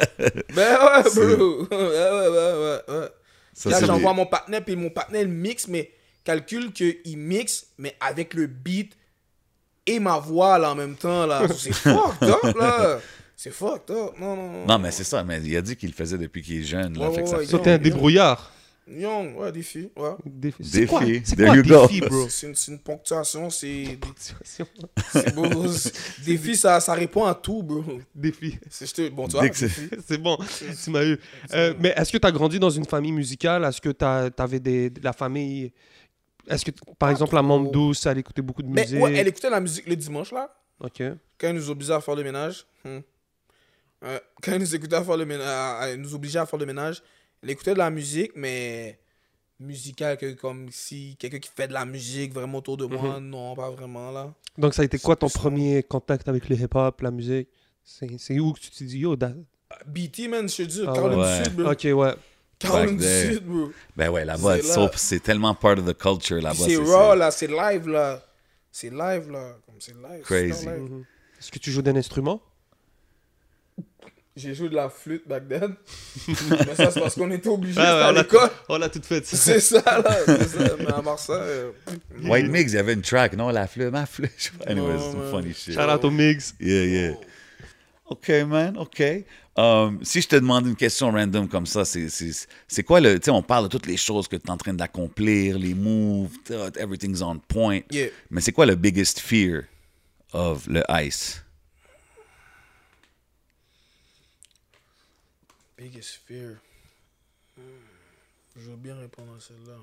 D: ben ouais, bro! ouais, ouais, ouais, ouais, ouais.
B: Ça,
D: Là,
B: c'est
D: j'envoie
B: des-
D: mon partenaire, puis mon partenaire, il mixe, mais Calcule qu'il mixe, mais avec le beat et ma voix là en même temps. là. C'est fucked up, là. C'est fucked up. Non, non, non.
B: Non, mais c'est ça. Mais il a dit qu'il le faisait depuis qu'il est jeune. Là,
D: Ouais,
B: fait que ça
D: ouais,
B: fait-
C: Ça, t'es un débrouillard.
D: Young, ouais, des filles, ouais.
C: Défi.
B: Défi.
C: C'est quoi, c'est
B: There
C: quoi
B: you go.
C: défi, bro?
D: C'est une, c'est une ponctuation, c'est. c'est beau, bro. Des filles, ça, ça répond à tout, bro.
C: Défi.
D: C'est juste- Bon, tu vois,
B: Dès que c'est-
D: des filles.
C: C'est bon, tu m'as eu. Euh, mais est-ce que tu as grandi dans une famille musicale Est-ce que tu avais des, de la famille. Est-ce que, par exemple, la membre douce, elle écoutait beaucoup de
D: Mais
C: musique
D: ouais, elle écoutait la musique le dimanche, là.
C: Ok.
D: quand ils nous obligeaient à faire le ménage, hmm. Euh, quand ils nous écoutaient à faire le ménage, à- à- nous obligeaient à faire le ménage, ils écoutaient de la musique, mais musicale, que, comme si quelqu'un qui fait de la musique vraiment autour de moi, non, pas vraiment là.
C: Donc, ça a été quoi ton premier contact avec le hip-hop, la musique C'est c'est où que tu te dis yo da-
D: BT, man, je te dis,
C: Ah
D: Caroline
B: ouais.
D: du Sud, bro.
C: Ok, ouais.
D: Caroline du
B: there.
D: Sud, bro.
B: Ben ouais, là-bas,
D: C'est
B: c'est,
D: là.
B: c'est tellement part of the culture
D: Puis
B: là-bas.
D: c'est
B: c'est-
D: raw, là, c'est live, là. C'est live, là. Comme c'est live. c'est
B: Crazy.
D: live.
C: Mhm. Est-ce que tu joues d'un instrument
D: J'ai joué de la flûte back then. mais ça, c'est parce qu'on était obligés,
C: Ouais, ouais,
D: c'était à
C: on a-
D: l'école.
C: Oh là, toute faite.
D: C'est ça, là. C'est ça. Mais à part ça. euh,
B: White Mix, il y avait une track, non? La fleur, ma fleur. je sais pas. Anyways,
D: Non,
B: some
D: man.
B: funny shit.
C: Shout out au mix.
B: Yeah, yeah. OK, man, OK. Um, si je te demande une question random comme ça, c'est, c'est, c'est quoi le. Tu sais, on parle de toutes les choses que tu es en train d'accomplir, les moves, tu sais, everything's on point.
D: Yeah.
B: Mais c'est quoi le biggest fear of le ice?
D: Biggest fear. Hmm. Je veux bien répondre à celle-là.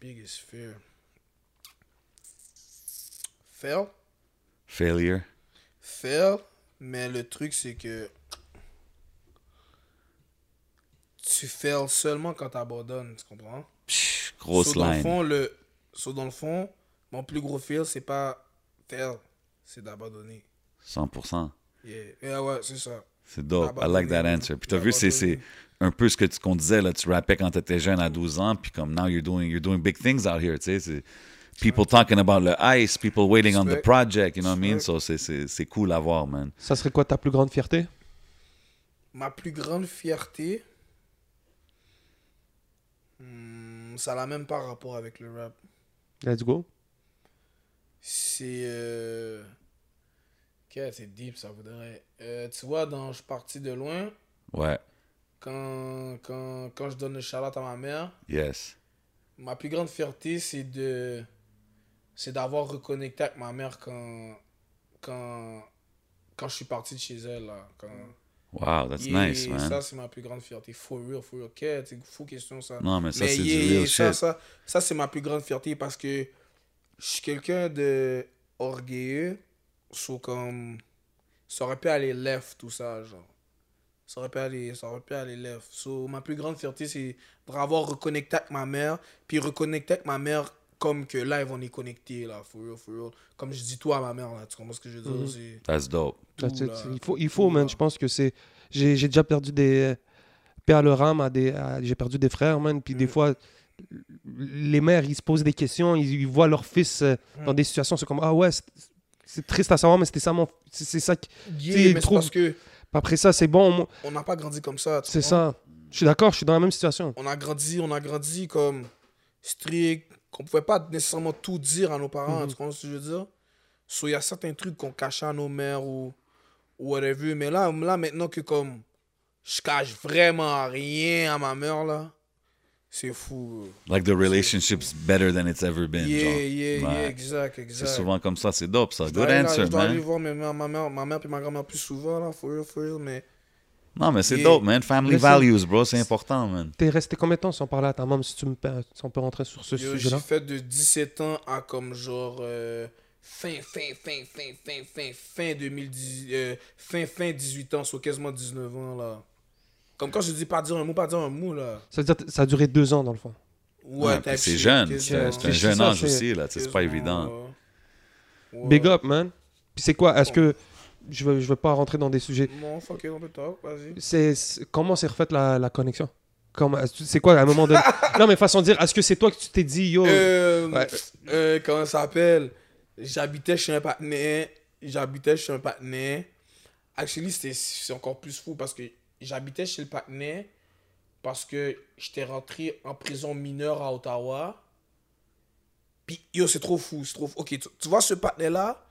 D: Biggest fear. Fail.
B: Failure?
D: Fail. Mais le truc, c'est que. Tu fails seulement quand tu abandonnes, tu comprends?
B: Psh, grosse
D: So, dans le
B: line.
D: fond, le... so, dans le fond, mon plus gros fail, c'est pas fail, c'est d'abandonner.
B: 100%.
D: Yeah. Yeah, ouais, c'est ça.
B: C'est dope. I
D: Abandonné.
B: like that answer. Puis t'as vu, c'est, c'est
D: Abandonné.
B: un peu ce que tu, qu'on disait, là, tu rappais quand t'étais jeune à 12 ans, puis comme now you're doing, you're doing big things out here, tu sais. c'est- People talking about le ice, people waiting on the
D: Respect.
B: project, you know what I mean?
D: Respect.
B: So c'est, c'est, c'est cool à voir, man.
C: Ça serait quoi ta plus grande fierté
D: Ma plus grande fierté, hmm, ça n'a même pas rapport avec le rap.
C: Let's go.
D: C'est. euh, Ok, c'est deep, ça voudrait. Euh, tu vois, dans Je suis parti de loin,
B: Ouais,
D: quand, quand, quand je donne le charlotte à ma mère,
B: yes.
D: ma plus grande fierté, c'est de. C'est d'avoir reconnecté avec ma mère quand. Quand. Quand je suis parti de chez elle, là. Quand...
B: Wow, that's
D: Yeah,
B: nice, man.
D: Ça, c'est ma plus grande fierté. For real, for real. Ok, c'est fou question, ça.
B: non, mais ça,
D: Mais
B: c'est
D: yeah,
B: du real
D: ça,
B: shit.
D: ça, ça, c'est ma plus grande fierté parce que je suis quelqu'un de orgueilleux. So, comme, ça aurait pu aller left, tout ça, genre. Ça aurait pu aller, ça aurait pu aller left. So, ma plus grande fierté, c'est d'avoir reconnecté avec ma mère, puis reconnecté avec ma mère comme que live, on est connecté, là, for real, for real. Comme je dis tout à ma mère, là, tu comprends ce que je veux dire? C'est
B: That's dope.
D: tout,
C: Mhm. That's it.
D: là.
C: Il faut, il faut
D: Tout,
C: man.
D: là.
C: Je pense que c'est. J'ai j'ai déjà perdu des. Paix à leur âme, à des, à- j'ai perdu des frères, man. Puis
D: Mm.
C: des fois, les mères, ils se posent des questions, ils, ils voient leur fils euh, dans
D: Mm.
C: des situations, c'est comme Ah ouais, c'est- c'est triste à savoir, mais c'était ça mon. C'est c'est ça qui-
D: Yeah,
C: Tu sais,
D: mais c'est
C: trouve-
D: parce que
C: Après ça, c'est bon, moi-
D: on n'a pas grandi comme ça. tu
C: c'est
D: comprends?
C: ça. Je suis d'accord, je suis dans la même situation.
D: on a grandi, on a grandi comme strict, qu'on pouvait pas nécessairement tout dire à nos parents, tu comprends ce que je veux dire? So, il y a certains trucs qu'on cachait à nos mères ou, ou whatever, mais là, là, maintenant que comme je cache vraiment rien à ma mère, là, c'est fou.
B: Like the relationship's better than it's ever been.
D: Yeah,
B: genre.
D: yeah, yeah,
B: Ouais.
D: exact, exact.
B: C'est souvent comme ça, c'est dope, ça.
D: Je dois
B: Good
D: aller là-
B: answer,
D: Je dois aller
B: man.
D: voir mes- ma, ma mère, ma mère et ma grand-mère plus souvent, là, for real, for real, mais
B: Non, mais c'est
D: Yeah.
B: dope, man. Family
C: Listen.
B: values, bro, c'est important, man.
C: T'es resté combien de temps sans parler à ta maman, si tu me per- si on peut rentrer sur ce
D: Yo,
C: sujet-là
D: J'ai fait de 17 ans à comme genre euh, fin, fin, fin, fin, fin, fin, fin 2010, euh, fin, fin 18 ans, soit quasiment 19 ans là. Comme quand je dis pas dire un mot, pas dire un mot là.
C: Ça veut dire que ça a duré deux ans dans le fond.
D: Ouais,
B: Ouais,
D: type
B: puis c'est
D: shit,
B: jeune,
D: quasiment,
B: c'est c'est un
C: Puis
B: jeune
C: ça,
B: âge
C: c'est-
B: aussi, là. tu sais, C'est pas
D: quasiment,
B: évident.
D: ouais. Ouais.
C: Big up, man. Puis c'est quoi Est-ce
D: Bon.
C: que. Je veux, je veux pas rentrer dans des sujets.
D: Non, fuck it, on peut talk, vas-y.
C: c'est c'est- comment s'est refaite la, la connexion Comment- est-ce que- c'est quoi à un moment donné non mais façon de dire est-ce que c'est toi que tu t'es dit yo
D: Euh,
C: Ouais.
D: euh, comment ça s'appelle J'habitais chez un partenaire. J'habitais chez un partenaire. Actually, c'était- c'est encore plus fou parce que j'habitais chez le partenaire parce que j'étais rentré en prison mineure à Ottawa. Puis, yo, c'est trop fou, c'est trop fou. Ok, tu, tu vois, ce partenaire-là,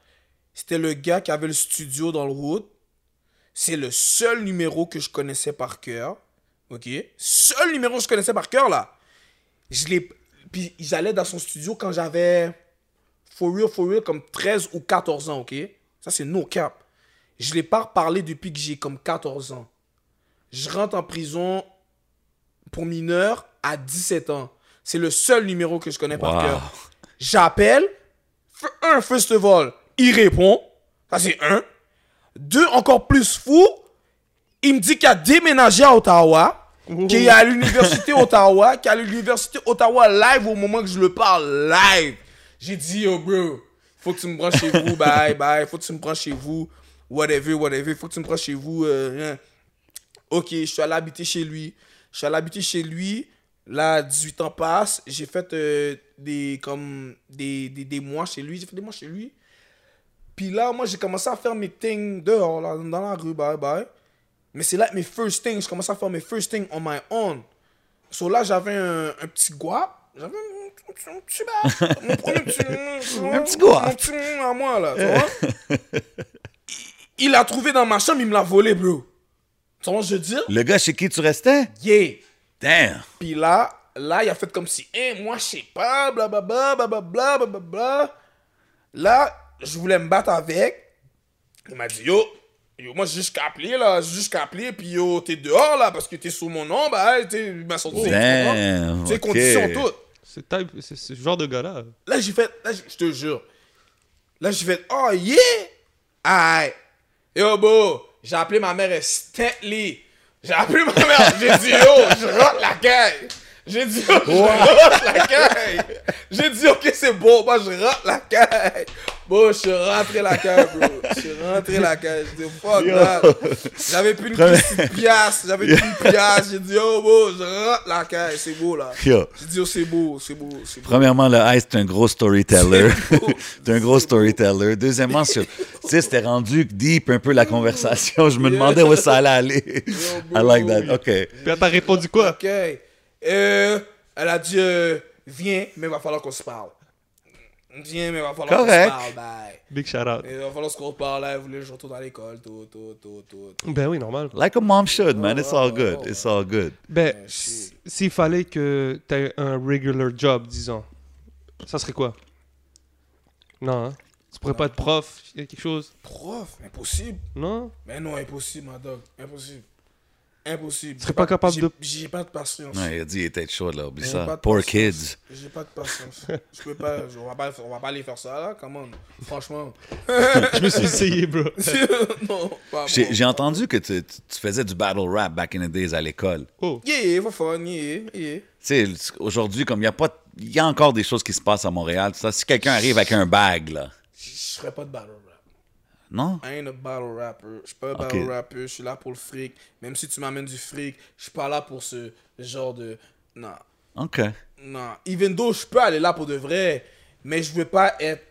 D: c'était le gars qui avait le studio dans le Wood. C'est le seul numéro que je connaissais par cœur. Ok? Seul numéro que je connaissais par cœur, là. Je l'ai... Puis, j'allais dans son studio quand j'avais, for real, for real, comme 13 ou 14 ans, ok? Ça, c'est no cap. Je l'ai pas reparlé depuis que j'ai comme 14 ans. Je rentre en prison pour mineur à 17 ans. C'est le seul numéro que je connais par
B: Wow.
D: cœur. J'appelle. F- Un, first of all, il répond. Ça, c'est un. Deux, encore plus fou, il me dit qu'il a déménagé à Ottawa, qu'il est à l'université Ottawa, qu'il est à l'université Ottawa live au moment que je le parle live. J'ai dit, yo, bro, faut que tu me branches chez vous, bye, bye, faut que tu me branches chez vous, whatever, whatever, faut que tu me branches chez vous. euh, hein. Ok, je suis allé habiter chez lui. Je suis allé habiter chez lui. Là, 18 ans passent. J'ai fait euh, des, comme, des, des, des mois chez lui. J'ai fait des mois chez lui. Puis là, moi, j'ai commencé à faire mes things dehors, là, dans la rue, bye bye. Mais c'est là que mes first things, je commençais à faire mes first things on my own. So là, j'avais un, un petit guap. J'avais un, petit- un petit bar. Mon premier petit.
B: Un petit guap.
D: Mon petit à moi, là, tu vois. Il il l'a trouvé dans ma chambre, il me l'a volé, bro. Tu vois ce que je veux dire?
B: Le gars chez qui tu restais?
D: Yeah.
B: Damn!
D: Puis là, là, il a fait comme si, eh, moi, je sais pas, blablabla, blablabla, blablabla. Là, je voulais me battre avec. Il m'a dit, yo, yo moi, j'ai juste qu'à appeler, là, j'ai juste qu'à appeler, puis yo, t'es dehors, là, parce que t'es sous mon nom, bah, hey, t'es, il m'a sorti. tu
B: Oh. Damn,
D: comprends? Tu sais,
B: ok.
D: conditions toutes.
E: Ce type, c'est ce genre de gars-là.
D: Là, j'ai fait, là, je te jure. Là, j'ai fait, oh yeah! Aïe! Yo, bro, j'ai appelé ma mère Stanley. J'ai appelé ma mère, j'ai dit, yo, je rentre la caille. J'ai dit, yo, je rentre la caille. J'ai dit, ok, c'est bon, moi, je rentre la caille. Bon, je suis rentré la caille, bro. Je suis rentré la caille. J'ai dit, fuck that. J'avais plus une petite piastre. J'avais plus une piastre. J'ai dit, yo, bro, je rentre la caille. C'est beau, là.
B: Yo.
D: J'ai dit, yo, c'est beau, c'est beau, c'est beau.
B: Premièrement, le Ice, t'es un gros storyteller.
D: C'est beau.
B: t'es un gros storyteller. Deuxièmement, sur- tu sais, c'était rendu deep un peu la conversation. Je me demandais où ça allait aller. I like that. OK.
E: Puis elle t'a répondu quoi?
D: Ok. Euh, elle a dit, euh, viens, mais il va falloir qu'on se parle. Viens, mais il va falloir qu'on se
B: Correct.
D: parle. Bye.
E: Big shout out.
D: Il va falloir qu'on se parle. Elle voulait que je retourne à l'école. Tout, tout, tout, tout. tout.
E: Ben oui, normal.
B: Like a mom should, man. It's all good. It's all good.
C: Ben, s- s'il fallait que tu aies un regular job, disons, ça serait quoi Non, hein? Tu pourrais pas être prof, y a quelque chose
D: Prof, impossible.
C: Non
D: Mais non, impossible, ma dog. Impossible. Impossible.
C: serais pas capable
D: j'ai-
C: de-
D: J'ai pas de patience.
B: Ouais, il a dit, il était chaud, là. Oublie
D: J'ai
B: ça.
D: pas de
B: Poor
D: patience.
B: kids.
D: J'ai pas de patience. Je peux pas, je- on va pas, on va pas aller faire ça là, comment Franchement.
E: Je me suis essayé, bro.
D: non, pas
B: J'ai
D: moi.
B: j'ai entendu que tu, tu- tu faisais du battle rap back in the days à l'école.
E: Oh,
D: Yeah, va fun, yeah, yeah.
B: Tu sais, aujourd'hui, comme il y a pas... Il y a encore des choses qui se passent à Montréal. tout Ça, si quelqu'un arrive avec un bag, là...
D: Je serais pas de battle rap.
B: Non?
D: I ain't a battle rapper. Je suis pas un battle
B: Ok.
D: rapper. Je suis là pour le fric. Même si tu m'amènes du fric, je suis pas là pour ce genre de. Non.
B: OK.
D: Non. Even though je peux aller là pour de vrai, mais je veux pas être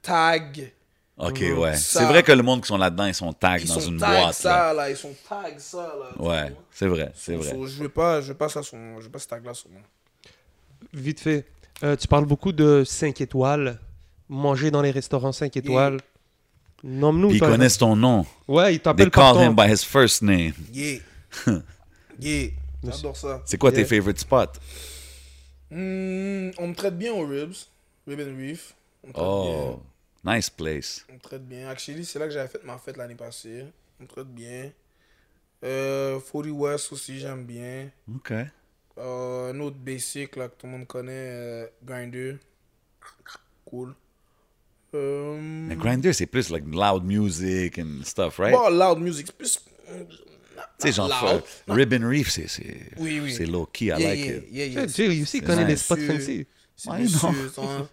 D: tag.
B: OK, ouais.
D: Mm-hmm. Ça-
B: C'est vrai que le monde qui sont là-dedans, ils sont tags
D: Ils
B: dans
D: sont
B: une
D: tag
B: boîte, là.
D: ça là. Ils sont tag ça là. tu
B: Ouais,
D: vois.
B: c'est vrai, c'est vrai.
D: So, je veux pas, je veux pas ça sur moi. Je veux pas ce tag là sur moi.
C: Vite fait, Euh, tu parles beaucoup de 5 étoiles, manger dans les restaurants 5 étoiles. Nomme-nous.
B: Puis ils
C: toi.
B: connaissent ton nom.
C: Ouais, ils
B: They
C: t'appellent par
B: call him
C: ton...
B: by his first name.
D: Yeah. yeah. J'adore ça.
B: C'est quoi tes
C: Yeah.
B: favorite spots?
D: Hmm, on me traite bien aux ribs. Rib and Reef. On me traite bien.
B: Oh, nice place.
D: On me traite bien. Actually, c'est là que j'avais fait ma fête l'année passée. On me traite bien. Euh, 40 West aussi, j'aime bien.
B: OK.
D: Euh, un autre basic là, que tout le monde connaît, euh, Grindr. Cool. Euh,
B: Mais Grindr, c'est plus like loud music and stuff, right?
D: bon, loud music. c'est Plus...
B: tu sais, genre,
D: loud.
B: faut- Ribbon Reef, c'est c'est
D: Oui, oui.
B: c'est low-key, I
D: Yeah,
B: like
D: yeah,
B: it.
D: yeah, yeah.
C: Ouais, Jerry aussi il connaît les spots
D: Monsieur-
C: fancy.
D: C'est
B: Ouais,
D: monsieur,
B: non.
D: hein.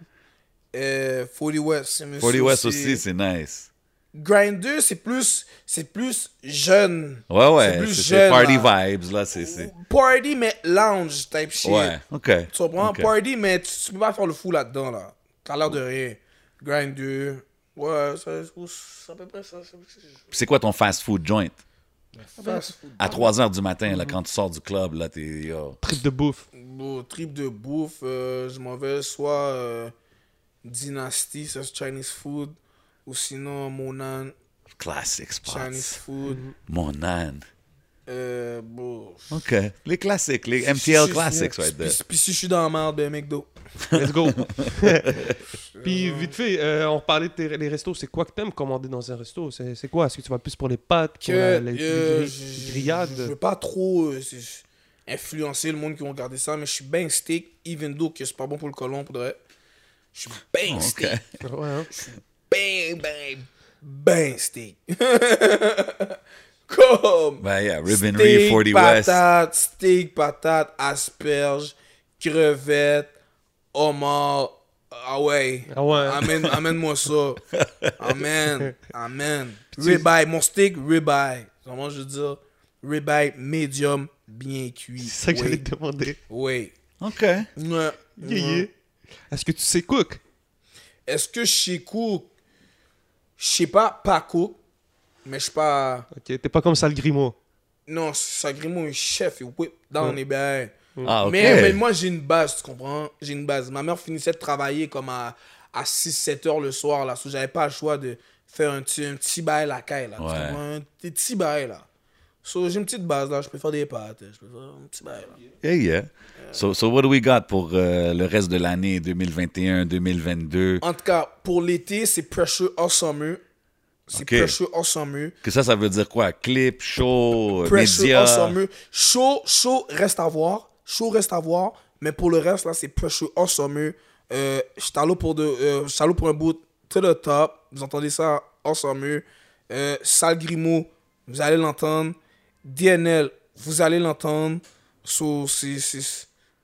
D: Euh, 40 West, c'est monsieur
B: 40 West aussi, c'est nice.
D: Grindr, c'est plus, c'est plus jeune.
B: Ouais,
D: C'est
B: ouais,
D: plus
B: c'est- c'est
D: jeune,
B: party
D: là.
B: vibes, là, c'est... c'est-
D: Party, mais lounge type shit.
B: Ouais, OK.
D: Tu comprends?
B: OK.
D: Party, mais tu, tu peux pas faire le fou là-dedans, là. T'as l'air de rien. Grindr. Ouais, ça- c'est à peu près ça. c'est-
B: C'est quoi ton fast-food joint?
D: Fast food.
B: À 3 heures du matin,
D: Mm-hmm.
B: là, quand tu sors du club, là, t'es. yo.
E: Trip de bouffe.
D: Bon, trip de bouffe, euh, je m'en vais soit euh, Dynasty, ça c'est Chinese food, ou sinon Monan,
B: Classic
D: Chinese
B: spots.
D: food.
B: Mon âne.
D: Euh, bon.
B: OK. Les classiques, les
D: Si- si-
B: MTL
D: si-
B: classics,
D: si-
B: right there.
D: Puis, puis si je suis dans la merde, ben McDo.
E: Let's go. Puis vite fait, euh, on parlait de tes- les restos. C'est quoi que t'aimes commander dans un resto C'est c'est quoi Est-ce que tu vas plus pour les pâtes, pour
D: Que,
E: la- les,
D: euh,
E: les
D: je- je-
E: gri-
D: Je veux
E: grillades
D: pas trop euh, c'est- influencer le monde qui vont regarder ça, mais je suis ben steak, even though que c'est pas bon pour le colon, pour de vrai. Je suis ben
B: OK.
D: steak.
E: Ouais, hein.
D: Ben, ben, ben steak. Comme.
B: Ben, yeah, Ribbonry,
D: steak,
B: 40 West.
D: patate, steak, patate, asperges, crevettes, homard. Ah ouais.
E: Ah ouais.
D: Amène, amène-moi ça. Amen. Amen. Ribeye, mon steak, ribeye. Comment je veux dire? Ribeye médium, bien cuit.
E: C'est ça que j'allais
D: oui.
E: te demander.
D: Oui.
B: OK.
D: Ouais.
E: Yeah, yeah. Est-ce que tu sais cook
D: Est-ce que chez Cook, je sais pas, pas Cook, mais je suis pas.
E: Ok, t'es pas comme ça le grimo.
D: Non, Sagrimo est chef et whip down les bien.
B: Ah, OK.
D: Mais, mais moi, j'ai une base, tu comprends? J'ai une base. Ma mère finissait de travailler comme à, à 6-7 heures le soir, là. So, j'avais pas le choix de faire un petit, un petit bail la caille, là. tu
B: Ouais.
D: comprends? Un petit petit bail, là. So, j'ai une petite base, là. Je peux faire des pâtes. Je peux faire un petit bail, là.
B: Yeah, yeah.
D: Euh.
B: So, so what do we got pour euh, le reste de l'année 2021, 2022?
D: En tout cas, pour l'été, c'est Pressure All Summer. C'est
B: Ok.
D: Pressure All Summer.
B: Que ça, ça veut dire quoi? Clip, show, euh,
D: Pressure
B: média?
D: All Summer. Show, show reste à voir. Show reste à voir. Mais pour le reste, là, c'est Pressure All Summer. Euh, Shtalo pour, de, euh, Shtalo pour un bout to the top. Vous entendez ça All Summer. Euh, Sal Grimaud, vous allez l'entendre. DNL, vous allez l'entendre. So, c'est- c'est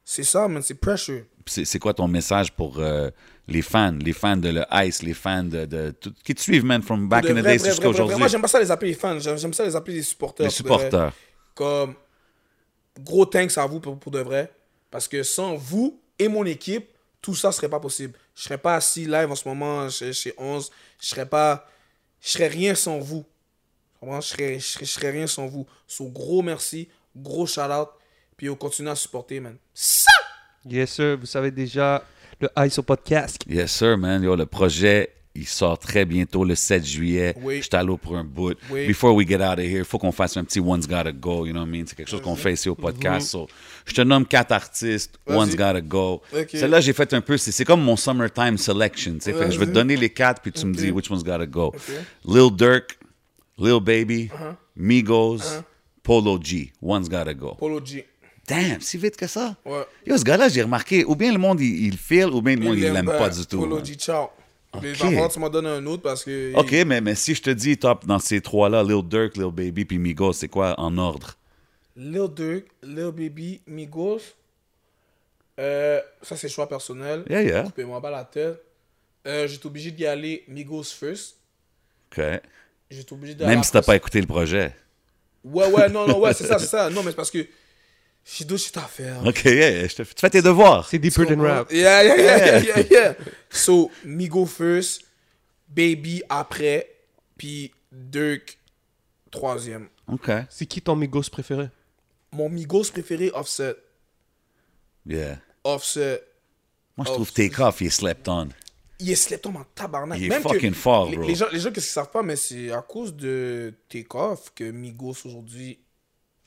D: c'est ça, man. C'est Pressure.
B: C'est c'est quoi ton message pour euh, les fans, les fans de le Ice, les fans de, de tout- qui te suivent, man, from back
D: De
B: in the
D: vrai,
B: days jusqu'à
D: vrai, vrai, vrai, vrai.
B: aujourd'hui?
D: Moi, j'aime pas ça les appeler les fans. J'aime j'aime ça les appeler les supporters.
B: Les
D: pour de vrai.
B: supporters.
D: comme gros thanks à vous pour, pour de vrai. Parce que sans vous et mon équipe, tout ça serait pas possible. Je serais pas assis live en ce moment chez, chez 11. Je serais pas. Je serais rien sans vous. Vraiment, je serais, je serais, je serais rien sans vous. So, gros merci, gros shout out. Puis on continue à supporter, man. Ça!
E: Yes sir, vous savez déjà le ice au podcast.
B: Yes, sir, man. Yo, le projet, il sort très bientôt, le 7 juillet.
D: Oui.
B: Je suis à l'eau pour un bout.
D: Oui.
B: Before we get out of here, il faut qu'on fasse un petit One's Gotta Go, you know what I mean? C'est quelque chose qu'on fait ici au podcast. So, je te nomme quatre artistes,
D: Mhm. Vas-y.
B: One's Gotta Go.
D: Ok.
B: Celle-là, j'ai fait un peu, c'est c'est comme mon summertime selection. tu sais. Fait que je vais te donner les quatre, puis tu me dis which one's gotta go. Lil Durk, Lil Baby,
D: Uh-huh.
B: Migos, Polo G. One's gotta go.
D: Polo G.
B: Damn, si vite que ça.
D: Ouais.
B: Yo, ce gars-là, j'ai remarqué, ou bien le monde, il, il le file, ou bien le monde, il
D: aime
B: l'aime pas du tout.
D: Polo
B: man.
D: G, ciao. Mais
B: Ok.
D: par contre, tu m'en donnes un autre parce que.
B: OK, mais, mais si je te dis top dans ces trois-là, Lil Durk, Lil Baby, puis Migos, c'est quoi en ordre?
D: Lil Durk, Lil Baby, Migos. Euh, ça, c'est choix personnel.
B: Yeah, yeah.
D: Coupez-moi pas la tête. Euh, J'étais obligé d'y aller Migos first.
B: OK.
D: J'étais obligé d'aller.
B: Même si t'as
D: après-
B: pas écouté le projet.
D: Ouais, ouais, non, non, ouais, c'est ça, c'est ça. Non, mais c'est parce que j'ai d'autres shit à faire.
B: OK, yeah, je te- tu fais tes devoirs.
E: C'est deeper than rap.
D: Yeah, yeah, yeah, yeah, yeah, yeah. So, Migos first, Baby après, puis Dirk troisième.
B: OK,
E: C'est qui ton Migos préféré
D: Mon Migos préféré, Offset.
B: yeah.
D: Offset.
B: Moi, je
D: Oh,
B: trouve Take Off, il est slept on.
D: il est slept on en tabarnak.
B: Il est
D: Même que
B: fucking fort,
D: les,
B: Oh, bro.
D: les gens, les gens qui ne savent pas, mais c'est à cause de Takeoff que Migos aujourd'hui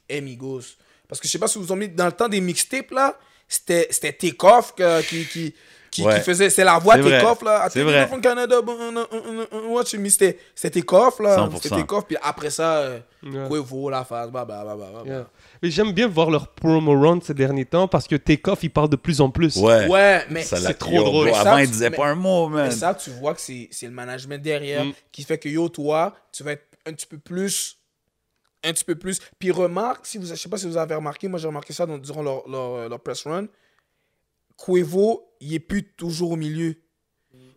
D: est Migos. Parce que je sais pas si vous vous en mis dans le temps des mixtapes, là, c'était c'était Takeoff que- qui, qui, qui,
B: Ouais.
D: qui faisait. C'est la voix
B: C'est
D: de
B: vrai.
D: Takeoff, là.
B: C'est vrai.
D: From Canada, bon, on, on, on, on, what you mean? C'était c'était Takeoff, là.
B: 100%.
D: C'était Takeoff, puis après ça, euh,
E: Ouais.
D: Quavo, la phase, bah, bah, bah, bah, bah.
E: Yeah. Mais j'aime bien voir leur promo run ces derniers temps parce que Takeoff il parle de plus en plus.
B: Ouais.
D: Ouais, mais
B: Ça
D: c'est-
B: l'a-
E: trop
B: Yo,
E: drôle.
B: bro,
D: Mais ça,
B: avant, il
D: tu-
B: disait
D: mais-
B: pas un mot, man. Mm.
D: Mais ça, tu vois que c'est c'est le management derrière qui fait que yo, toi, tu vas être un petit peu plus. Un petit peu plus. Puis remarque, si vous, je sais pas si vous avez remarqué, moi j'ai remarqué ça dans- durant leur, leur, leur press run. Cuevo, il est plus toujours au milieu.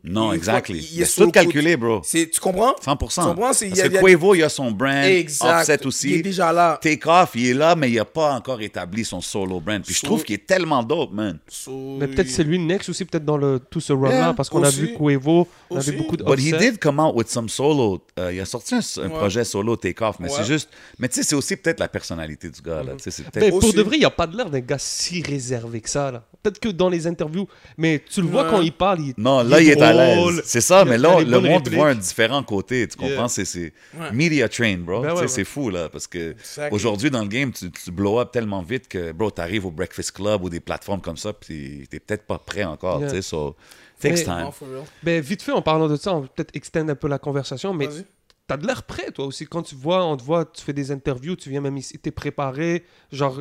B: Non,
D: Il-
B: exactly.
D: il est
B: Mais
D: sur
B: C'est tout
D: le coup de-
B: calculé, bro.
D: C'est, tu comprends?
B: 100
D: Tu comprends? C'est- il y
B: Parce
D: a- il y
B: que
D: a-
B: Quavo, il a son brand.
D: Exact.
B: Offset aussi.
D: Il est déjà là.
B: Takeoff, il est là, mais il n'a pas encore établi son solo brand. Puis je
D: So-
B: trouve qu'il est tellement dope, man.
D: So-
E: Mais peut-être c'est lui Next aussi, peut-être dans le, tout ce run-là,
B: Yeah,
E: parce qu'on a
D: aussi.
E: vu Cuevo, on a
D: Aussi.
E: vu beaucoup de
B: But he
E: Offset.
B: did come out with some solo. Euh, il a sorti un, un projet solo Takeoff, mais
D: Ouais. Mhm.
B: c'est juste. Mais tu sais, c'est aussi peut-être la personnalité du gars, là. Tu sais, c'est peut-être.
E: Mais pour
D: Aussi.
E: de vrai, il n'y a pas de l'air d'un gars si réservé que ça. là. Peut-être que dans les interviews, mais tu le vois
D: Ouais.
E: quand il parle. Il,
B: Non, là, il est, à
E: drôle.
B: l'aise. C'est ça,
E: Il a-
B: mais
E: il
B: là,
E: a des
B: le
E: bonnes
B: monde voit un
E: répliques.
B: différent côté. Tu comprends?
E: Yeah.
B: C'est, c'est
D: Ouais.
B: media train, bro.
E: Ben
B: Tu sais,
E: ouais,
B: C'est
E: ouais.
B: fou, là, parce que
D: Exactly.
B: aujourd'hui, dans le game, tu, tu blow up tellement vite que, bro, t'arrives au Breakfast Club ou des plateformes comme ça, puis t'es peut-être pas prêt encore.
E: Yeah.
B: Tu sais, so, takes
E: Mais-
B: time.
D: Non, for real.
E: Ben, vite fait, en parlant de ça, on va peut-être extendre un peu la conversation, mais
D: Vas-y.
E: t'as de l'air prêt, toi aussi. Quand tu vois, on te voit, tu fais des interviews, tu viens même ici, t'es préparé, genre...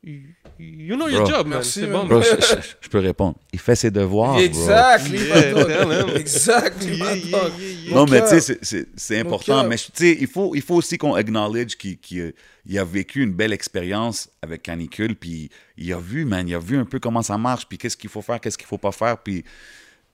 E: You you know your
B: Bro.
E: job, man.
D: Merci,
E: C'est
D: man.
E: bon,
B: Bro,
E: man.
B: je, je- je peux répondre. Il fait ses devoirs, Ah, bro.
D: Exactly.
E: Yeah,
D: my dog.
E: damn.
D: Exactly. my
E: Yeah, yeah,
D: dog.
E: yeah, yeah.
B: Non, mais tu
D: cœur.
B: sais, c'est- c'est- c'est
D: Mon
B: important.
D: cœur.
B: Mais je- tu sais, il faut, il faut aussi qu'on acknowledge qu'il qu'il a- il a vécu une belle expérience avec Canicule. Puis il a vu, man, il a vu un peu comment ça marche, puis qu'est-ce qu'il faut faire, qu'est-ce qu'il faut pas faire. Puis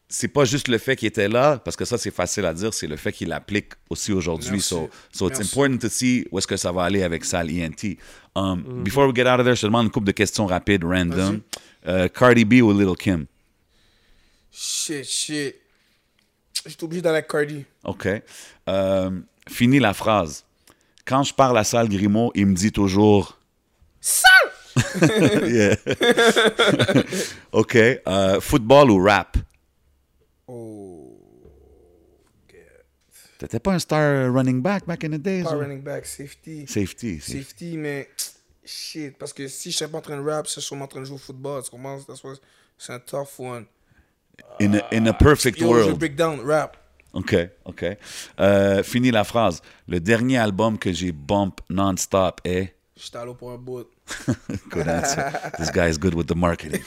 B: c'est pas juste le fait qu'il était là, parce que ça, c'est facile à dire, c'est le fait qu'il l'applique aussi aujourd'hui.
D: Merci.
B: So, so it's
D: Merci.
B: important to see où est-ce que ça va aller avec ça, l'ENT. Um,
D: Mm-hmm.
B: Before we get out of there, je te demande une couple de questions rapides, random. Euh, Cardi B ou Little Kim?
D: Shit, shit. J'étais obligé d'aller avec Cardi.
B: OK. Euh, fini la phrase. Quand je parle à Salle Grimaud, il me dit toujours. Salle! yeah. OK. Euh, football ou rap?
D: Oh,
B: T'étais pas un star running back back in the days?
D: Pas
B: ou-
D: running back, safety.
B: Safety. safety.
D: Safety, mais shit. Parce que si je serais pas en train de rap, je serais sûrement en train de jouer au football. Tu comprends? That's why C'est un tough one.
B: In, a, in a perfect
D: Yo, je
B: world.
D: break down, rap.
B: OK. OK. Euh, fini la phrase. Le dernier album que j'ai bump non-stop est.
D: J'étais allé pour un bout.
B: Good answer. This guy is good with the marketing.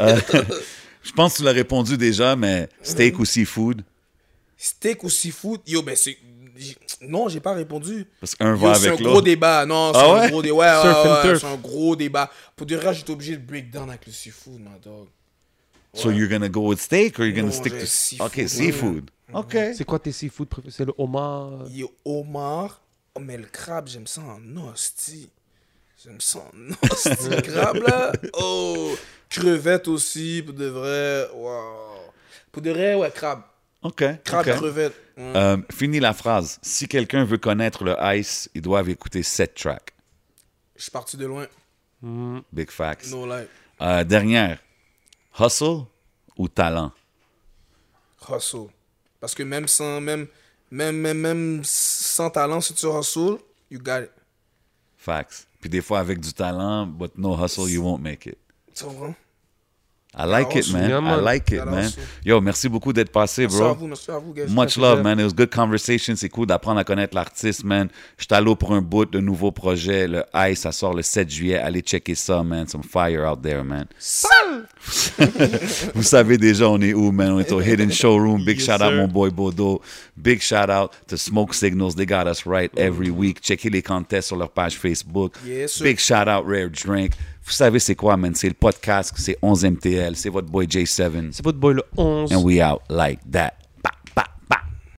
B: Euh, je pense que tu l'as répondu déjà, mais steak ou seafood?
D: Steak ou seafood? Yo, ben c'est. j'- Non, j'ai pas répondu.
B: Parce qu'un
D: Yo,
B: va
D: c'est un
B: avec
D: gros
B: l'autre.
D: débat. Non, c'est
B: Ah
D: un
B: ouais?
D: gros débat. Ouais, ouais,
E: Surf and
D: ouais,
E: turf.
D: c'est un gros débat. Pour du reste, j'étais obligé de break down avec le seafood, my dog.
B: So you're gonna go with steak or you're gonna
D: Non,
B: stick
D: j'ai
B: to
D: seafood,
B: Okay,
D: ouais.
B: seafood. Okay.
E: C'est quoi tes seafood préférés C'est le homard euh,
D: Il y a homard, Oh, mais le crabe, j'aime ça en hostie. J'aime ça en hostie, le crabe, là. Oh, crevette aussi, pour de vrai. Wow. Pour de vrai, ouais, crabe.
B: Okay.
D: Crabe,
B: okay.
D: crevette. Ouais.
B: Euh, fini la phrase. Si quelqu'un veut connaître le ice, ils doivent écouter cette track.
D: Je suis parti de loin.
B: Big facts.
D: No life.
B: Euh, dernière. Hustle ou talent?
D: Hustle. Parce que même sans, même, même, même, même sans talent, si tu hustle, you got it.
B: Facts. Puis des fois avec du talent, but no hustle, you won't make it.
D: Tu comprends?
B: I like it,
D: hustle,
B: man.
E: yeah,
B: I
E: man.
B: like it,
D: Gotta
B: man.
D: hustle.
B: Yo, merci beaucoup d'être passé,
D: Merci
B: bro.
D: à vous, merci à vous, guys.
B: Much
E: fait
B: love,
E: plaisir.
B: man. It was good conversation. C'est cool d'apprendre à connaître l'artiste, man. Je t'allo pour un bout de nouveau projet, le Ice. Ça sort le 7 juillet. Allez checker ça, man. Some fire out there, man. Vous savez déjà, on est où, man? On est au Hidden Showroom. Big
E: Yes,
B: shout out,
E: sir.
B: mon boy Bodo. Big shout out to Smoke Signals. They got us right every week. Checkez les contests sur leur page Facebook.
D: Yes, sir.
B: Big shout out, Rare Drink. Vous savez, c'est quoi, man? C'est le podcast. C'est 11 MTL. C'est votre boy J7.
E: C'est votre boy le 11.
B: And we out like that.